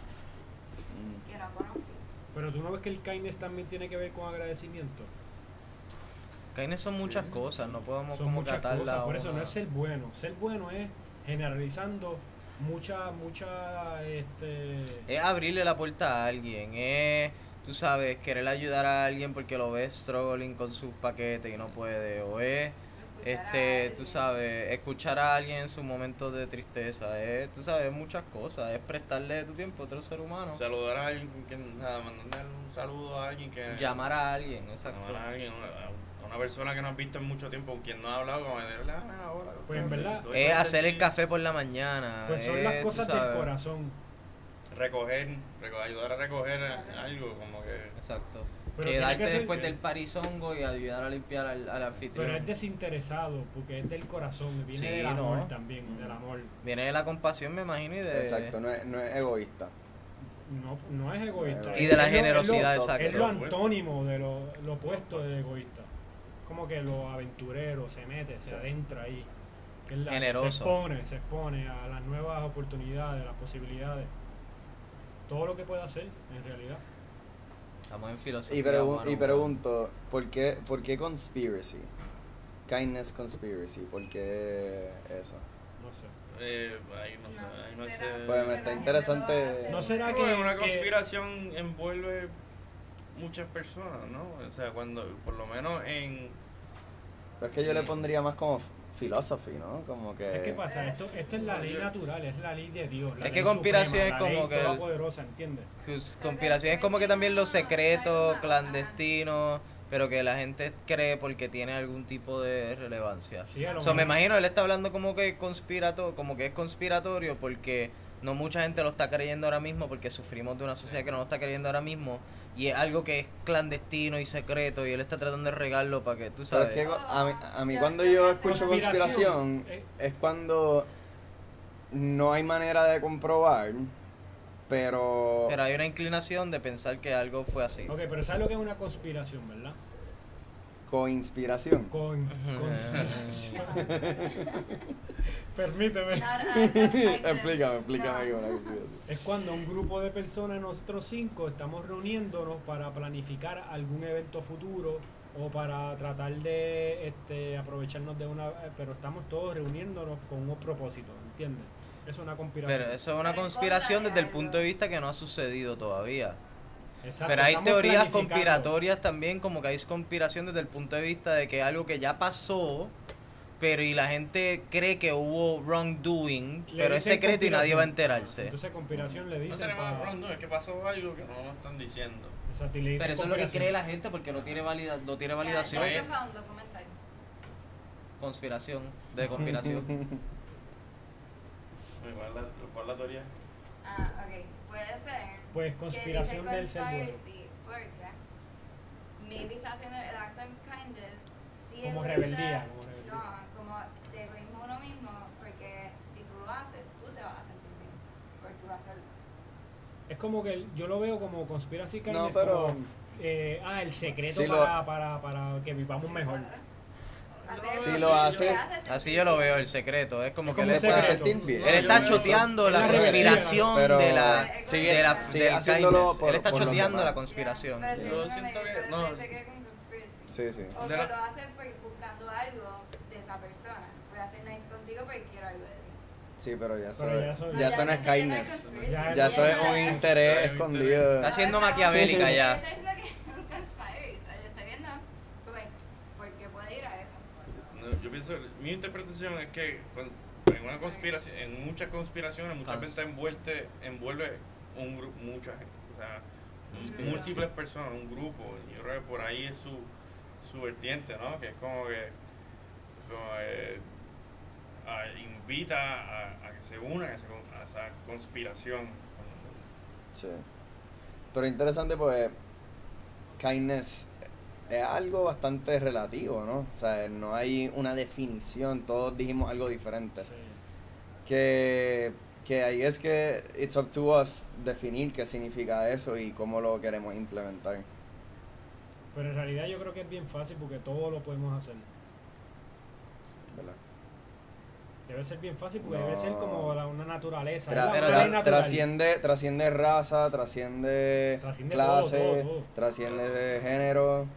Speaker 1: Mm,
Speaker 7: que no conocí.
Speaker 4: Pero tú no ves que el kindness también tiene que ver con agradecimiento.
Speaker 3: Kindness son muchas cosas, no podemos
Speaker 4: Son
Speaker 3: como
Speaker 4: muchas
Speaker 3: catarla.
Speaker 4: cosas,
Speaker 3: a
Speaker 4: por eso no
Speaker 3: una-
Speaker 4: es ser bueno. Ser bueno es generalizando mucha, mucha, este...
Speaker 3: Es abrirle la puerta a alguien, es, tú sabes, querer ayudar a alguien porque lo ves struggling con sus paquetes y no puede, o es,
Speaker 7: Escuchar a
Speaker 3: este, tú
Speaker 7: alguien.
Speaker 3: sabes, escuchar a alguien en su momento de tristeza, es, tú sabes, muchas cosas, es prestarle tu tiempo a otro ser humano,
Speaker 2: saludar a alguien, con quien- nada, mandarle un saludo a alguien que...
Speaker 3: llamar a alguien, exacto.
Speaker 2: llamar a alguien, a- a una persona que no has visto en mucho tiempo, con quien no has hablado, como decirle, "Ah, hola,
Speaker 4: Pues, en verdad,
Speaker 2: Todo
Speaker 3: Es
Speaker 2: eso
Speaker 3: hacer el
Speaker 2: sentir-
Speaker 3: café por la mañana.
Speaker 4: Pues son
Speaker 3: es,
Speaker 4: las
Speaker 3: eh, tú
Speaker 4: cosas del
Speaker 3: sabes,
Speaker 4: corazón.
Speaker 2: recoger, reco- ayudar a recoger a- algo, como que
Speaker 3: Exacto.
Speaker 4: Pero
Speaker 3: Quedarte
Speaker 4: tiene que ser-
Speaker 3: después del parizongo y ayudar a limpiar al, al anfitrión.
Speaker 4: Pero es desinteresado, porque es del corazón, viene
Speaker 3: Sí,
Speaker 4: del amor
Speaker 3: ¿no?
Speaker 4: también, del amor.
Speaker 3: Viene de la compasión, me imagino, y de...
Speaker 1: Exacto, no es, no es egoísta.
Speaker 4: No, no es egoísta.
Speaker 1: Y
Speaker 4: es-
Speaker 1: de
Speaker 3: la
Speaker 4: es lo- es lo-
Speaker 3: generosidad,
Speaker 4: Es
Speaker 3: exacto.
Speaker 4: lo antónimo de lo, lo opuesto de egoísta. Como que lo aventurero se mete, se adentra ahí. Que es la-
Speaker 3: Generoso.
Speaker 4: Se expone, se expone a las nuevas oportunidades, las posibilidades. Todo lo que puede hacer, en realidad.
Speaker 3: Estamos en filosofía.
Speaker 1: Y, pregun-
Speaker 3: mano,
Speaker 1: y
Speaker 3: mano.
Speaker 1: pregunto, ¿por qué, ¿por qué conspiracy? Kindness conspiracy, ¿por qué eso?
Speaker 4: No sé.
Speaker 2: eh, ahí no,
Speaker 7: No
Speaker 2: ahí no
Speaker 7: será
Speaker 2: sé.
Speaker 1: Pues
Speaker 7: que
Speaker 1: me
Speaker 7: la
Speaker 1: está
Speaker 7: gente
Speaker 1: interesante-
Speaker 7: lo hace.
Speaker 4: ¿No será
Speaker 2: Bueno,
Speaker 4: que-
Speaker 2: una
Speaker 4: que-
Speaker 2: conspiración envuelve muchas personas, ¿no? O sea, cuando, por lo menos en...
Speaker 1: Pero es que yo
Speaker 3: Mm.
Speaker 1: le pondría más como philosophy, ¿no? Como que...
Speaker 4: Es que
Speaker 1: Eh,
Speaker 4: pasa, esto, esto es la ley natural, es la ley de Dios. la
Speaker 3: Es
Speaker 4: ley
Speaker 3: que conspiración
Speaker 4: suprema,
Speaker 3: es
Speaker 4: la ley
Speaker 3: como que el-
Speaker 4: todopoderosa, ¿entiendes?
Speaker 3: Cus- Conspiración es como que también los secretos clandestinos, pero que la gente cree porque tiene algún tipo de relevancia.
Speaker 4: Sí, a lo
Speaker 3: O sea, me
Speaker 4: mejor.
Speaker 3: imagino él está hablando como que conspirato, como que es conspiratorio porque no mucha gente lo está creyendo ahora mismo porque sufrimos de una sociedad que no lo está creyendo ahora mismo y es algo que es clandestino y secreto y él está tratando de regarlo para que
Speaker 1: Pero
Speaker 3: tú
Speaker 1: es
Speaker 3: sabes.
Speaker 1: que cu- a mí, a mí cuando yo escucho conspiración
Speaker 4: Conspiración, eh.
Speaker 1: es cuando no hay manera de comprobar, pero...
Speaker 3: Pero hay una inclinación de pensar que algo fue así.
Speaker 4: Ok, pero ¿sabes lo que es una conspiración, verdad?
Speaker 1: Coinspiración.
Speaker 4: Con, conspiración. Permíteme.
Speaker 1: explícame, explícame qué es una conspiración.
Speaker 4: Es cuando un grupo de personas, nosotros cinco, estamos reuniéndonos para planificar algún evento futuro o para tratar de este, aprovecharnos de una... eh, Pero estamos todos reuniéndonos con un propósito, ¿entiendes? Es una conspiración.
Speaker 3: Pero eso es una
Speaker 7: Pero
Speaker 3: conspiración
Speaker 7: contra
Speaker 3: desde el
Speaker 7: algo.
Speaker 3: punto de vista que no ha sucedido todavía.
Speaker 4: Exacto,
Speaker 3: Pero hay
Speaker 4: estamos
Speaker 3: teorías
Speaker 4: planificando.
Speaker 3: conspiratorias también, como que hay conspiración desde el punto de vista de que algo que ya pasó, pero y la gente cree que hubo wrongdoing,
Speaker 4: Le
Speaker 3: pero es
Speaker 4: dicen
Speaker 3: secreto y nadie va a
Speaker 4: conspiración.
Speaker 3: enterarse.
Speaker 4: Entonces conspiración le
Speaker 2: No
Speaker 4: dicen...
Speaker 2: tenemos
Speaker 4: para-
Speaker 2: pronto, es que pasó algo que no nos están diciendo.
Speaker 4: Exacto, y le dicen
Speaker 3: Pero eso es lo que cree
Speaker 4: conspiración.
Speaker 3: la gente porque no tiene, valida- no tiene validación.
Speaker 7: Eso fue un documental.
Speaker 3: Conspiración, de conspiración.
Speaker 2: Igual la, igual la teoría.
Speaker 7: Ah, ok. Puede ser.
Speaker 4: Pues
Speaker 7: que dice
Speaker 4: conspiración del ser humano.
Speaker 7: conspiracy, Porque maybe está haciendo el acto of kindness. si
Speaker 4: Como
Speaker 7: él
Speaker 4: rebeldía,
Speaker 7: está-
Speaker 4: como rebeldía.
Speaker 7: No, como de egoísmo uno mismo, porque si tú lo haces, tú te vas a sentir bien por tú hacerlo.
Speaker 4: Es como que el- yo lo veo como conspiración.
Speaker 1: No, pero-
Speaker 4: eh, ah, el secreto
Speaker 1: Sí, lo-
Speaker 4: para, para, para que vivamos mejor.
Speaker 7: Hacer
Speaker 1: Si
Speaker 7: lo
Speaker 1: lo
Speaker 7: que te
Speaker 1: haces-
Speaker 7: hace
Speaker 3: Así
Speaker 7: sentir
Speaker 3: yo lo
Speaker 7: bien.
Speaker 3: veo, el secreto. Es como
Speaker 4: Es
Speaker 3: que
Speaker 4: como
Speaker 3: él
Speaker 1: Te
Speaker 4: un
Speaker 1: puede
Speaker 3: está,
Speaker 4: secreto.
Speaker 1: sentir bien.
Speaker 3: él está
Speaker 1: Yo veo eso.
Speaker 3: choteando la
Speaker 4: Es la
Speaker 3: conspiración
Speaker 1: rebeldía.
Speaker 3: de
Speaker 1: Pero
Speaker 3: la,
Speaker 1: sigue-
Speaker 3: de la
Speaker 1: sigue
Speaker 3: del
Speaker 1: haciéndolo
Speaker 3: kindness.
Speaker 1: por-
Speaker 3: él está
Speaker 1: por los
Speaker 3: choteando la
Speaker 1: demás.
Speaker 3: conspiración.
Speaker 7: Yeah, pero
Speaker 2: Yo
Speaker 7: si
Speaker 2: siento
Speaker 7: no me-
Speaker 2: que-
Speaker 7: pero
Speaker 2: no.
Speaker 7: si se queda con conspiracy.
Speaker 1: Sí, sí.
Speaker 7: O
Speaker 2: De
Speaker 7: que
Speaker 2: la-
Speaker 7: lo haces por- buscando algo de esa persona. Voy a ser nice contigo porque quiero algo de ti.
Speaker 1: Sí, pero ya
Speaker 4: Pero ya
Speaker 1: eso
Speaker 4: eso-
Speaker 7: No,
Speaker 1: ya eso no es
Speaker 7: eso- no
Speaker 1: kindness.
Speaker 7: conspiracy.
Speaker 4: Ya-
Speaker 1: Ya
Speaker 4: ya
Speaker 1: eso es un
Speaker 2: Pero hay
Speaker 1: interés
Speaker 2: un
Speaker 1: escondido.
Speaker 3: Está siendo maquiavélica ya.
Speaker 7: Esto es lo que es un conspiracy. O sea, yo estoy viendo, pues, porque puede ir a eso.
Speaker 2: No, yo pienso, mi interpretación es que cuando- en una conspiración, en muchas conspiraciones, muchas
Speaker 3: Cons-
Speaker 2: veces envuelve, envuelve un grupo, mucha gente, o sea,
Speaker 7: Conspiración.
Speaker 2: múltiples personas, un grupo. y Yo creo que por ahí es su, su vertiente, ¿no? Que es como que como, eh, a- invita a, a que se unan a esa con- a esa conspiración.
Speaker 1: Sí. Pero interesante, pues, kindness es algo bastante relativo, ¿no? O sea, no hay una definición, todos dijimos algo diferente. Que, que ahí es que it's up to us definir qué significa eso y cómo lo queremos implementar.
Speaker 4: Pero en realidad yo creo que es bien fácil porque todo lo podemos hacer.
Speaker 1: ¿verdad?
Speaker 4: Debe ser bien fácil porque
Speaker 1: No.
Speaker 4: debe ser como la- una naturaleza.
Speaker 1: Tra-
Speaker 4: es la
Speaker 3: pero
Speaker 1: tra-
Speaker 4: ley natural.
Speaker 1: trasciende, trasciende raza, trasciende,
Speaker 4: Trasciende
Speaker 1: clase,
Speaker 4: todo, todo, todo.
Speaker 1: trasciende de género.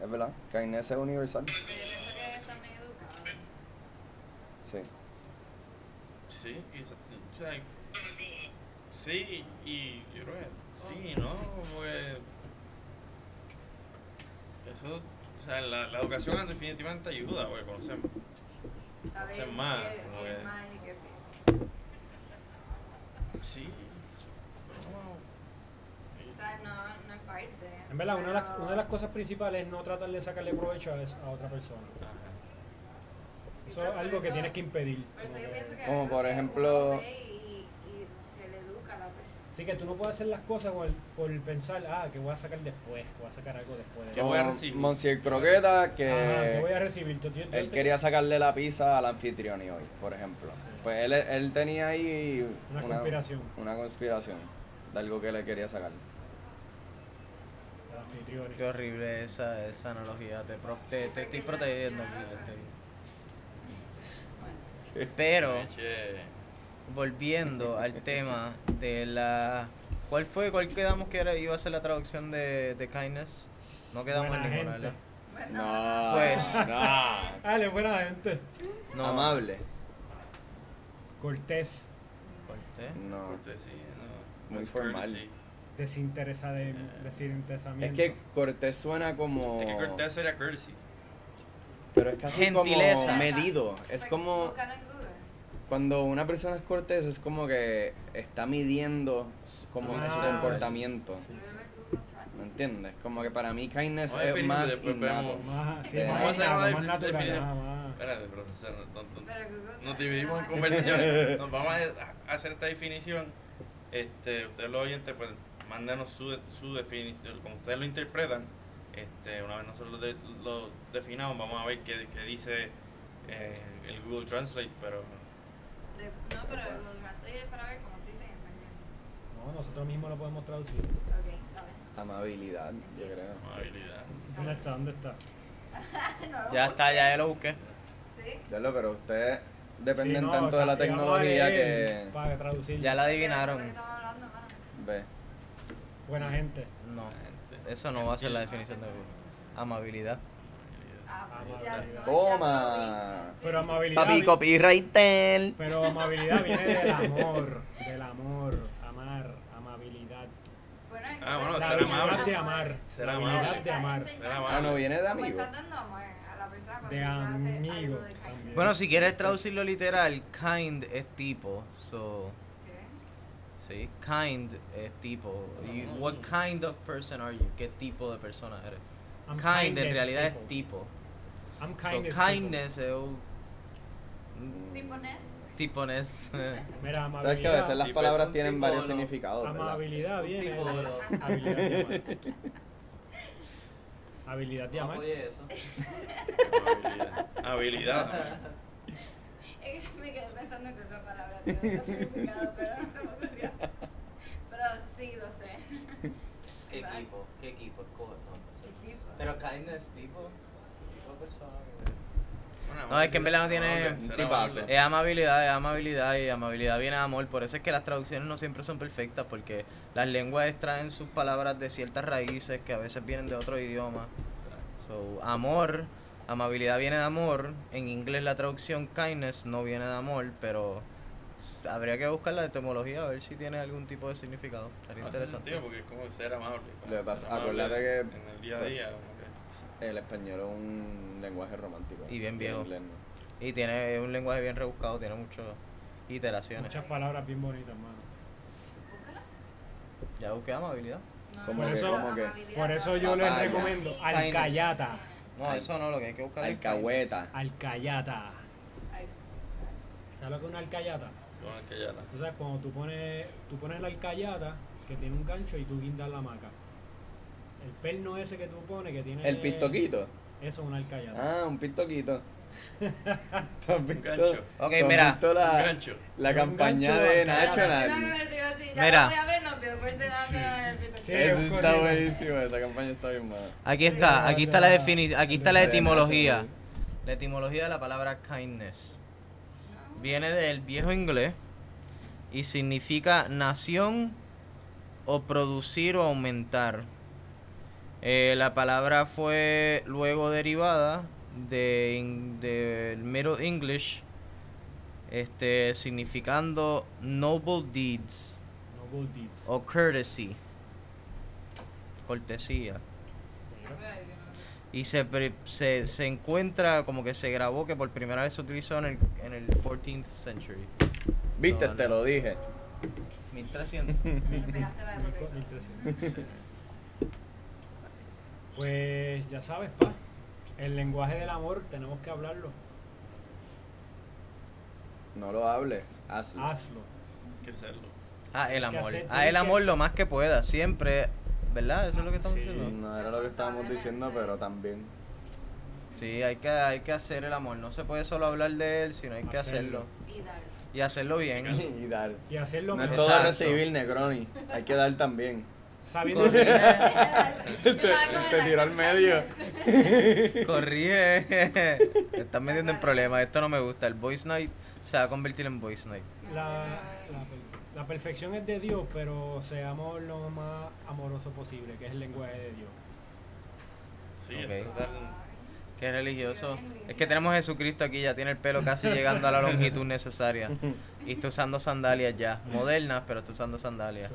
Speaker 1: Es verdad, kindness es universal.
Speaker 7: Yo pienso que está medio educado.
Speaker 1: Sí.
Speaker 2: Sí, y, se- o sea, sí, y yo creo que sí, ¿no? Como que eso, o sea, la, la educación definitivamente ayuda, porque conocemos.
Speaker 7: Saber
Speaker 2: Ser mal,
Speaker 7: qué-
Speaker 2: como
Speaker 7: qué
Speaker 2: que-
Speaker 7: es mal y qué es bien.
Speaker 2: Sí.
Speaker 7: O sea, no, no es parte.
Speaker 4: En verdad, una de, las,
Speaker 7: pero-
Speaker 4: una de las cosas principales es no tratar de sacarle provecho a, esa- a otra persona.
Speaker 7: Sí,
Speaker 4: Eso
Speaker 7: pero
Speaker 4: es
Speaker 7: por
Speaker 4: algo que
Speaker 7: eso-
Speaker 4: tienes que impedir.
Speaker 7: por eso
Speaker 4: como
Speaker 7: yo
Speaker 4: que-
Speaker 7: pienso que
Speaker 1: Como
Speaker 7: algo
Speaker 1: por
Speaker 7: que
Speaker 1: ejemplo-
Speaker 7: uno ve y- y se le educa a la persona.
Speaker 4: Así que tú no puedes hacer las cosas por, por pensar, ah, que voy a sacar después, voy a sacar algo después.
Speaker 2: ¿Qué voy a recibir?
Speaker 1: Monsieur Croqueta, que...
Speaker 4: Ajá, ¿qué Ah, voy a recibir? Tú- tú- tú-
Speaker 1: Él quería sacarle la pizza al anfitrión y hoy, por ejemplo. Pues él, él tenía ahí
Speaker 4: Una conspiración.
Speaker 1: Una conspiración de algo que le quería sacar.
Speaker 4: Los anfitriones.
Speaker 3: Qué horrible esa, esa analogía. Te, pro- te, te estoy protegiendo. te- Pero,
Speaker 2: Che.
Speaker 3: volviendo al tema de la. ¿Cuál fue? ¿Cuál quedamos que era, iba a ser la traducción de, de Kindness? No quedamos en
Speaker 4: Buena
Speaker 3: ninguna,
Speaker 4: gente.
Speaker 3: ¿verdad?
Speaker 1: No.
Speaker 3: Pues.
Speaker 1: No.
Speaker 4: Ah, él es buena gente.
Speaker 3: No.
Speaker 1: Amable.
Speaker 4: Cortés,
Speaker 3: Corté.
Speaker 1: No.
Speaker 2: Cortesía, no.
Speaker 1: Muy
Speaker 2: Es
Speaker 1: formal.
Speaker 2: courtesy.
Speaker 4: desinteresada, desinteresamiento.
Speaker 1: Es que Cortés suena como.
Speaker 2: Es que cortés sería courtesy.
Speaker 1: Pero es casi
Speaker 3: Gentileza.
Speaker 1: como medido. Es
Speaker 7: Pues,
Speaker 1: como.
Speaker 7: búscalo en Google.
Speaker 1: Cuando una persona es cortés, es como que está midiendo s- como
Speaker 4: Ah,
Speaker 1: su
Speaker 4: sí.
Speaker 1: comportamiento.
Speaker 7: Google, Google Translate.
Speaker 1: ¿Me entiendes? Como que para mí kindness
Speaker 2: Oye,
Speaker 1: es
Speaker 2: Felipe,
Speaker 1: más
Speaker 2: después
Speaker 1: innato.
Speaker 2: vemos.
Speaker 4: Más, sí,
Speaker 1: Eh,
Speaker 4: más,
Speaker 1: vamos
Speaker 2: a
Speaker 4: nada,
Speaker 2: hacer
Speaker 4: más
Speaker 2: una
Speaker 4: natural,
Speaker 2: definición.
Speaker 4: nada más.
Speaker 2: Espérate, profesor. no- no- no-
Speaker 7: Pero Google
Speaker 2: Nos
Speaker 7: Translate
Speaker 2: dividimos en
Speaker 7: no vale.
Speaker 2: conversaciones. Nos vamos a a hacer esta definición. Este, ustedes los oyentes, pues mándanos su, su definición, como ustedes lo interpretan. Este, una vez nosotros lo, de- lo definamos, vamos a ver qué, qué dice eh, el Google Translate, pero
Speaker 7: De- no, pero los Translate es para ver cómo se dice en español.
Speaker 4: No, nosotros mismos lo podemos traducir.
Speaker 7: Ok, dale.
Speaker 1: Amabilidad, yo creo.
Speaker 2: amabilidad.
Speaker 4: ¿Dónde está? ¿Dónde está?
Speaker 7: No,
Speaker 3: Ya está, ya lo busqué.
Speaker 7: ¿Sí?
Speaker 1: Ya lo, pero ustedes dependen
Speaker 4: Sí, no,
Speaker 1: tanto de la
Speaker 4: está- y vamos a
Speaker 1: tecnología
Speaker 4: leer
Speaker 1: que.
Speaker 4: Para traducir.
Speaker 3: Ya la
Speaker 7: Pero eso es lo que
Speaker 3: adivinaron.
Speaker 7: estamos hablando, mano.
Speaker 1: Ve.
Speaker 4: Buena gente.
Speaker 3: No, eso no va a ser la definición de amabilidad.
Speaker 7: Ah, pues ya- no, ya
Speaker 1: Toma.
Speaker 7: lo vi.
Speaker 4: Pero amabilidad.
Speaker 3: Papi, copywriter.
Speaker 4: Pero amabilidad viene del amor. Del amor. Amar. Amabilidad.
Speaker 7: Bueno, es que
Speaker 2: Ah, bueno,
Speaker 7: la
Speaker 4: La
Speaker 2: ser amable.
Speaker 4: habilidad de amar.
Speaker 2: Ser
Speaker 4: la
Speaker 2: amable.
Speaker 4: habilidad de amar.
Speaker 2: Ser amable.
Speaker 1: Ah, no, viene de
Speaker 7: Como
Speaker 1: amigo.
Speaker 7: estás dando amor a la persona cuando
Speaker 4: De
Speaker 7: tú haces
Speaker 4: amigo
Speaker 7: algo de kind.
Speaker 4: también.
Speaker 3: Bueno, si quieres traducirlo literal, kind es tipo. So,
Speaker 7: ¿Qué?
Speaker 3: sí, kind es tipo. You-
Speaker 10: Mm.
Speaker 3: what kind of person are you? ¿Qué tipo de persona eres?
Speaker 4: I'm
Speaker 3: Kind en
Speaker 4: as
Speaker 3: realidad es
Speaker 4: people.
Speaker 3: tipo.
Speaker 4: I'm
Speaker 3: So,
Speaker 4: kind as people.
Speaker 3: kindness es un
Speaker 7: Tipo Ness.
Speaker 3: tipo nes.
Speaker 4: Mira,
Speaker 1: ¿Sabes
Speaker 4: amabilidad.
Speaker 1: que a veces las
Speaker 2: Tipo, es
Speaker 1: palabras
Speaker 2: un
Speaker 1: tienen
Speaker 2: tipo,
Speaker 1: varios
Speaker 2: ¿no?
Speaker 1: significados? ¿verdad?
Speaker 4: Amabilidad viene de
Speaker 10: tipo, pero-
Speaker 4: habilidad de amar. Habilidad de
Speaker 10: No
Speaker 4: amar.
Speaker 10: apoyé eso.
Speaker 2: Amabilidad. Habilidad.
Speaker 7: Es que Me quedé pensando en otra palabra tiene otro significado, pero no se me ocurrió. Pero sí, lo sé.
Speaker 10: ¿Qué
Speaker 7: Exacto.
Speaker 10: equipo? ¿Qué equipo? Escoge, no, no sé.
Speaker 7: Equipo.
Speaker 10: Pero kindness tipo. Tipo persona. que-
Speaker 3: No, es que en verdad no tiene-
Speaker 2: Amable, ser
Speaker 1: Un tipazo.
Speaker 2: amable.
Speaker 3: Es amabilidad, es amabilidad y amabilidad viene de amor. Por eso es que las traducciones no siempre son perfectas porque las lenguas extraen sus palabras de ciertas raíces que a veces vienen de otro idioma. So, amor, amabilidad viene de amor. En inglés la traducción kindness no viene de amor, pero s- habría que buscar la etimología a ver si tiene algún tipo de significado. Estaría
Speaker 2: Hace
Speaker 3: interesante.
Speaker 2: sentido porque es como ser amable.
Speaker 1: Lo
Speaker 2: como
Speaker 1: que
Speaker 2: ser
Speaker 1: pasa-
Speaker 2: amable
Speaker 1: acuérdate que-
Speaker 2: En el día a día. como que-
Speaker 1: El español es un lenguaje romántico.
Speaker 3: Y bien viejo.
Speaker 1: El inglés no.
Speaker 3: Y tiene un lenguaje bien rebuscado, tiene muchas iteraciones.
Speaker 4: Muchas palabras bien bonitas, mano.
Speaker 7: Búscalo.
Speaker 3: Ya busqué amabilidad.
Speaker 7: No,
Speaker 1: ¿Cómo
Speaker 4: que?
Speaker 7: no,
Speaker 1: ¿Cómo que?
Speaker 7: amabilidad,
Speaker 4: Por eso yo
Speaker 1: Papaya.
Speaker 4: les recomiendo
Speaker 7: Ay,
Speaker 4: alcayata.
Speaker 3: No,
Speaker 1: Al-
Speaker 3: eso no, lo que hay que buscar es
Speaker 1: Alcahueta.
Speaker 4: Alcayata.
Speaker 7: ay,
Speaker 4: ¿Sabes lo que es una alcayata?
Speaker 2: Con el que ya la-
Speaker 4: Tú sabes, cuando tú pones, tú pones la alcayata que tiene un gancho y tú guindas la maca. El perno ese que tú pones que tiene.
Speaker 1: El pistoquito.
Speaker 4: Eso es una alcayata.
Speaker 1: Ah, un pistoquito. ¿Tú has visto-
Speaker 2: gancho.
Speaker 1: tú
Speaker 3: Ok,
Speaker 1: has
Speaker 3: mira.
Speaker 1: visto
Speaker 2: Un
Speaker 1: la,
Speaker 2: gancho.
Speaker 1: la
Speaker 4: Un
Speaker 1: campaña
Speaker 4: gancho
Speaker 1: de
Speaker 4: bancada.
Speaker 7: Claro,
Speaker 1: National?
Speaker 7: yo te iba a decir, ya
Speaker 3: Mira.
Speaker 7: lo voy a ver, no, pero por ser dándola en el pito.
Speaker 4: Sí.
Speaker 1: Eso
Speaker 4: un
Speaker 1: está
Speaker 4: cosito.
Speaker 1: buenísimo, esa campaña está bien mala.
Speaker 3: Aquí está, aquí está la definición, aquí está la
Speaker 1: Cadena,
Speaker 3: etimología.
Speaker 1: sí.
Speaker 3: La etimología de la palabra kindness. Viene del viejo inglés y significa nación o producir o aumentar. Eh, la palabra fue luego derivada de in- del Middle English, este, significando noble deeds
Speaker 4: No bull deeds.
Speaker 1: Oh.
Speaker 3: o courtesy, cortesía
Speaker 7: Ay, Dios.
Speaker 3: y se, pre- se, se encuentra como que se grabó que por primera vez se utilizó en el, en el 14th century.
Speaker 1: Viste,
Speaker 3: No,
Speaker 1: te
Speaker 3: no.
Speaker 1: lo dije.
Speaker 3: 1300.
Speaker 7: Me pegaste la de
Speaker 4: Mil co-
Speaker 7: Roberto.
Speaker 4: mil trescientos. Pues ya sabes, pa. El lenguaje del amor tenemos que hablarlo.
Speaker 1: No lo hables, hazlo.
Speaker 4: Hazlo.
Speaker 2: Que serlo.
Speaker 3: Ah, el
Speaker 4: Hay que
Speaker 3: amor.
Speaker 4: hacer
Speaker 3: Ah, el
Speaker 4: todo lo
Speaker 3: amor
Speaker 4: que-
Speaker 3: lo más que pueda, siempre. ¿Verdad? Eso es lo que estamos
Speaker 4: Sí.
Speaker 3: diciendo.
Speaker 1: No era lo que estábamos diciendo, pero también.
Speaker 3: Sí, hay que, hay que hacer el amor. No se puede solo hablar de él, sino hay que
Speaker 4: Hacerlo.
Speaker 3: hacerlo.
Speaker 7: Y darle.
Speaker 3: Y hacerlo bien.
Speaker 1: Y dar.
Speaker 4: Y hacerlo
Speaker 1: No es
Speaker 4: mejor.
Speaker 1: todo
Speaker 3: Exacto.
Speaker 1: recibir, Negroni. Hay que dar también.
Speaker 4: Sabiendo
Speaker 3: Corrige.
Speaker 1: Te- te tiró al medio.
Speaker 3: corrige. Te estás metiendo en problemas. Esto no me gusta. El voice night se va a convertir en voice night.
Speaker 4: La, la per- la perfección es de Dios, pero seamos lo más amoroso posible, que es el lenguaje de Dios.
Speaker 2: Sí,
Speaker 3: Ok.
Speaker 2: es total-
Speaker 3: Qué religioso. Es que tenemos a Jesucristo aquí, ya tiene el pelo casi llegando a la longitud necesaria. Y está usando sandalias ya. Modernas, pero está usando sandalias.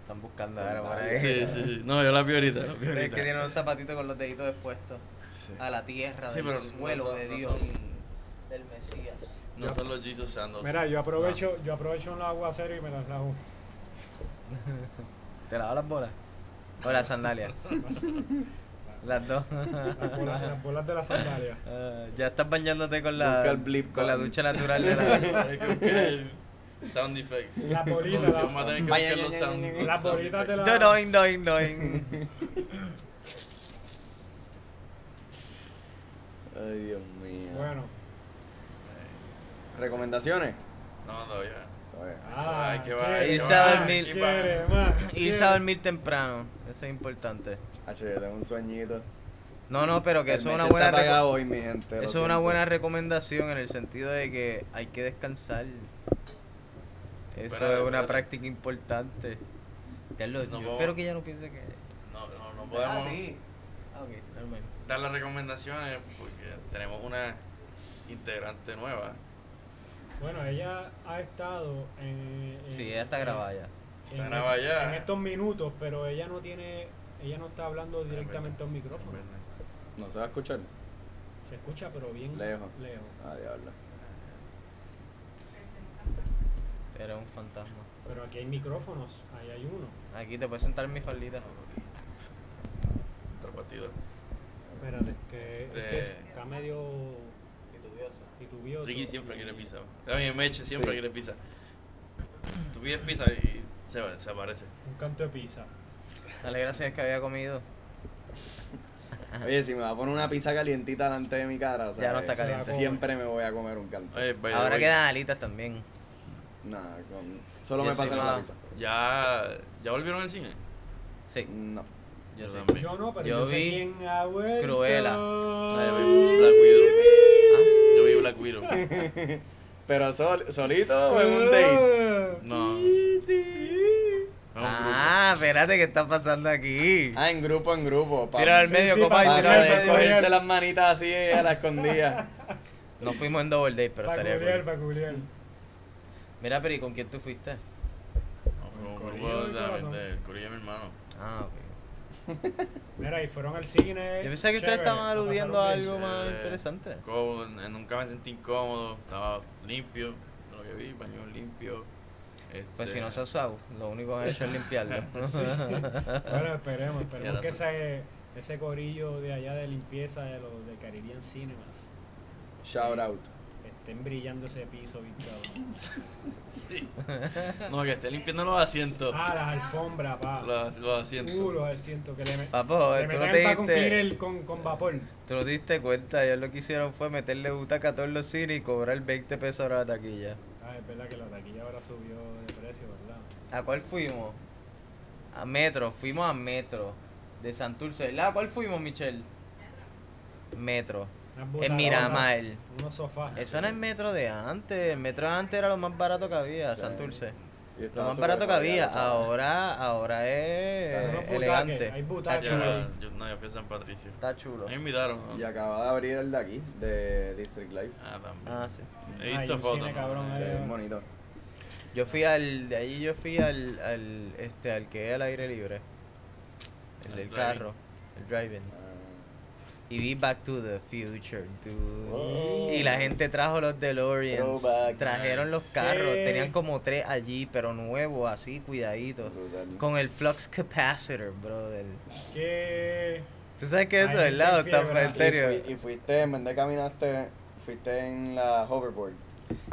Speaker 3: Están buscando ahora por ahí.
Speaker 2: Sí, sí, sí. No, yo la vi ahorita. la vi
Speaker 3: Es
Speaker 2: ahorita.
Speaker 3: que tiene los zapatitos con los deditos expuestos. A la tierra,
Speaker 2: Sí,
Speaker 3: del
Speaker 2: pero no
Speaker 3: suelo
Speaker 2: son-
Speaker 3: de
Speaker 2: no
Speaker 3: Dios.
Speaker 2: son-
Speaker 3: Del Mesías.
Speaker 2: No son los Jesus Sandals.
Speaker 4: Mira, yo aprovecho, yo aprovecho un aguacero y me las lavo.
Speaker 3: ¿Te lavas las bolas? O las sandalias. las dos.
Speaker 4: Las bolas, las bolas de las sandalias.
Speaker 3: Ah, ya estás bañándote con la,
Speaker 1: Busca el blip
Speaker 3: con la
Speaker 1: button.
Speaker 3: ducha natural de la...
Speaker 2: Hay que buscar el- Sound effects.
Speaker 4: Las bolitas,
Speaker 2: Producción
Speaker 4: la-
Speaker 2: va a tener que
Speaker 1: Vaya, ya,
Speaker 2: buscar los
Speaker 1: ya,
Speaker 2: sound,
Speaker 1: ya, ya,
Speaker 2: los
Speaker 4: las
Speaker 2: sound
Speaker 4: bolitas de
Speaker 2: effects.
Speaker 4: la-
Speaker 3: Doing, doing, doing.
Speaker 1: Ay, Dios mío.
Speaker 4: Bueno,
Speaker 1: ¿Recomendaciones?
Speaker 2: No, todavía.
Speaker 1: Todavía.
Speaker 4: ah,
Speaker 2: Ay, qué va,
Speaker 4: quiere
Speaker 3: irse
Speaker 4: más,
Speaker 3: a dormir.
Speaker 4: quiere más,
Speaker 3: Irse
Speaker 4: quiere-
Speaker 3: a dormir temprano, eso es importante.
Speaker 1: H, yo tengo un sueñito.
Speaker 3: No, no, pero que
Speaker 1: El
Speaker 3: eso es una
Speaker 1: mes
Speaker 3: buena
Speaker 1: está
Speaker 3: reco-
Speaker 1: apagado hoy, mi gente. lo
Speaker 3: eso es una
Speaker 1: siento.
Speaker 3: buena recomendación en el sentido de que hay que descansar. Eso
Speaker 2: Espérate,
Speaker 3: es una
Speaker 2: espérate.
Speaker 3: práctica importante. Carlos,
Speaker 2: No
Speaker 3: yo
Speaker 2: puedo-
Speaker 3: espero que ella no piense que.
Speaker 2: No, no, no podemos
Speaker 3: Ah, ok, never mind.
Speaker 2: dar las recomendaciones porque tenemos una integrante nueva.
Speaker 4: Bueno, ella ha estado en. en-
Speaker 3: Sí, ella está grabada ya.
Speaker 4: en-
Speaker 2: Está grabada ya.
Speaker 4: En estos minutos, pero ella no tiene. Ella no está hablando directamente a un micrófono.
Speaker 1: No se va a escuchar.
Speaker 4: Se escucha, pero bien.
Speaker 1: Lejos.
Speaker 4: Lejos.
Speaker 1: Ah, diablo.
Speaker 3: Era un fantasma.
Speaker 4: Pero aquí hay micrófonos. Ahí hay uno.
Speaker 3: Aquí te puedes sentar en mi faldita.
Speaker 2: Otro partido.
Speaker 4: Espérate, que, es que
Speaker 2: Eh.
Speaker 4: está medio. Titubioso.
Speaker 2: Ricky siempre quiere pizza. También Meche siempre
Speaker 1: Sí.
Speaker 2: quiere pizza. Tú pides pizza y se, va- se aparece.
Speaker 4: Un canto de pizza.
Speaker 3: Dale gracias que había comido.
Speaker 1: Oye, si me va a poner una pizza calientita delante de mi cara, o sea,
Speaker 3: Ya no está
Speaker 1: eso,
Speaker 4: caliente.
Speaker 1: Siempre me voy a comer un canto.
Speaker 2: Oye, by the
Speaker 3: Ahora
Speaker 2: way,
Speaker 3: quedan alitas también.
Speaker 1: Nada, con... solo
Speaker 3: Yo
Speaker 1: me
Speaker 3: soy
Speaker 1: pasa la
Speaker 3: más-
Speaker 1: pizza.
Speaker 2: Ya, ya volvieron al cine.
Speaker 3: Sí,
Speaker 1: No.
Speaker 3: yo sí.
Speaker 2: también.
Speaker 4: Yo no, pero
Speaker 3: Yo
Speaker 4: yo, sé
Speaker 3: vi
Speaker 4: quién ha vuelto.
Speaker 3: Cruella.
Speaker 2: Ah, yo vi Black Widow. Yo vi Black Widow.
Speaker 1: Pero sol-
Speaker 3: Ah,
Speaker 1: solito o en
Speaker 3: Uh.
Speaker 1: un date.
Speaker 2: No. Fue un grupo.
Speaker 3: Ah, espérate, ¿qué está pasando aquí?
Speaker 1: Ah, en grupo, en grupo. pa-
Speaker 3: Tira al
Speaker 1: sí,
Speaker 3: medio,
Speaker 4: sí,
Speaker 3: copa,
Speaker 4: papá,
Speaker 3: y
Speaker 1: Para
Speaker 3: tira al
Speaker 1: poder
Speaker 4: Ay,
Speaker 3: medio.
Speaker 4: papá.
Speaker 1: cogerse las manitas así eh, a la escondida.
Speaker 3: Nos fuimos en double date, pero
Speaker 4: Para
Speaker 3: estaría
Speaker 4: cubriar,
Speaker 3: cool.
Speaker 4: para cubriar.
Speaker 3: Mira, pero ¿y con quién tú fuiste?
Speaker 2: No, fue un
Speaker 4: Corillo
Speaker 2: grupo
Speaker 4: del
Speaker 2: de-
Speaker 4: corazón.
Speaker 2: de Corillo de mi hermano.
Speaker 3: Ah, ok.
Speaker 4: Mira, y fueron al cine.
Speaker 3: Yo pensé que ustedes
Speaker 4: Eh, chévere,
Speaker 3: estaban
Speaker 4: la
Speaker 3: aludiendo a
Speaker 4: pasaron bien.
Speaker 3: algo más
Speaker 2: chévere.
Speaker 3: interesante.
Speaker 2: Como, eh, nunca me sentí incómodo, estaba limpio, de lo que vi, baño limpio.
Speaker 3: Pues
Speaker 2: este,
Speaker 3: si no se ha usado, lo único que han hecho es limpiarlo.
Speaker 4: Bueno, esperemos,
Speaker 2: Tienes
Speaker 4: esperemos que ese, ese corillo de allá de limpieza de los de Caribbean Cinemas
Speaker 1: Shout out.
Speaker 4: estén brillando ese piso, bicho.
Speaker 2: No, que esté limpiando los asientos.
Speaker 4: Ah, las alfombras, pa.
Speaker 2: Los, los asientos.
Speaker 4: Uh, los asientos que le, me,
Speaker 3: Papo,
Speaker 4: le
Speaker 3: tú Ah, no
Speaker 4: metían
Speaker 3: te
Speaker 4: pa' con
Speaker 3: diste,
Speaker 4: cleaner con, con vapor.
Speaker 3: tú no te diste cuenta. Ellos lo que hicieron fue meterle butaca a todos los cines y cobrar 20 pesos ahora la taquilla.
Speaker 4: Ah, es verdad que la taquilla ahora subió de precio, ¿verdad?
Speaker 3: ¿A cuál fuimos? A Metro, fuimos a Metro de Santurce, ¿verdad? ¿A cuál fuimos, Michelle? Metro.
Speaker 4: Unas
Speaker 3: En
Speaker 4: botadoras,
Speaker 3: Miramar.
Speaker 4: Unos sofás.
Speaker 3: Eso no es Metro de antes. El Metro de antes era lo más barato que había,
Speaker 1: Sí.
Speaker 3: Santurce.
Speaker 1: Y
Speaker 3: Lo
Speaker 1: estaba
Speaker 3: más barato que había.
Speaker 1: sobrevalorado, ¿sabes?
Speaker 3: Ahora, ahora
Speaker 4: Pero no
Speaker 3: es
Speaker 4: butaques,
Speaker 3: eh, elegante.
Speaker 4: hay
Speaker 3: Está
Speaker 4: butacas.
Speaker 3: chulo.
Speaker 2: Ya, yo, no, yo fui a San Patricio.
Speaker 3: Está chulo.
Speaker 2: A mí Me invitaron. ¿no?
Speaker 1: Y acaba de abrir el de aquí, de District Life.
Speaker 2: Ah, también.
Speaker 3: Ah, sí.
Speaker 2: He
Speaker 4: Ay,
Speaker 2: visto
Speaker 4: un
Speaker 2: fotos.
Speaker 4: cine,
Speaker 2: ¿no?
Speaker 3: Ah,
Speaker 4: cabrón,
Speaker 1: Sí,
Speaker 4: eh.
Speaker 1: es bonito.
Speaker 3: Yo fui al, de allí yo fui al, al, este, al que es al aire libre. El
Speaker 2: Al
Speaker 3: del
Speaker 2: driving.
Speaker 3: carro. El driving. Y vi Back to the Future, dude.
Speaker 1: Oh.
Speaker 3: Y la gente trajo los DeLoreans.
Speaker 1: Throwback,
Speaker 3: trajeron los
Speaker 2: nice.
Speaker 3: carros.
Speaker 4: Sí.
Speaker 3: Tenían como tres allí, pero nuevos, así, cuidaditos.
Speaker 1: Ah, Brutal.
Speaker 3: Con el flux capacitor, brother.
Speaker 4: Que.
Speaker 3: ¿Tú sabes qué es eso,
Speaker 4: Ay, qué
Speaker 3: verdad? Octavo?
Speaker 4: fiebre,
Speaker 3: en
Speaker 4: ¿verdad?
Speaker 1: Y
Speaker 3: serio.
Speaker 1: fui- Y, fuiste, en vez de caminaste, fuiste en la hoverboard.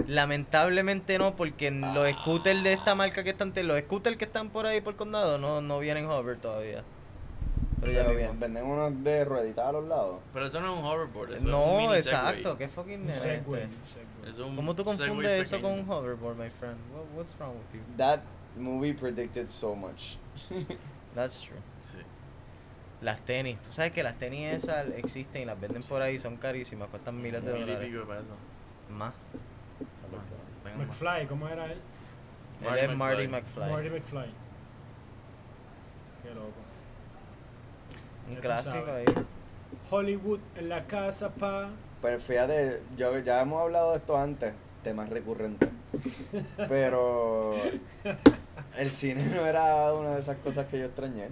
Speaker 3: Lamentablemente no, porque los scooters de esta marca que están, los scooters que están por ahí por condado no, no vienen hover todavía. Pero ya
Speaker 1: Pero
Speaker 3: vienen.
Speaker 1: venden unos de rueditas a los lados.
Speaker 2: Pero eso no es un hoverboard. Eso es un
Speaker 3: No,
Speaker 2: mini
Speaker 3: exacto,
Speaker 2: Segway.
Speaker 3: qué fucking
Speaker 4: Un Segway.
Speaker 3: ignorante.
Speaker 4: un Segway.
Speaker 2: Eso es un
Speaker 3: ¿Cómo tú
Speaker 2: Segway
Speaker 3: confundes eso con
Speaker 2: pequeño.
Speaker 3: un hoverboard, my friend? What, what's wrong with you?
Speaker 1: That movie predicted so much.
Speaker 3: That's true.
Speaker 2: Sí.
Speaker 3: Las tenis, tú sabes que las tenis esas existen y las venden por ahí, son carísimas, cuestan miles de
Speaker 2: Mil y
Speaker 3: dólares.
Speaker 2: pico para eso.
Speaker 3: Más.
Speaker 2: Venga, más.
Speaker 4: McFly, ¿cómo era él?
Speaker 3: Él
Speaker 2: Marty
Speaker 3: es Marty
Speaker 2: McFly.
Speaker 4: Marty
Speaker 3: McFly.
Speaker 4: McFly. Qué loco.
Speaker 3: Un
Speaker 4: Ya tú
Speaker 3: clásico ahí.
Speaker 4: sabes. Hollywood en la casa, pa.
Speaker 1: Pero fíjate, yo, ya hemos hablado de esto antes, temas recurrentes. Pero el cine no era una de esas cosas que yo extrañé.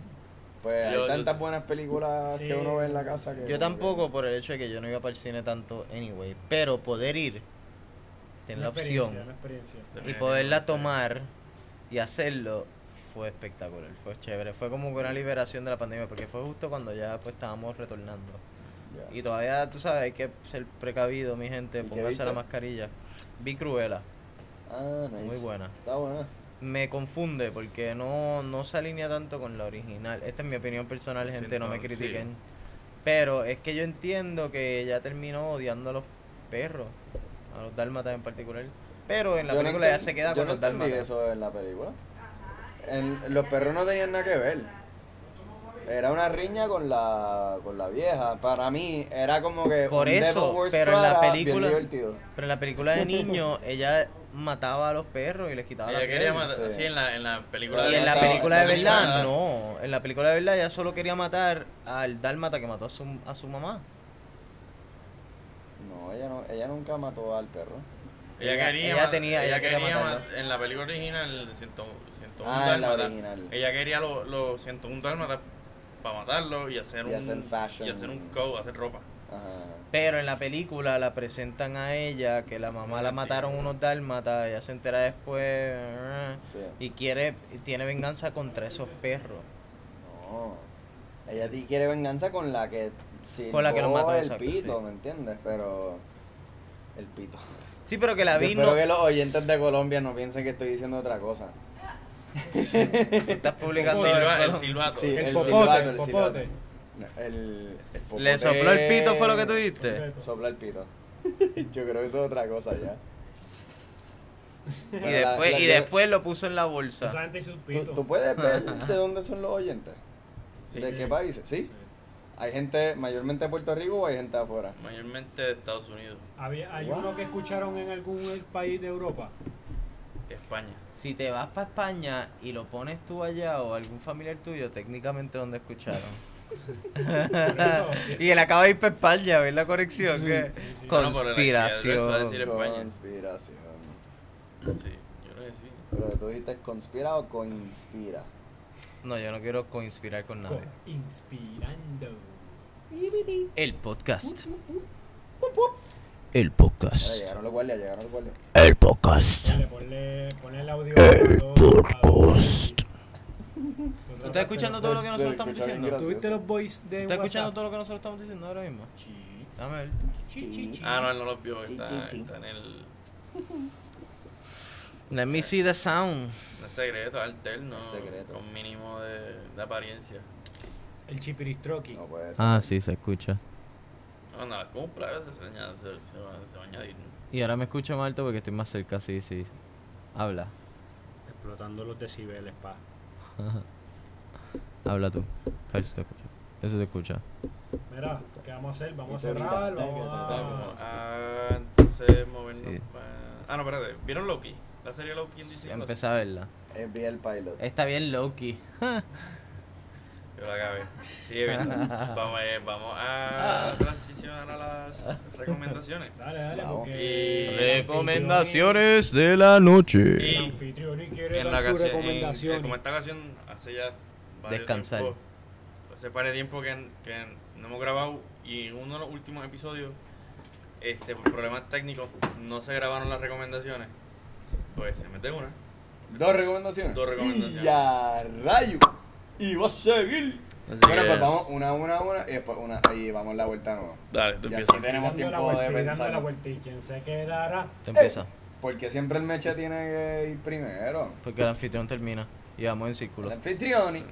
Speaker 1: Pues
Speaker 2: Yo- yo
Speaker 1: hay tantas
Speaker 2: sé.
Speaker 1: buenas películas
Speaker 4: Sí.
Speaker 1: que uno ve en la casa que...
Speaker 3: Yo tampoco pues. por el hecho de que yo no iba para el cine tanto anyway, pero poder ir, tener
Speaker 4: Una
Speaker 3: la
Speaker 4: experiencia, una
Speaker 3: opción
Speaker 4: experiencia.
Speaker 3: y poderla tomar y hacerlo fue espectacular, fue chévere, fue como que una liberación de la pandemia porque fue justo cuando ya pues estábamos retornando.
Speaker 1: Ya.
Speaker 3: Y todavía, tú sabes, hay que ser precavido, mi gente,
Speaker 1: ¿Y qué
Speaker 3: póngase la
Speaker 1: viste?
Speaker 3: mascarilla. Vi Cruella.
Speaker 1: Ah, nice.
Speaker 3: Muy buena.
Speaker 1: Está buena.
Speaker 3: Me confunde porque no, no se alinea tanto con la original. Esta es mi opinión personal, gente, no me
Speaker 2: Siento- sí.
Speaker 3: critiquen. Pero es que yo entiendo que ella terminó odiando a los perros, a los dálmatas en particular. Pero en la
Speaker 1: Yo no
Speaker 3: película ella
Speaker 1: enten-
Speaker 3: se queda
Speaker 1: yo
Speaker 3: con
Speaker 1: no
Speaker 3: los
Speaker 1: entendí
Speaker 3: dálmatas.
Speaker 1: eso en la película. En- los perros no tenían nada que ver. Era una riña con la, con la vieja. Para mí era como que
Speaker 3: Por
Speaker 1: un
Speaker 3: eso,
Speaker 1: Devil Wears
Speaker 3: pero en la
Speaker 1: Prada
Speaker 3: película-
Speaker 1: bien divertido.
Speaker 3: Pero en la película de niño, ella mataba a los perros y les quitaba la
Speaker 2: Ella
Speaker 3: piel.
Speaker 2: quería matar.
Speaker 1: sí.
Speaker 2: Sí, en la, en la película
Speaker 3: Y
Speaker 2: de
Speaker 3: en la
Speaker 1: Estaba-
Speaker 3: película de
Speaker 2: estaba
Speaker 3: verdad,
Speaker 2: animada.
Speaker 3: no. En la película de verdad, ella solo quería matar al dálmata que mató a su, a su mamá.
Speaker 1: No, ella no, ella nunca mató al perro.
Speaker 2: Ella
Speaker 3: Ella-
Speaker 2: quería.
Speaker 3: ella
Speaker 2: ma-
Speaker 3: tenía- ella quería matarlo.
Speaker 2: ma- En la película original, 101
Speaker 1: Ah, en la
Speaker 2: dálmatas,
Speaker 1: original.
Speaker 2: Ella quería lo- los 101 dálmatas para matarlo y hacer
Speaker 1: Y
Speaker 2: un.
Speaker 1: hacer fashion.
Speaker 2: Y hacer un coat, hacer ropa.
Speaker 1: Ajá.
Speaker 3: Pero en la película la presentan a ella, que la mamá la mataron unos dálmatas, ella se entera después
Speaker 1: Sí.
Speaker 3: y quiere, tiene venganza contra esos perros.
Speaker 1: No. Ella ti- quiere venganza con la que silbó
Speaker 3: Con la que lo mató,
Speaker 1: el
Speaker 3: exacto,
Speaker 1: pito,
Speaker 3: sí.
Speaker 1: ¿me entiendes? Pero el pito.
Speaker 3: Sí, pero que la
Speaker 1: Yo
Speaker 3: vi
Speaker 1: espero
Speaker 3: no...
Speaker 1: que los oyentes de Colombia no piensen que estoy diciendo otra cosa.
Speaker 3: Tú estás
Speaker 2: El
Speaker 3: publicando...
Speaker 2: silba-
Speaker 3: el-
Speaker 2: el silbato.
Speaker 1: Sí,
Speaker 4: El
Speaker 1: el,
Speaker 4: popote,
Speaker 1: silbato,
Speaker 4: el
Speaker 1: el
Speaker 4: popote.
Speaker 1: silbato. No, El, el popote.
Speaker 3: Le sopló el pito, fue lo que tú diste.
Speaker 4: Completo.
Speaker 1: Sopla el pito. Yo creo que eso es otra cosa ya.
Speaker 3: Y después, y después lo puso en la
Speaker 4: Esa
Speaker 3: bolsa.
Speaker 4: gente hizo un
Speaker 1: ¿Tú,
Speaker 4: pito.
Speaker 1: tú puedes ver de dónde son los oyentes?
Speaker 4: Sí.
Speaker 1: ¿De qué países? ¿Sí? ¿Hay gente mayormente de Puerto Rico o hay gente de afuera?
Speaker 2: Mayormente de Estados Unidos,
Speaker 4: Había, hay
Speaker 1: Wow.
Speaker 4: uno que escucharon en algún país de Europa.
Speaker 2: España.
Speaker 3: Si te vas para España y lo pones tú allá o algún familiar tuyo, técnicamente donde escucharon.
Speaker 4: Por eso, sí,
Speaker 3: y él acaba de ir para España, ¿ves la conexión? que
Speaker 2: Bueno, por el- eso va a
Speaker 3: Conspiración.
Speaker 2: decir España.
Speaker 1: Conspiración.
Speaker 2: Sí, yo creo que sí.
Speaker 1: Pero tú dijiste conspira o coinspira.
Speaker 3: No, yo no quiero coinspirar con
Speaker 4: co-
Speaker 3: nadie.
Speaker 4: Inspirando.
Speaker 3: El podcast. El podcast.
Speaker 1: Mira, llegaron los guardias, llegaron los guardias.
Speaker 6: El podcast.
Speaker 4: Dale, ponle, ponle el audio. El podcast.
Speaker 3: ¿Tú estás escuchando todo lo que nosotros estamos
Speaker 1: Escucha Pues, bien
Speaker 3: diciendo? ¿Tú
Speaker 1: gracioso.
Speaker 4: ¿Tuviste los boys de
Speaker 3: estás
Speaker 4: WhatsApp?
Speaker 3: escuchando todo lo que nosotros estamos diciendo ahora mismo?
Speaker 4: Sí.
Speaker 3: Dame ver.
Speaker 4: Chi, chi, chi.
Speaker 2: Ah, no, él no los vio,
Speaker 1: Sí,
Speaker 2: está,
Speaker 1: sí, sí.
Speaker 2: está en el,
Speaker 3: Let me see the sound.
Speaker 2: en el secreto alterno,
Speaker 1: El secreto.
Speaker 2: con mínimo de, de apariencia.
Speaker 4: El chipiristroqui.
Speaker 1: No puede ser.
Speaker 3: Ah, sí, se escucha.
Speaker 2: No, no, como un plaga se, añade- se, se va, se va a añadir.
Speaker 3: Y ahora me escucho más alto porque estoy más cerca, sí, sí. Habla.
Speaker 4: Explotando los decibeles, pa.
Speaker 3: Habla tú. A ver si te escucho. Eso te escucha.
Speaker 4: Mira, ¿qué vamos a hacer? Vamos a
Speaker 1: Y te
Speaker 4: cerrar,
Speaker 1: grita,
Speaker 4: vamos
Speaker 1: te
Speaker 2: Ah,
Speaker 1: grita,
Speaker 2: como,
Speaker 4: a...
Speaker 2: ah, entonces movernos
Speaker 3: Sí.
Speaker 2: pa- Ah, no, espérate. ¿Vieron Loki? La serie Loki en Disney Plus.
Speaker 3: Empecé a verla.
Speaker 1: Es bien el pilot.
Speaker 3: Está bien Loki.
Speaker 2: Yo la acabé. Sigue viendo. vamos, eh, vamos
Speaker 1: Ah.
Speaker 2: a transicionar a las recomendaciones.
Speaker 4: Dale, dale,
Speaker 1: Vamos.
Speaker 4: porque...
Speaker 2: Y-
Speaker 4: el
Speaker 3: Recomendaciones de la noche.
Speaker 2: Y-
Speaker 4: anfitrión- El anfitrión y quiere
Speaker 2: en la
Speaker 4: dar su
Speaker 2: ocasión- en-
Speaker 4: recomendación.
Speaker 2: eh, como esta ocasión hace ya varios
Speaker 3: Descansar.
Speaker 2: tiempo- hace par de tiempo que, n- que n- no hemos grabado y en uno de los últimos episodios este por problemas técnicos no se grabaron las recomendaciones pues se mete una
Speaker 1: Dos recomendaciones.
Speaker 2: Dos recomendaciones.
Speaker 1: Y ya, rayo. Y va a seguir.
Speaker 2: Así
Speaker 1: bueno,
Speaker 2: que-
Speaker 1: pues vamos una, una, una. Y después una. Ahí vamos la vuelta nueva.
Speaker 2: dale tú
Speaker 1: Y
Speaker 2: empieza
Speaker 1: así tenemos
Speaker 4: Dando la
Speaker 1: tiempo
Speaker 4: vuelta
Speaker 1: de
Speaker 4: y dando la
Speaker 1: pensar.
Speaker 4: vuelta y quien se quedará.
Speaker 3: Te empieza.
Speaker 1: Porque siempre el meche tiene que ir primero.
Speaker 3: Porque el anfitrión termina. Y vamos en
Speaker 1: El
Speaker 3: círculo.
Speaker 1: anfitrión.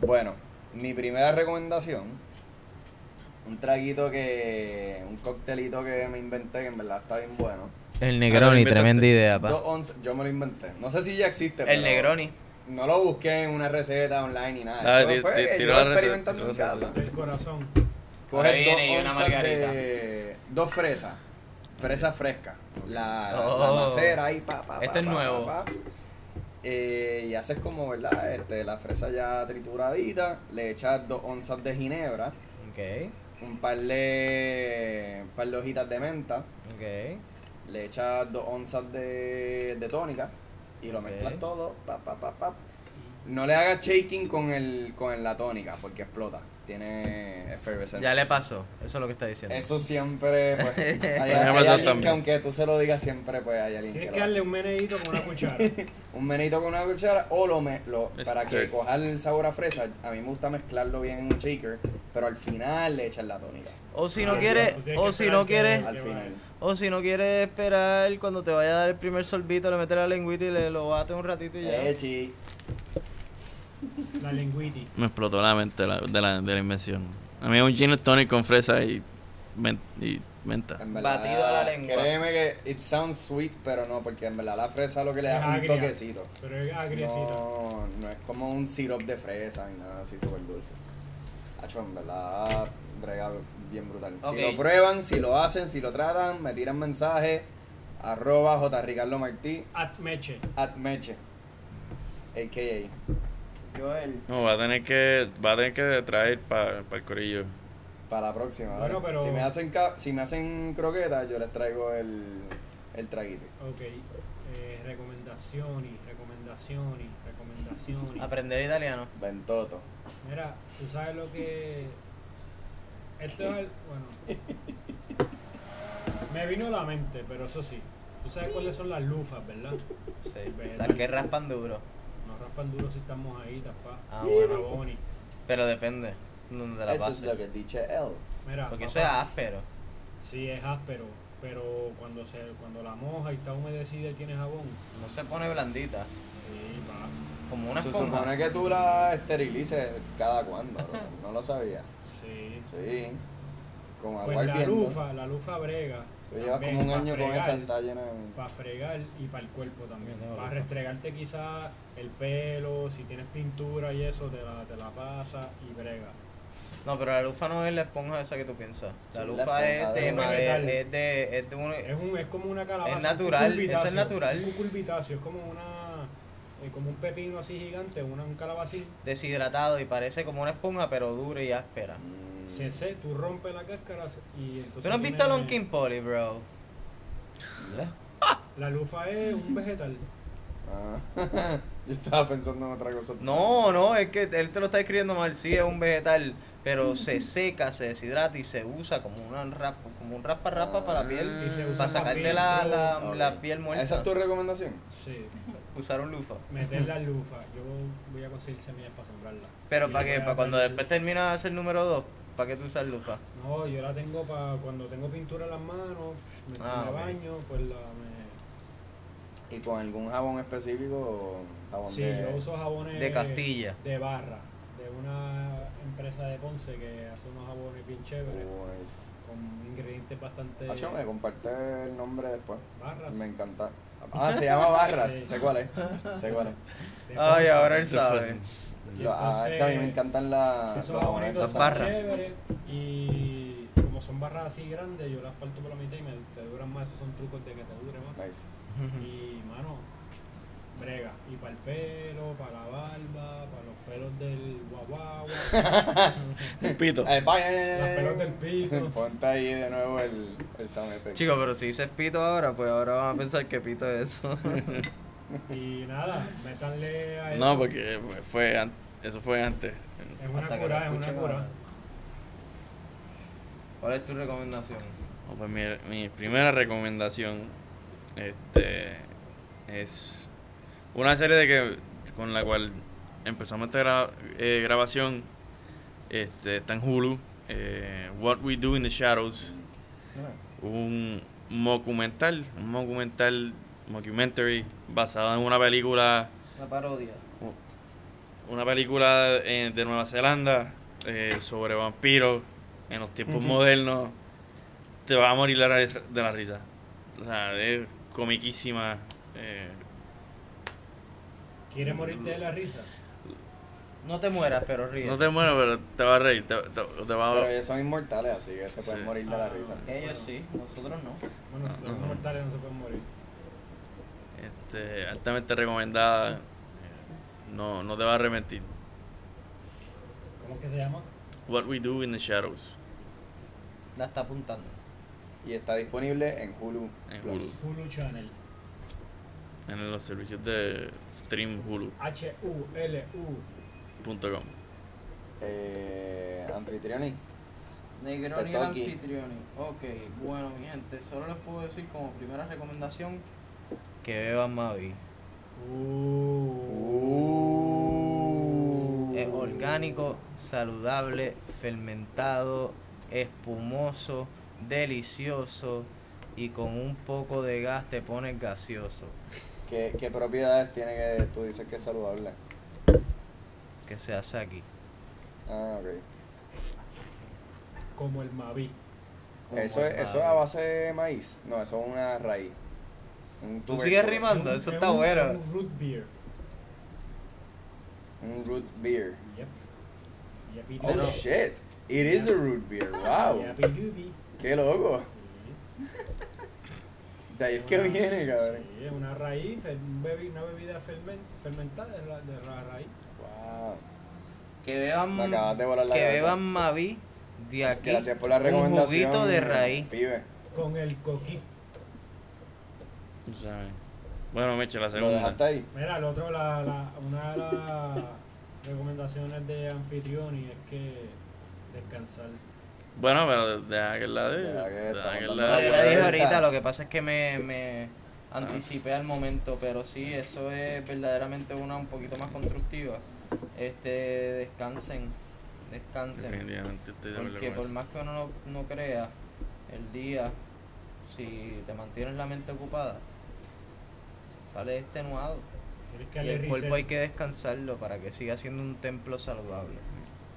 Speaker 1: Bueno, mi primera recomendación. Un traguito que. Un coctelito que me inventé que en verdad está bien bueno.
Speaker 3: El
Speaker 2: Ahora lo
Speaker 3: Negroni,
Speaker 2: inventaste.
Speaker 3: tremenda idea,
Speaker 1: Dos
Speaker 3: pa.
Speaker 1: once, yo me lo inventé. No sé si ya existe.
Speaker 3: El
Speaker 1: pero
Speaker 3: Negroni.
Speaker 1: No lo busqué en una receta online ni nada.
Speaker 2: Dale,
Speaker 1: Eso
Speaker 2: Ah, ti-
Speaker 1: fue,
Speaker 2: ti-
Speaker 1: yo
Speaker 2: tira
Speaker 1: lo
Speaker 2: la receta,
Speaker 1: experimenté en
Speaker 2: tira
Speaker 1: mi
Speaker 2: la
Speaker 1: casa.
Speaker 4: Del corazón.
Speaker 1: Coges
Speaker 9: Ahora viene
Speaker 1: dos
Speaker 9: y una
Speaker 1: onzas
Speaker 9: margarita.
Speaker 1: de- dos fresas. Fresa fresca. La, la-
Speaker 3: Oh.
Speaker 1: la macera ahí, pa, pa, pa,
Speaker 3: Este es
Speaker 1: pa,
Speaker 3: nuevo.
Speaker 1: pa, pa. Eh, y haces como, ¿verdad? Este, la fresa ya trituradita. Le echas dos onzas de ginebra.
Speaker 3: Ok,
Speaker 1: Un par de, un par de hojitas de menta.
Speaker 3: ok.
Speaker 1: Le echas dos onzas de, de tónica. Y lo
Speaker 3: Ok.
Speaker 1: mezclas todo. Pa, pa, pa, pa. No le hagas shaking con, el, con la tónica porque explota. Tiene efervescencia.
Speaker 3: Ya le pasó. Eso es lo que está diciendo.
Speaker 1: Eso siempre, pues. Hay, hay
Speaker 2: Me pasa
Speaker 1: alguien que
Speaker 2: también.
Speaker 1: aunque tú se lo digas siempre, pues hay alguien que,
Speaker 4: Tienes
Speaker 1: lo
Speaker 4: que darle
Speaker 1: hace.
Speaker 4: un meneíto con una cuchara.
Speaker 1: un menito con una cuchara o lo, me, lo- para que
Speaker 2: Mezclar.
Speaker 1: coja el sabor a fresa. A mí me gusta mezclarlo bien en un shaker Pero al final le echan la tónica.
Speaker 3: O si
Speaker 1: Ah,
Speaker 3: no quieres, o si no quieres,
Speaker 1: Al final.
Speaker 3: o si no quieres esperar cuando te vaya a dar el primer sorbito, le metes la lengüita y le lo bate un ratito y ya.
Speaker 1: Eh, chi.
Speaker 4: La lengüiti.
Speaker 2: Me explotó la mente la- de, la, de la invención. A mí es un gin tonic con fresa y, men- y menta.
Speaker 1: En verdad,
Speaker 3: Batido a la lengua.
Speaker 1: Créeme que it sounds sweet, pero no, porque en verdad la fresa lo que le
Speaker 4: Es
Speaker 1: da es un
Speaker 4: agria.
Speaker 1: toquecito.
Speaker 4: Pero es agriecito.
Speaker 1: No, no es como un sirop de fresa ni nada así súper dulce. Hacho, en verdad, brega bien brutal. Si
Speaker 3: Ok.
Speaker 1: lo prueban, si lo hacen, si lo tratan, me tiran mensaje. Arroba J. Ricardo Martí,
Speaker 4: Atmeche.
Speaker 1: at Meche, a.k.a.
Speaker 11: Joel.
Speaker 2: No, va a tener que, va a tener que traer para el corillo.
Speaker 1: Para la próxima,
Speaker 4: Bueno,
Speaker 1: ¿vale?
Speaker 4: pero-
Speaker 1: Si me hacen ca- si me hacen croquetas, yo les traigo el, el traguito.
Speaker 4: Ok. Eh, recomendaciones, recomendaciones, recomendaciones.
Speaker 3: Aprender italiano.
Speaker 1: Bentoto.
Speaker 4: Mira, tú sabes lo que. Esto es. al- Bueno. Me vino a la mente, pero eso sí. Tú sabes cuáles son las lufas, ¿verdad?
Speaker 3: Sí.
Speaker 4: Vegetal.
Speaker 3: Las que raspan duro.
Speaker 4: No raspan duro si están mojaditas, pa.
Speaker 3: Ah, bueno.
Speaker 4: Raboni.
Speaker 3: Pero depende donde te la
Speaker 1: Eso es lo
Speaker 3: pases.
Speaker 1: que dice él.
Speaker 4: Mira.
Speaker 3: Porque eso es
Speaker 4: papá,
Speaker 3: áspero.
Speaker 4: Sí, es áspero. Pero cuando se cuando la moja y está humedecida y tiene jabón.
Speaker 3: No se pone blandita.
Speaker 4: Sí, pa.
Speaker 3: Como una
Speaker 1: Se
Speaker 3: esponja.
Speaker 1: supone que tú la esterilices cada cuando, bro. no lo sabía.
Speaker 4: Sí.
Speaker 1: Sí. Con agua
Speaker 4: Pues la
Speaker 1: hirviendo.
Speaker 4: lufa, la lufa brega.
Speaker 1: Tú llevas como un año con esa
Speaker 4: talla.
Speaker 1: talla en
Speaker 4: Para fregar y para el cuerpo también.
Speaker 3: Yo tengo
Speaker 4: Para
Speaker 3: lufa.
Speaker 4: restregarte quizás el pelo, si tienes pintura y eso, te la, te la pasa y brega.
Speaker 3: No, pero la lufa no es la esponja esa que tú piensas.
Speaker 1: Sí,
Speaker 3: La
Speaker 1: la
Speaker 3: lufa
Speaker 1: esponja
Speaker 3: es
Speaker 1: de
Speaker 3: de
Speaker 4: un
Speaker 3: madera,
Speaker 4: vegetal.
Speaker 3: es de, es de un-
Speaker 4: Es, un, es como una calabaza.
Speaker 3: Es
Speaker 4: un
Speaker 3: natural,
Speaker 4: cuculbitáceo,
Speaker 3: eso es natural.
Speaker 4: Un cuculbitáceo, es como una eh, como un pepino así gigante, una, un calabacín.
Speaker 3: deshidratado y parece como una esponja pero dura y áspera.
Speaker 4: Se, se, tú rompes la cáscara y entonces.
Speaker 3: Mm. ¿Tú no has visto a
Speaker 4: tiene-
Speaker 3: Long King Polly, bro?
Speaker 4: La lufa es un vegetal.
Speaker 1: Ah. Yo estaba pensando en otra cosa.
Speaker 3: No, no, es que él te lo está escribiendo mal, sí, es un vegetal, pero se seca, se deshidrata y se usa como, una rap- como un raspa raspa para la
Speaker 1: Y se
Speaker 3: piel,
Speaker 4: usa
Speaker 3: para
Speaker 4: para
Speaker 3: sacarte la,
Speaker 4: filtro.
Speaker 3: la,
Speaker 1: Ok.
Speaker 3: la piel muerta.
Speaker 1: ¿Esa es tu recomendación?
Speaker 4: Sí.
Speaker 3: Usar un lufa.
Speaker 4: Meter la lufa. Yo voy a conseguir semillas para sembrarla.
Speaker 3: Pero
Speaker 4: Y
Speaker 3: para
Speaker 4: le voy
Speaker 3: que,
Speaker 4: a
Speaker 3: para cuando
Speaker 4: dar-
Speaker 3: después terminas de hacer número 2, ¿para qué tú usas lufa?
Speaker 4: No, yo la tengo para cuando tengo pintura en las manos, me,
Speaker 3: Ah,
Speaker 4: me
Speaker 3: ok.
Speaker 4: baño, pues la me...
Speaker 1: ¿Y con algún jabón específico? o Jabón
Speaker 4: Sí,
Speaker 1: de...
Speaker 4: yo uso jabones
Speaker 3: De Castilla.
Speaker 4: de barra, de una empresa de Ponce que hace unos jabones bien chéveres,
Speaker 1: Pues...
Speaker 4: con ingredientes bastante
Speaker 1: Acho, Ah, me comparte el nombre después.
Speaker 4: barras.
Speaker 1: Me encanta. Ah, se llama Barras.
Speaker 4: Sí.
Speaker 1: Sé cuál es. Sé cuál es.
Speaker 4: de
Speaker 3: Ay,
Speaker 4: Ponce.
Speaker 3: ahora él
Speaker 2: Eso
Speaker 3: sabe.
Speaker 4: Y
Speaker 1: Lo- ah, es que a mí me
Speaker 4: entonces,
Speaker 1: encantan las...
Speaker 4: Esos
Speaker 1: los jabones
Speaker 4: jabonitos
Speaker 3: las
Speaker 4: son
Speaker 1: artesanales.
Speaker 3: barras.
Speaker 4: chéveres y como son barras así grandes, yo las parto por la mitad y me te duran más, esos son trucos de que te dure más.
Speaker 1: Nice.
Speaker 4: Y mano, brega. Y para el pelo, para la barba, para los pelos del guaguagua,
Speaker 2: Un pito.
Speaker 1: Eh, vaya, ya, ya,
Speaker 4: las
Speaker 1: ya.
Speaker 4: pelos del pito.
Speaker 1: Ponte ahí de nuevo el, el sound effect.
Speaker 3: Chicos, pero si dices pito ahora, pues ahora van a pensar que pito es eso.
Speaker 4: Y nada, métanle a eso.
Speaker 2: No, porque fue- fue an- eso fue antes.
Speaker 4: Es una
Speaker 3: Hasta que
Speaker 4: cura,
Speaker 3: lo
Speaker 4: es una
Speaker 3: escuchen,
Speaker 4: cura.
Speaker 3: ahora. ¿Cuál es tu recomendación?
Speaker 2: No, pues mi, mi primera recomendación este, es una serie de que con la cual empezamos esta gra- eh, grabación. Este, está en Hulu. eh, What We Do in the Shadows. Un documental, un documental, documentary basado en una película
Speaker 11: Una parodia.
Speaker 2: una película eh, de Nueva Zelanda eh, sobre vampiros en los tiempos modernos, te vas a morir la ra- de la risa. O sea, es comiquísima. eh,
Speaker 4: ¿Quieres morirte de la risa?
Speaker 3: No te mueras, pero ríe.
Speaker 2: no te mueras, pero te vas a reír. Te, te- te vas a-
Speaker 1: Pero ellos son inmortales, así que se pueden
Speaker 2: ah, Sí.
Speaker 1: morir de la
Speaker 4: Ah.
Speaker 1: risa.
Speaker 11: Ellos sí, nosotros no.
Speaker 4: Bueno, si son mortales no se pueden morir.
Speaker 2: este, altamente recomendada. eh, No, no te vas a arrepentir.
Speaker 4: ¿Cómo es que se llama?
Speaker 2: What We Do in the Shadows.
Speaker 11: La está apuntando.
Speaker 1: Y está disponible en Hulu.
Speaker 2: En
Speaker 1: Plus.
Speaker 2: Hulu.
Speaker 4: Hulu Channel.
Speaker 2: En los servicios de streamhulu.com.
Speaker 4: H-U-L-U.
Speaker 1: Eh, Anfitrioni.
Speaker 11: Negroni el
Speaker 1: Totoki.
Speaker 11: anfitrión. Ok, bueno, mi gente, solo les puedo decir como primera recomendación
Speaker 3: Que beban Mavi.
Speaker 4: Uh.
Speaker 1: Uh.
Speaker 3: Es orgánico, saludable, fermentado, espumoso, delicioso y con un poco de gas te pones gaseoso.
Speaker 1: ¿Qué, qué propiedades tiene que tú dices que es saludable?
Speaker 3: Que se hace aquí.
Speaker 1: Ah, ok.
Speaker 4: Como el Mavi.
Speaker 1: Eso es, eso es a base de maíz. No, eso es una raíz. Un
Speaker 3: Tú
Speaker 1: tubérculo.
Speaker 3: sigues rimando, eso
Speaker 4: Es
Speaker 3: está
Speaker 4: un-
Speaker 3: bueno.
Speaker 4: Un root beer.
Speaker 1: Un root beer.
Speaker 4: Yep. Yep, it
Speaker 1: Oh
Speaker 4: is.
Speaker 1: shit. It is a root beer. Wow.
Speaker 4: Yep, it do be.
Speaker 1: Qué loco. De ahí es que
Speaker 4: Una-
Speaker 1: viene, cabrón.
Speaker 4: Ah, Sí, es una raíz, fer- un bebi- una bebida fermen- fermentada de la, de la raíz.
Speaker 1: Wow.
Speaker 3: Que beban,
Speaker 1: Me acabas de volar la
Speaker 3: que
Speaker 1: cabeza.
Speaker 3: beban Mavi de aquí.
Speaker 1: Gracias por la
Speaker 3: un
Speaker 1: recomendación.
Speaker 3: juguito de raíz.
Speaker 1: Pibe.
Speaker 4: Con el coquí.
Speaker 2: Tú sabes. Bueno, Meche, la
Speaker 1: Lo dejaste
Speaker 2: segunda.
Speaker 1: ahí.
Speaker 4: Mira, el otro, la, la- una de las recomendaciones de Anfitrioni es que descansar.
Speaker 2: Bueno, pero deja que la de.
Speaker 1: Deja que
Speaker 2: Deja
Speaker 1: estamos
Speaker 2: que
Speaker 1: dando
Speaker 2: la
Speaker 3: No, yo
Speaker 1: la
Speaker 3: la dije
Speaker 1: vuelta.
Speaker 3: ahorita, lo que pasa es que me, me
Speaker 2: Ah.
Speaker 3: anticipé al momento, pero sí, eso es verdaderamente una un poquito más constructiva. Este, descansen, descansen.
Speaker 2: Definitivamente estoy de acuerdo
Speaker 3: Porque
Speaker 2: con
Speaker 3: por
Speaker 2: eso.
Speaker 3: más que uno no, no crea, el día, si te mantienes la mente ocupada, sale extenuado.
Speaker 4: Tienes que
Speaker 3: Y
Speaker 4: darle
Speaker 3: el cuerpo hay
Speaker 4: reset.
Speaker 3: que descansarlo para que siga siendo un templo saludable.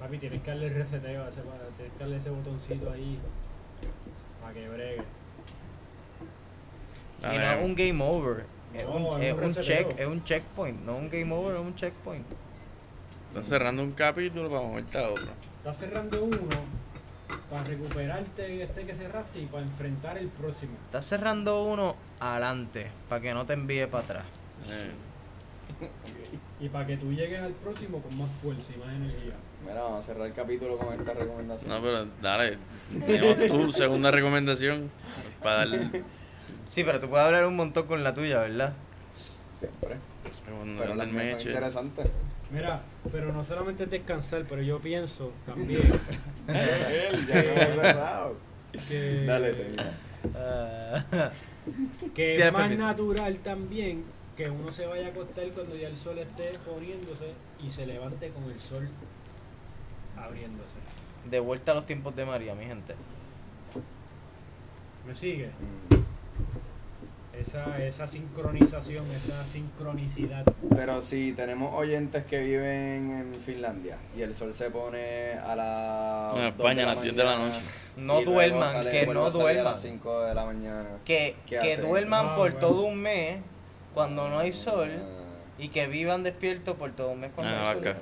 Speaker 4: Papi, tienes que darle reseteo, a ese, pa- tienes que darle ese botoncito ahí para que bregue.
Speaker 2: Dale,
Speaker 3: Y no es un game over, es
Speaker 4: No,
Speaker 3: un,
Speaker 4: es un
Speaker 3: es un check,
Speaker 4: reseteo.
Speaker 3: es un checkpoint, no un game over, es un checkpoint.
Speaker 2: Estás cerrando un capítulo para moverte a otro.
Speaker 4: Estás cerrando uno para recuperarte este que cerraste y para enfrentar el próximo.
Speaker 3: Estás cerrando uno adelante para que no te envíe para atrás.
Speaker 2: Eh,
Speaker 4: Y para que tú llegues al próximo con más fuerza y más energía.
Speaker 1: Mira, vamos a cerrar el capítulo con esta recomendación.
Speaker 2: No, pero dale. Tenemos tu segunda recomendación. Para darle.
Speaker 3: Sí, pero tú puedes hablar un montón con la tuya, ¿verdad?
Speaker 2: pues,
Speaker 1: Siempre. Pero
Speaker 2: Recomendación
Speaker 1: las
Speaker 2: del
Speaker 1: mías son
Speaker 2: Meche.
Speaker 1: interesantes.
Speaker 4: Mira, pero no solamente es descansar, pero yo pienso también
Speaker 1: Él ya no hemos cerrado.
Speaker 4: que,
Speaker 1: Dale, termina.
Speaker 3: Ah,
Speaker 4: que
Speaker 3: Tienes
Speaker 4: es más
Speaker 3: permiso.
Speaker 4: natural también que uno se vaya a acostar cuando ya el sol esté poniéndose y se levante con el sol abriéndose.
Speaker 3: de vuelta a los tiempos de María, mi gente.
Speaker 4: ¿Me sigue?
Speaker 1: Mm.
Speaker 4: Esa, esa sincronización, esa sincronicidad.
Speaker 1: Pero si tenemos oyentes que viven en Finlandia y el sol se pone a las.
Speaker 2: En
Speaker 1: dos
Speaker 2: España,
Speaker 1: de
Speaker 2: a
Speaker 1: la
Speaker 2: las 10 de la
Speaker 1: mañana,
Speaker 2: noche.
Speaker 3: No
Speaker 1: y luego
Speaker 3: duerman,
Speaker 1: sale-
Speaker 3: que
Speaker 1: vuelve
Speaker 3: no
Speaker 1: a salir A
Speaker 3: duerman.
Speaker 1: las 5 de la mañana.
Speaker 3: Que,
Speaker 1: ¿Qué
Speaker 3: que
Speaker 1: hacen?
Speaker 3: duerman
Speaker 4: Ah,
Speaker 3: por
Speaker 4: bueno.
Speaker 3: todo un mes cuando no hay sol
Speaker 1: Ah,
Speaker 3: y que vivan despiertos por todo un mes cuando
Speaker 2: Ah,
Speaker 3: hay sol.
Speaker 2: vaca.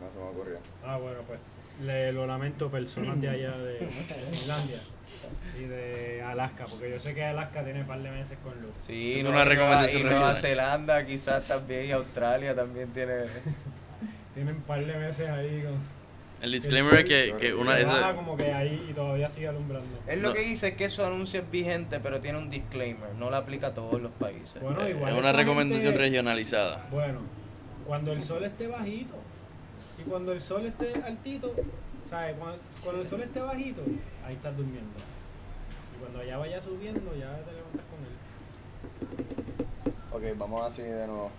Speaker 1: No se me ocurrió.
Speaker 4: Ah, bueno, pues le, lo lamento personas de allá de Finlandia y de Alaska, porque yo sé que Alaska tiene un par de meses con luz.
Speaker 3: Sí,
Speaker 2: Es
Speaker 3: no,
Speaker 2: una
Speaker 3: y Nueva-
Speaker 2: recomendación
Speaker 3: Y Nueva
Speaker 2: regional.
Speaker 3: Zelanda quizás también, y Australia también tiene...
Speaker 4: Tienen un par de meses ahí con...
Speaker 2: El disclaimer es que,
Speaker 1: sol
Speaker 2: que una
Speaker 4: se
Speaker 2: de
Speaker 4: baja
Speaker 2: esas.
Speaker 4: Ah, como que ahí y todavía sigue alumbrando.
Speaker 3: Él lo
Speaker 2: No.
Speaker 3: que dice es que su anuncio es vigente, pero tiene un disclaimer, no lo aplica a todos los países.
Speaker 4: Bueno,
Speaker 2: eh,
Speaker 4: igual
Speaker 2: es una
Speaker 4: esta
Speaker 2: recomendación
Speaker 4: gente-
Speaker 2: regionalizada.
Speaker 4: Bueno, cuando el sol esté bajito y cuando el sol esté altito, ¿sabes? Cuando, cuando el sol esté bajito, ahí estás durmiendo. Y cuando ya vaya subiendo, ya te levantas con él.
Speaker 1: Ok, vamos así de nuevo.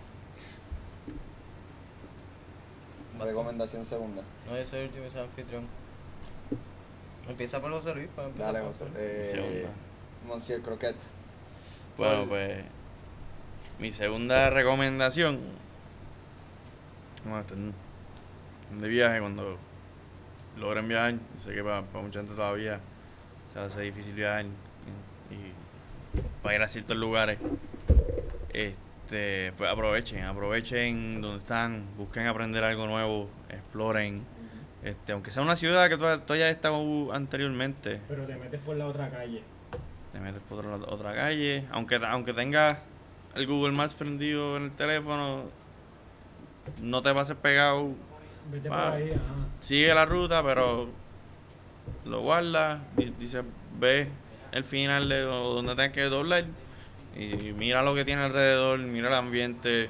Speaker 1: Recomendación segunda.
Speaker 3: No, yo soy el último soy anfitrión. Empieza por José Luis, pues empieza
Speaker 1: Dale,
Speaker 3: por
Speaker 1: José.
Speaker 3: José Luis.
Speaker 1: Eh,
Speaker 2: Segunda.
Speaker 1: Monsieur Croquet.
Speaker 2: Bueno, pues. Mi segunda recomendación. Vamos a estar de viaje cuando logren viajar. Yo Sé que para, mucha gente todavía se hace difícil viajar y, y para ir a ciertos lugares. Este, pues aprovechen, aprovechen donde están, busquen aprender algo nuevo, exploren. Este, aunque sea una ciudad que tú, tú hayas estado anteriormente,
Speaker 4: Pero te metes por la otra calle.
Speaker 2: te metes por otra, otra calle, aunque, ta- aunque tengas el Google Maps prendido en el teléfono, no te pases pegado,
Speaker 4: Vete
Speaker 2: Ah.
Speaker 4: por ahí, ajá.
Speaker 2: sigue la ruta, pero lo guardas, di- dices, ve el final de do- donde tengas que doblar y mira lo que tiene alrededor, mira el ambiente,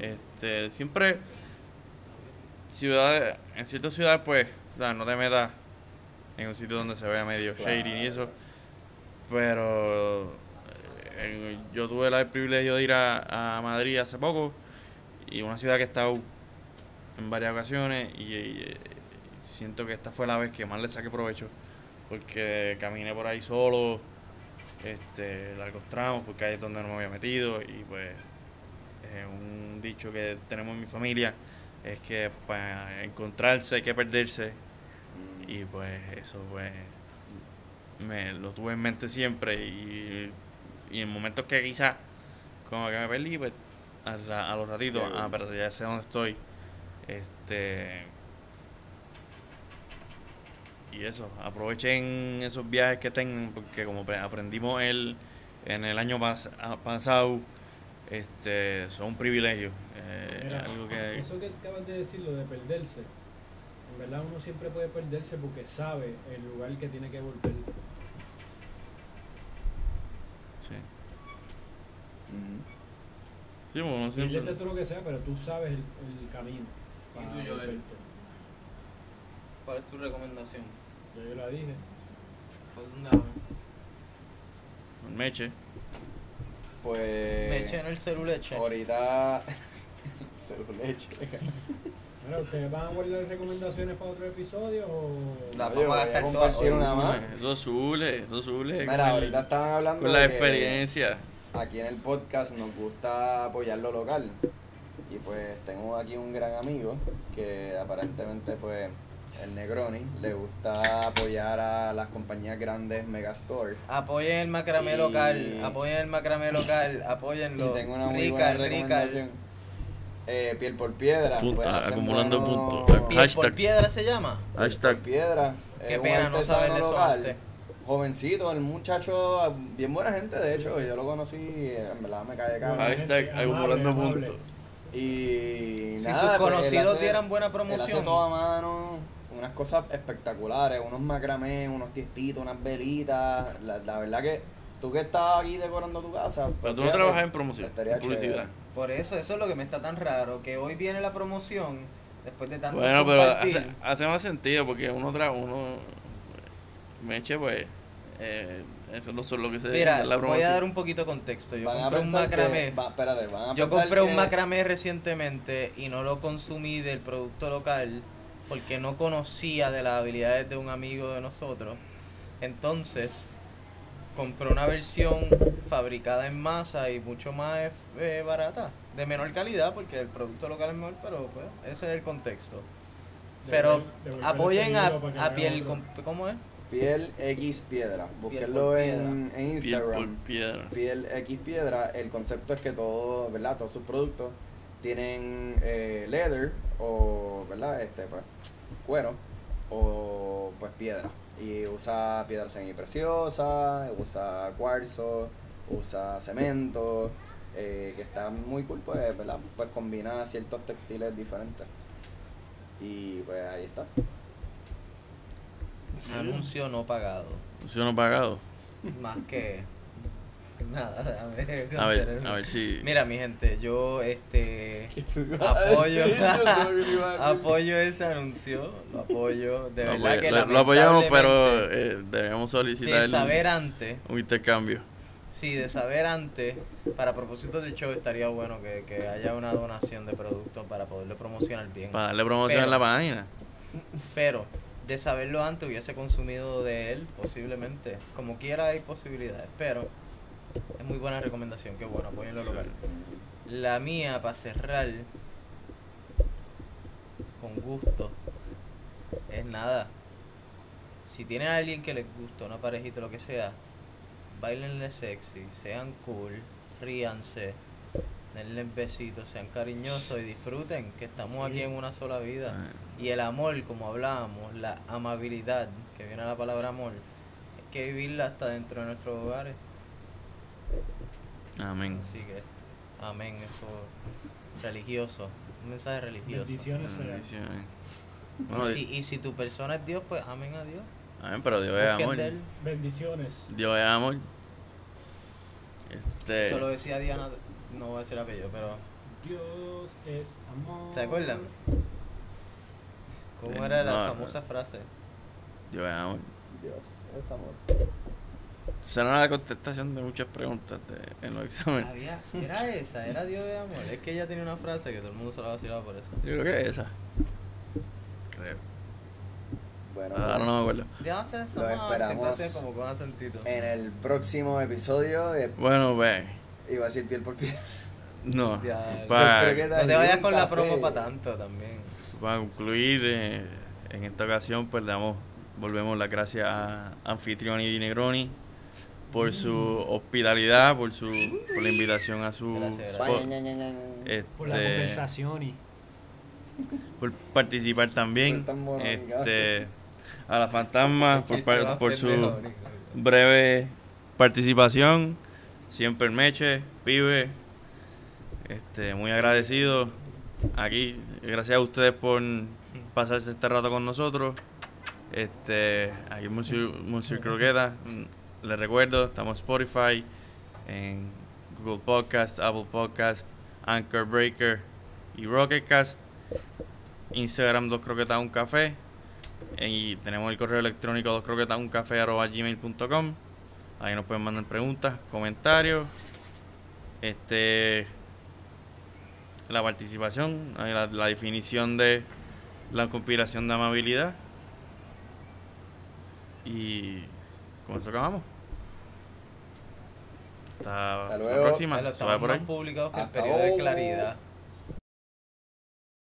Speaker 2: este, siempre ciudades, en ciertas ciudades pues, o sea, no te metas en un sitio donde se vea medio shady y eso. Pero eh, yo tuve la- el privilegio de ir a, a Madrid hace poco y una ciudad que he estado en varias ocasiones y, y, eh, siento que esta fue la vez que más le saqué provecho porque caminé por ahí solo, este, largos tramos, por calles donde no me había metido y pues eh, un dicho que tenemos en mi familia es que para encontrarse hay que perderse y pues eso pues me lo tuve en mente siempre y, y en momentos que quizás como que me perdí pues a, ra- a los ratitos ah pero ya sé dónde estoy este y eso aprovechen esos viajes que tengan porque como pre- aprendimos el en el año pas- ah, pasado este son un privilegio eh,
Speaker 5: Mira,
Speaker 2: algo que
Speaker 5: Eso que acabas de decir, lo de perderse. En verdad uno siempre puede perderse porque sabe el lugar que tiene que volver.
Speaker 2: sí
Speaker 1: Ujú.
Speaker 2: sí bueno, siempre-
Speaker 5: Piérdete tú lo que sea, pero tú sabes el, el camino. para
Speaker 9: tú, Joel?
Speaker 5: volverte.
Speaker 9: ¿Cuál es tu recomendación?
Speaker 5: Ya yo la dije.
Speaker 9: ¿Por dónde vas?
Speaker 2: meche
Speaker 1: Pues.
Speaker 3: Me eché en el celuleche.
Speaker 1: Ahorita. Se lo leche.
Speaker 5: Mira, ¿ustedes van a guardar recomendaciones para otro episodio o...?
Speaker 3: La
Speaker 1: Oye,
Speaker 3: vamos a
Speaker 1: voy a
Speaker 3: gastar todas.
Speaker 1: compartir una más.
Speaker 2: Eso sule, eso sule. con
Speaker 1: Mira,
Speaker 2: el-
Speaker 1: ahorita estaban hablando
Speaker 2: Con la
Speaker 1: de que
Speaker 2: experiencia.
Speaker 1: Aquí en el podcast nos gusta apoyar lo local. Y pues tengo aquí un gran amigo que aparentemente pues el Negroni le gusta apoyar a las compañías grandes Megastore.
Speaker 3: Apoyen el macramé
Speaker 1: Y-
Speaker 3: local, apoyen el macramé local,
Speaker 1: Y
Speaker 3: apóyenlo.
Speaker 1: tengo una muy buena recomendación. Eh, piel por piedra.
Speaker 2: Punta,
Speaker 1: hacen
Speaker 2: acumulando
Speaker 1: buenos-
Speaker 2: puntos.
Speaker 3: Piel por
Speaker 2: Hashtag.
Speaker 3: piedra se llama.
Speaker 2: Hashtag.
Speaker 1: Piedra.
Speaker 3: Qué
Speaker 1: es un
Speaker 3: pena no
Speaker 1: artesano
Speaker 3: saberle eso
Speaker 1: local,
Speaker 3: antes.
Speaker 1: Jovencito, el muchacho, bien buena gente de hecho, yo lo conocí, en verdad me cae de cara.
Speaker 5: Ay.
Speaker 2: Hashtag
Speaker 5: amable,
Speaker 2: acumulando
Speaker 5: amable.
Speaker 2: puntos.
Speaker 1: Y
Speaker 3: Si
Speaker 1: nada,
Speaker 3: sus
Speaker 1: pues, él
Speaker 3: conocidos
Speaker 1: hace-
Speaker 3: dieran buena
Speaker 1: Él hace
Speaker 3: promoción.
Speaker 1: todo a mano, unas cosas espectaculares, unos macramés, unos tiestitos, unas velitas. La, la verdad que tú que estás aquí decorando tu casa.
Speaker 2: Pero
Speaker 1: pues,
Speaker 2: tú no
Speaker 1: fíjate,
Speaker 2: trabajas en promoción,
Speaker 1: estaría
Speaker 2: en publicidad.
Speaker 1: chévere.
Speaker 3: Por eso, eso es lo que me está tan raro, que hoy viene la promoción después de tanto
Speaker 2: Bueno, pero
Speaker 3: compartir.
Speaker 2: hace, hace más sentido porque uno tra uno meche pues eh, eso no son lo que se
Speaker 3: Mira,
Speaker 2: es la
Speaker 3: voy a
Speaker 2: promoción.
Speaker 3: dar un poquito de contexto. Yo
Speaker 1: Van a
Speaker 3: compré un
Speaker 1: pensar que-
Speaker 3: macramé.
Speaker 1: va- espérate, van a
Speaker 3: Yo
Speaker 1: pensar
Speaker 3: compré un
Speaker 1: que-
Speaker 3: macramé recientemente y no lo consumí del producto local porque no conocía de las habilidades de un amigo de nosotros. Entonces, compré una versión fabricada en masa y mucho más eh, barata, de menor calidad porque el producto local es mejor, pero pues, ese es el contexto. Pero
Speaker 5: Devuelve- devuelve
Speaker 3: apoyen
Speaker 5: ese
Speaker 3: a,
Speaker 5: este libro para que
Speaker 3: a
Speaker 5: me
Speaker 3: piel,
Speaker 5: hagan otro.
Speaker 3: con- ¿cómo es?
Speaker 1: Piel X Piedra. Búsquenlo
Speaker 3: por
Speaker 1: en, en
Speaker 2: Piel
Speaker 1: Instagram.
Speaker 2: por piedra.
Speaker 1: piel X piedra, el concepto es que todo, ¿verdad? Todos sus productos tienen eh, leather o, ¿verdad? Este, pues, cuero o, pues, piedra. Y usa piedra semipreciosa, usa cuarzo, usa cemento, eh, que está muy cool, pues, ¿verdad? Pues combina ciertos textiles diferentes. Y, pues, ahí está.
Speaker 3: Anuncio no pagado.
Speaker 2: Funcionó pagado.
Speaker 3: Más que nada, a ver.
Speaker 2: A ver, a ver si
Speaker 3: Mira, mi gente, yo este apoyo apoyo ese anuncio, lo apoyo, de
Speaker 2: lo,
Speaker 3: verdad
Speaker 2: apoy-
Speaker 3: que
Speaker 2: pues, lo- lo apoyamos, pero
Speaker 3: lamentablemente,
Speaker 2: eh, debemos
Speaker 3: de
Speaker 2: solicitar
Speaker 3: saber antes,
Speaker 2: un intercambio.
Speaker 3: sí, de saber antes, para propósito del show estaría bueno que, que haya una donación de productos para poderlo promocionar bien.
Speaker 2: Para darle promoción
Speaker 3: Pero-
Speaker 2: a la página.
Speaker 3: Pero de saberlo antes hubiese consumido de él posiblemente, como quiera hay posibilidades, pero es muy buena recomendación, qué bueno, apoyenlo
Speaker 2: Sí.
Speaker 3: local. La mía para cerrar con gusto es nada. Si tienen a alguien que les gusta, una parejita, lo que sea, bailenle sexy, sean cool, ríanse, denle besitos, sean cariñosos y disfruten que estamos aquí en una sola vida.
Speaker 2: Ah.
Speaker 3: Y el amor, como hablábamos, la amabilidad, que viene a la palabra amor, hay que vivirla hasta dentro de nuestros hogares.
Speaker 2: Amén.
Speaker 3: Así que, amén, eso religioso, un mensaje religioso.
Speaker 5: Bendiciones eh. sean.
Speaker 2: Bendiciones. Bueno,
Speaker 3: Y si, y si tu persona es Dios, pues amén a Dios.
Speaker 2: amén, pero Dios es
Speaker 3: Busquen
Speaker 2: amor.
Speaker 3: de él.
Speaker 5: Bendiciones.
Speaker 2: Dios es amor. Este.
Speaker 3: Eso lo decía Diana, no voy a decir apellido, pero
Speaker 5: Dios es amor.
Speaker 3: ¿se acuerdan? ¿Cómo
Speaker 2: Eh,
Speaker 3: era la
Speaker 2: no, no.
Speaker 3: famosa frase?
Speaker 2: Dios es amor.
Speaker 1: Dios, es amor.
Speaker 2: Será la contestación de muchas preguntas de- en los exámenes.
Speaker 3: Había, era esa, era Dios de amor. Es que ella tenía una frase que todo el mundo se la vacilaba por eso.
Speaker 2: Yo creo que es esa. creo.
Speaker 1: Bueno,
Speaker 2: Ahora no me acuerdo.
Speaker 3: Ya hace eso,
Speaker 1: Lo
Speaker 3: ah, siempre
Speaker 1: esperamos.
Speaker 3: hace como con acentito.
Speaker 1: en el próximo episodio de.
Speaker 2: Bueno, pues.
Speaker 1: Iba a decir piel por piel.
Speaker 2: No.
Speaker 3: Ya,
Speaker 2: Para,
Speaker 1: Yo creo que-
Speaker 3: No te vayas con la
Speaker 1: Café.
Speaker 3: promo para tanto también.
Speaker 2: Pues, para concluir, eh, en esta ocasión, pues damos, volvemos las gracias a Anfitrión y Negroni por su hospitalidad, por su por la invitación a su
Speaker 3: Mm. Gracias, gracias.
Speaker 2: po-
Speaker 1: Ña, ña, ña, ña.
Speaker 2: este,
Speaker 5: Por la conversación y.
Speaker 2: por participar también.
Speaker 1: Por tan bonito.
Speaker 2: Este, a la Fantasma por,
Speaker 3: Chiste
Speaker 2: par-
Speaker 3: más
Speaker 2: Ah, pues, por su
Speaker 3: pendejo, Nico.
Speaker 2: breve participación. Siempre el Meche, pibe. Este, muy agradecido. Aquí, gracias a ustedes por pasarse este rato con nosotros. Este, aquí en Monsieur, Monsieur Croqueta. Mm, Les recuerdo, estamos en Spotify, en Google Podcast, Apple Podcast, Anchor Breaker y Rocketcast. Instagram dos croquetas un café. Y tenemos el correo electrónico dos croquetas un café arroba gmail.com. Ahí nos pueden mandar preguntas, comentarios. Este la participación, ahí la, la definición de la conspiración de amabilidad. Y con eso acabamos. Hasta,
Speaker 1: Hasta
Speaker 2: la
Speaker 1: luego.
Speaker 2: próxima.
Speaker 3: Ahí Lo
Speaker 2: Se va
Speaker 3: estamos
Speaker 2: por
Speaker 3: más
Speaker 2: ahí.
Speaker 3: publicados que el
Speaker 1: Hasta
Speaker 3: periodo de
Speaker 1: luego.
Speaker 3: claridad.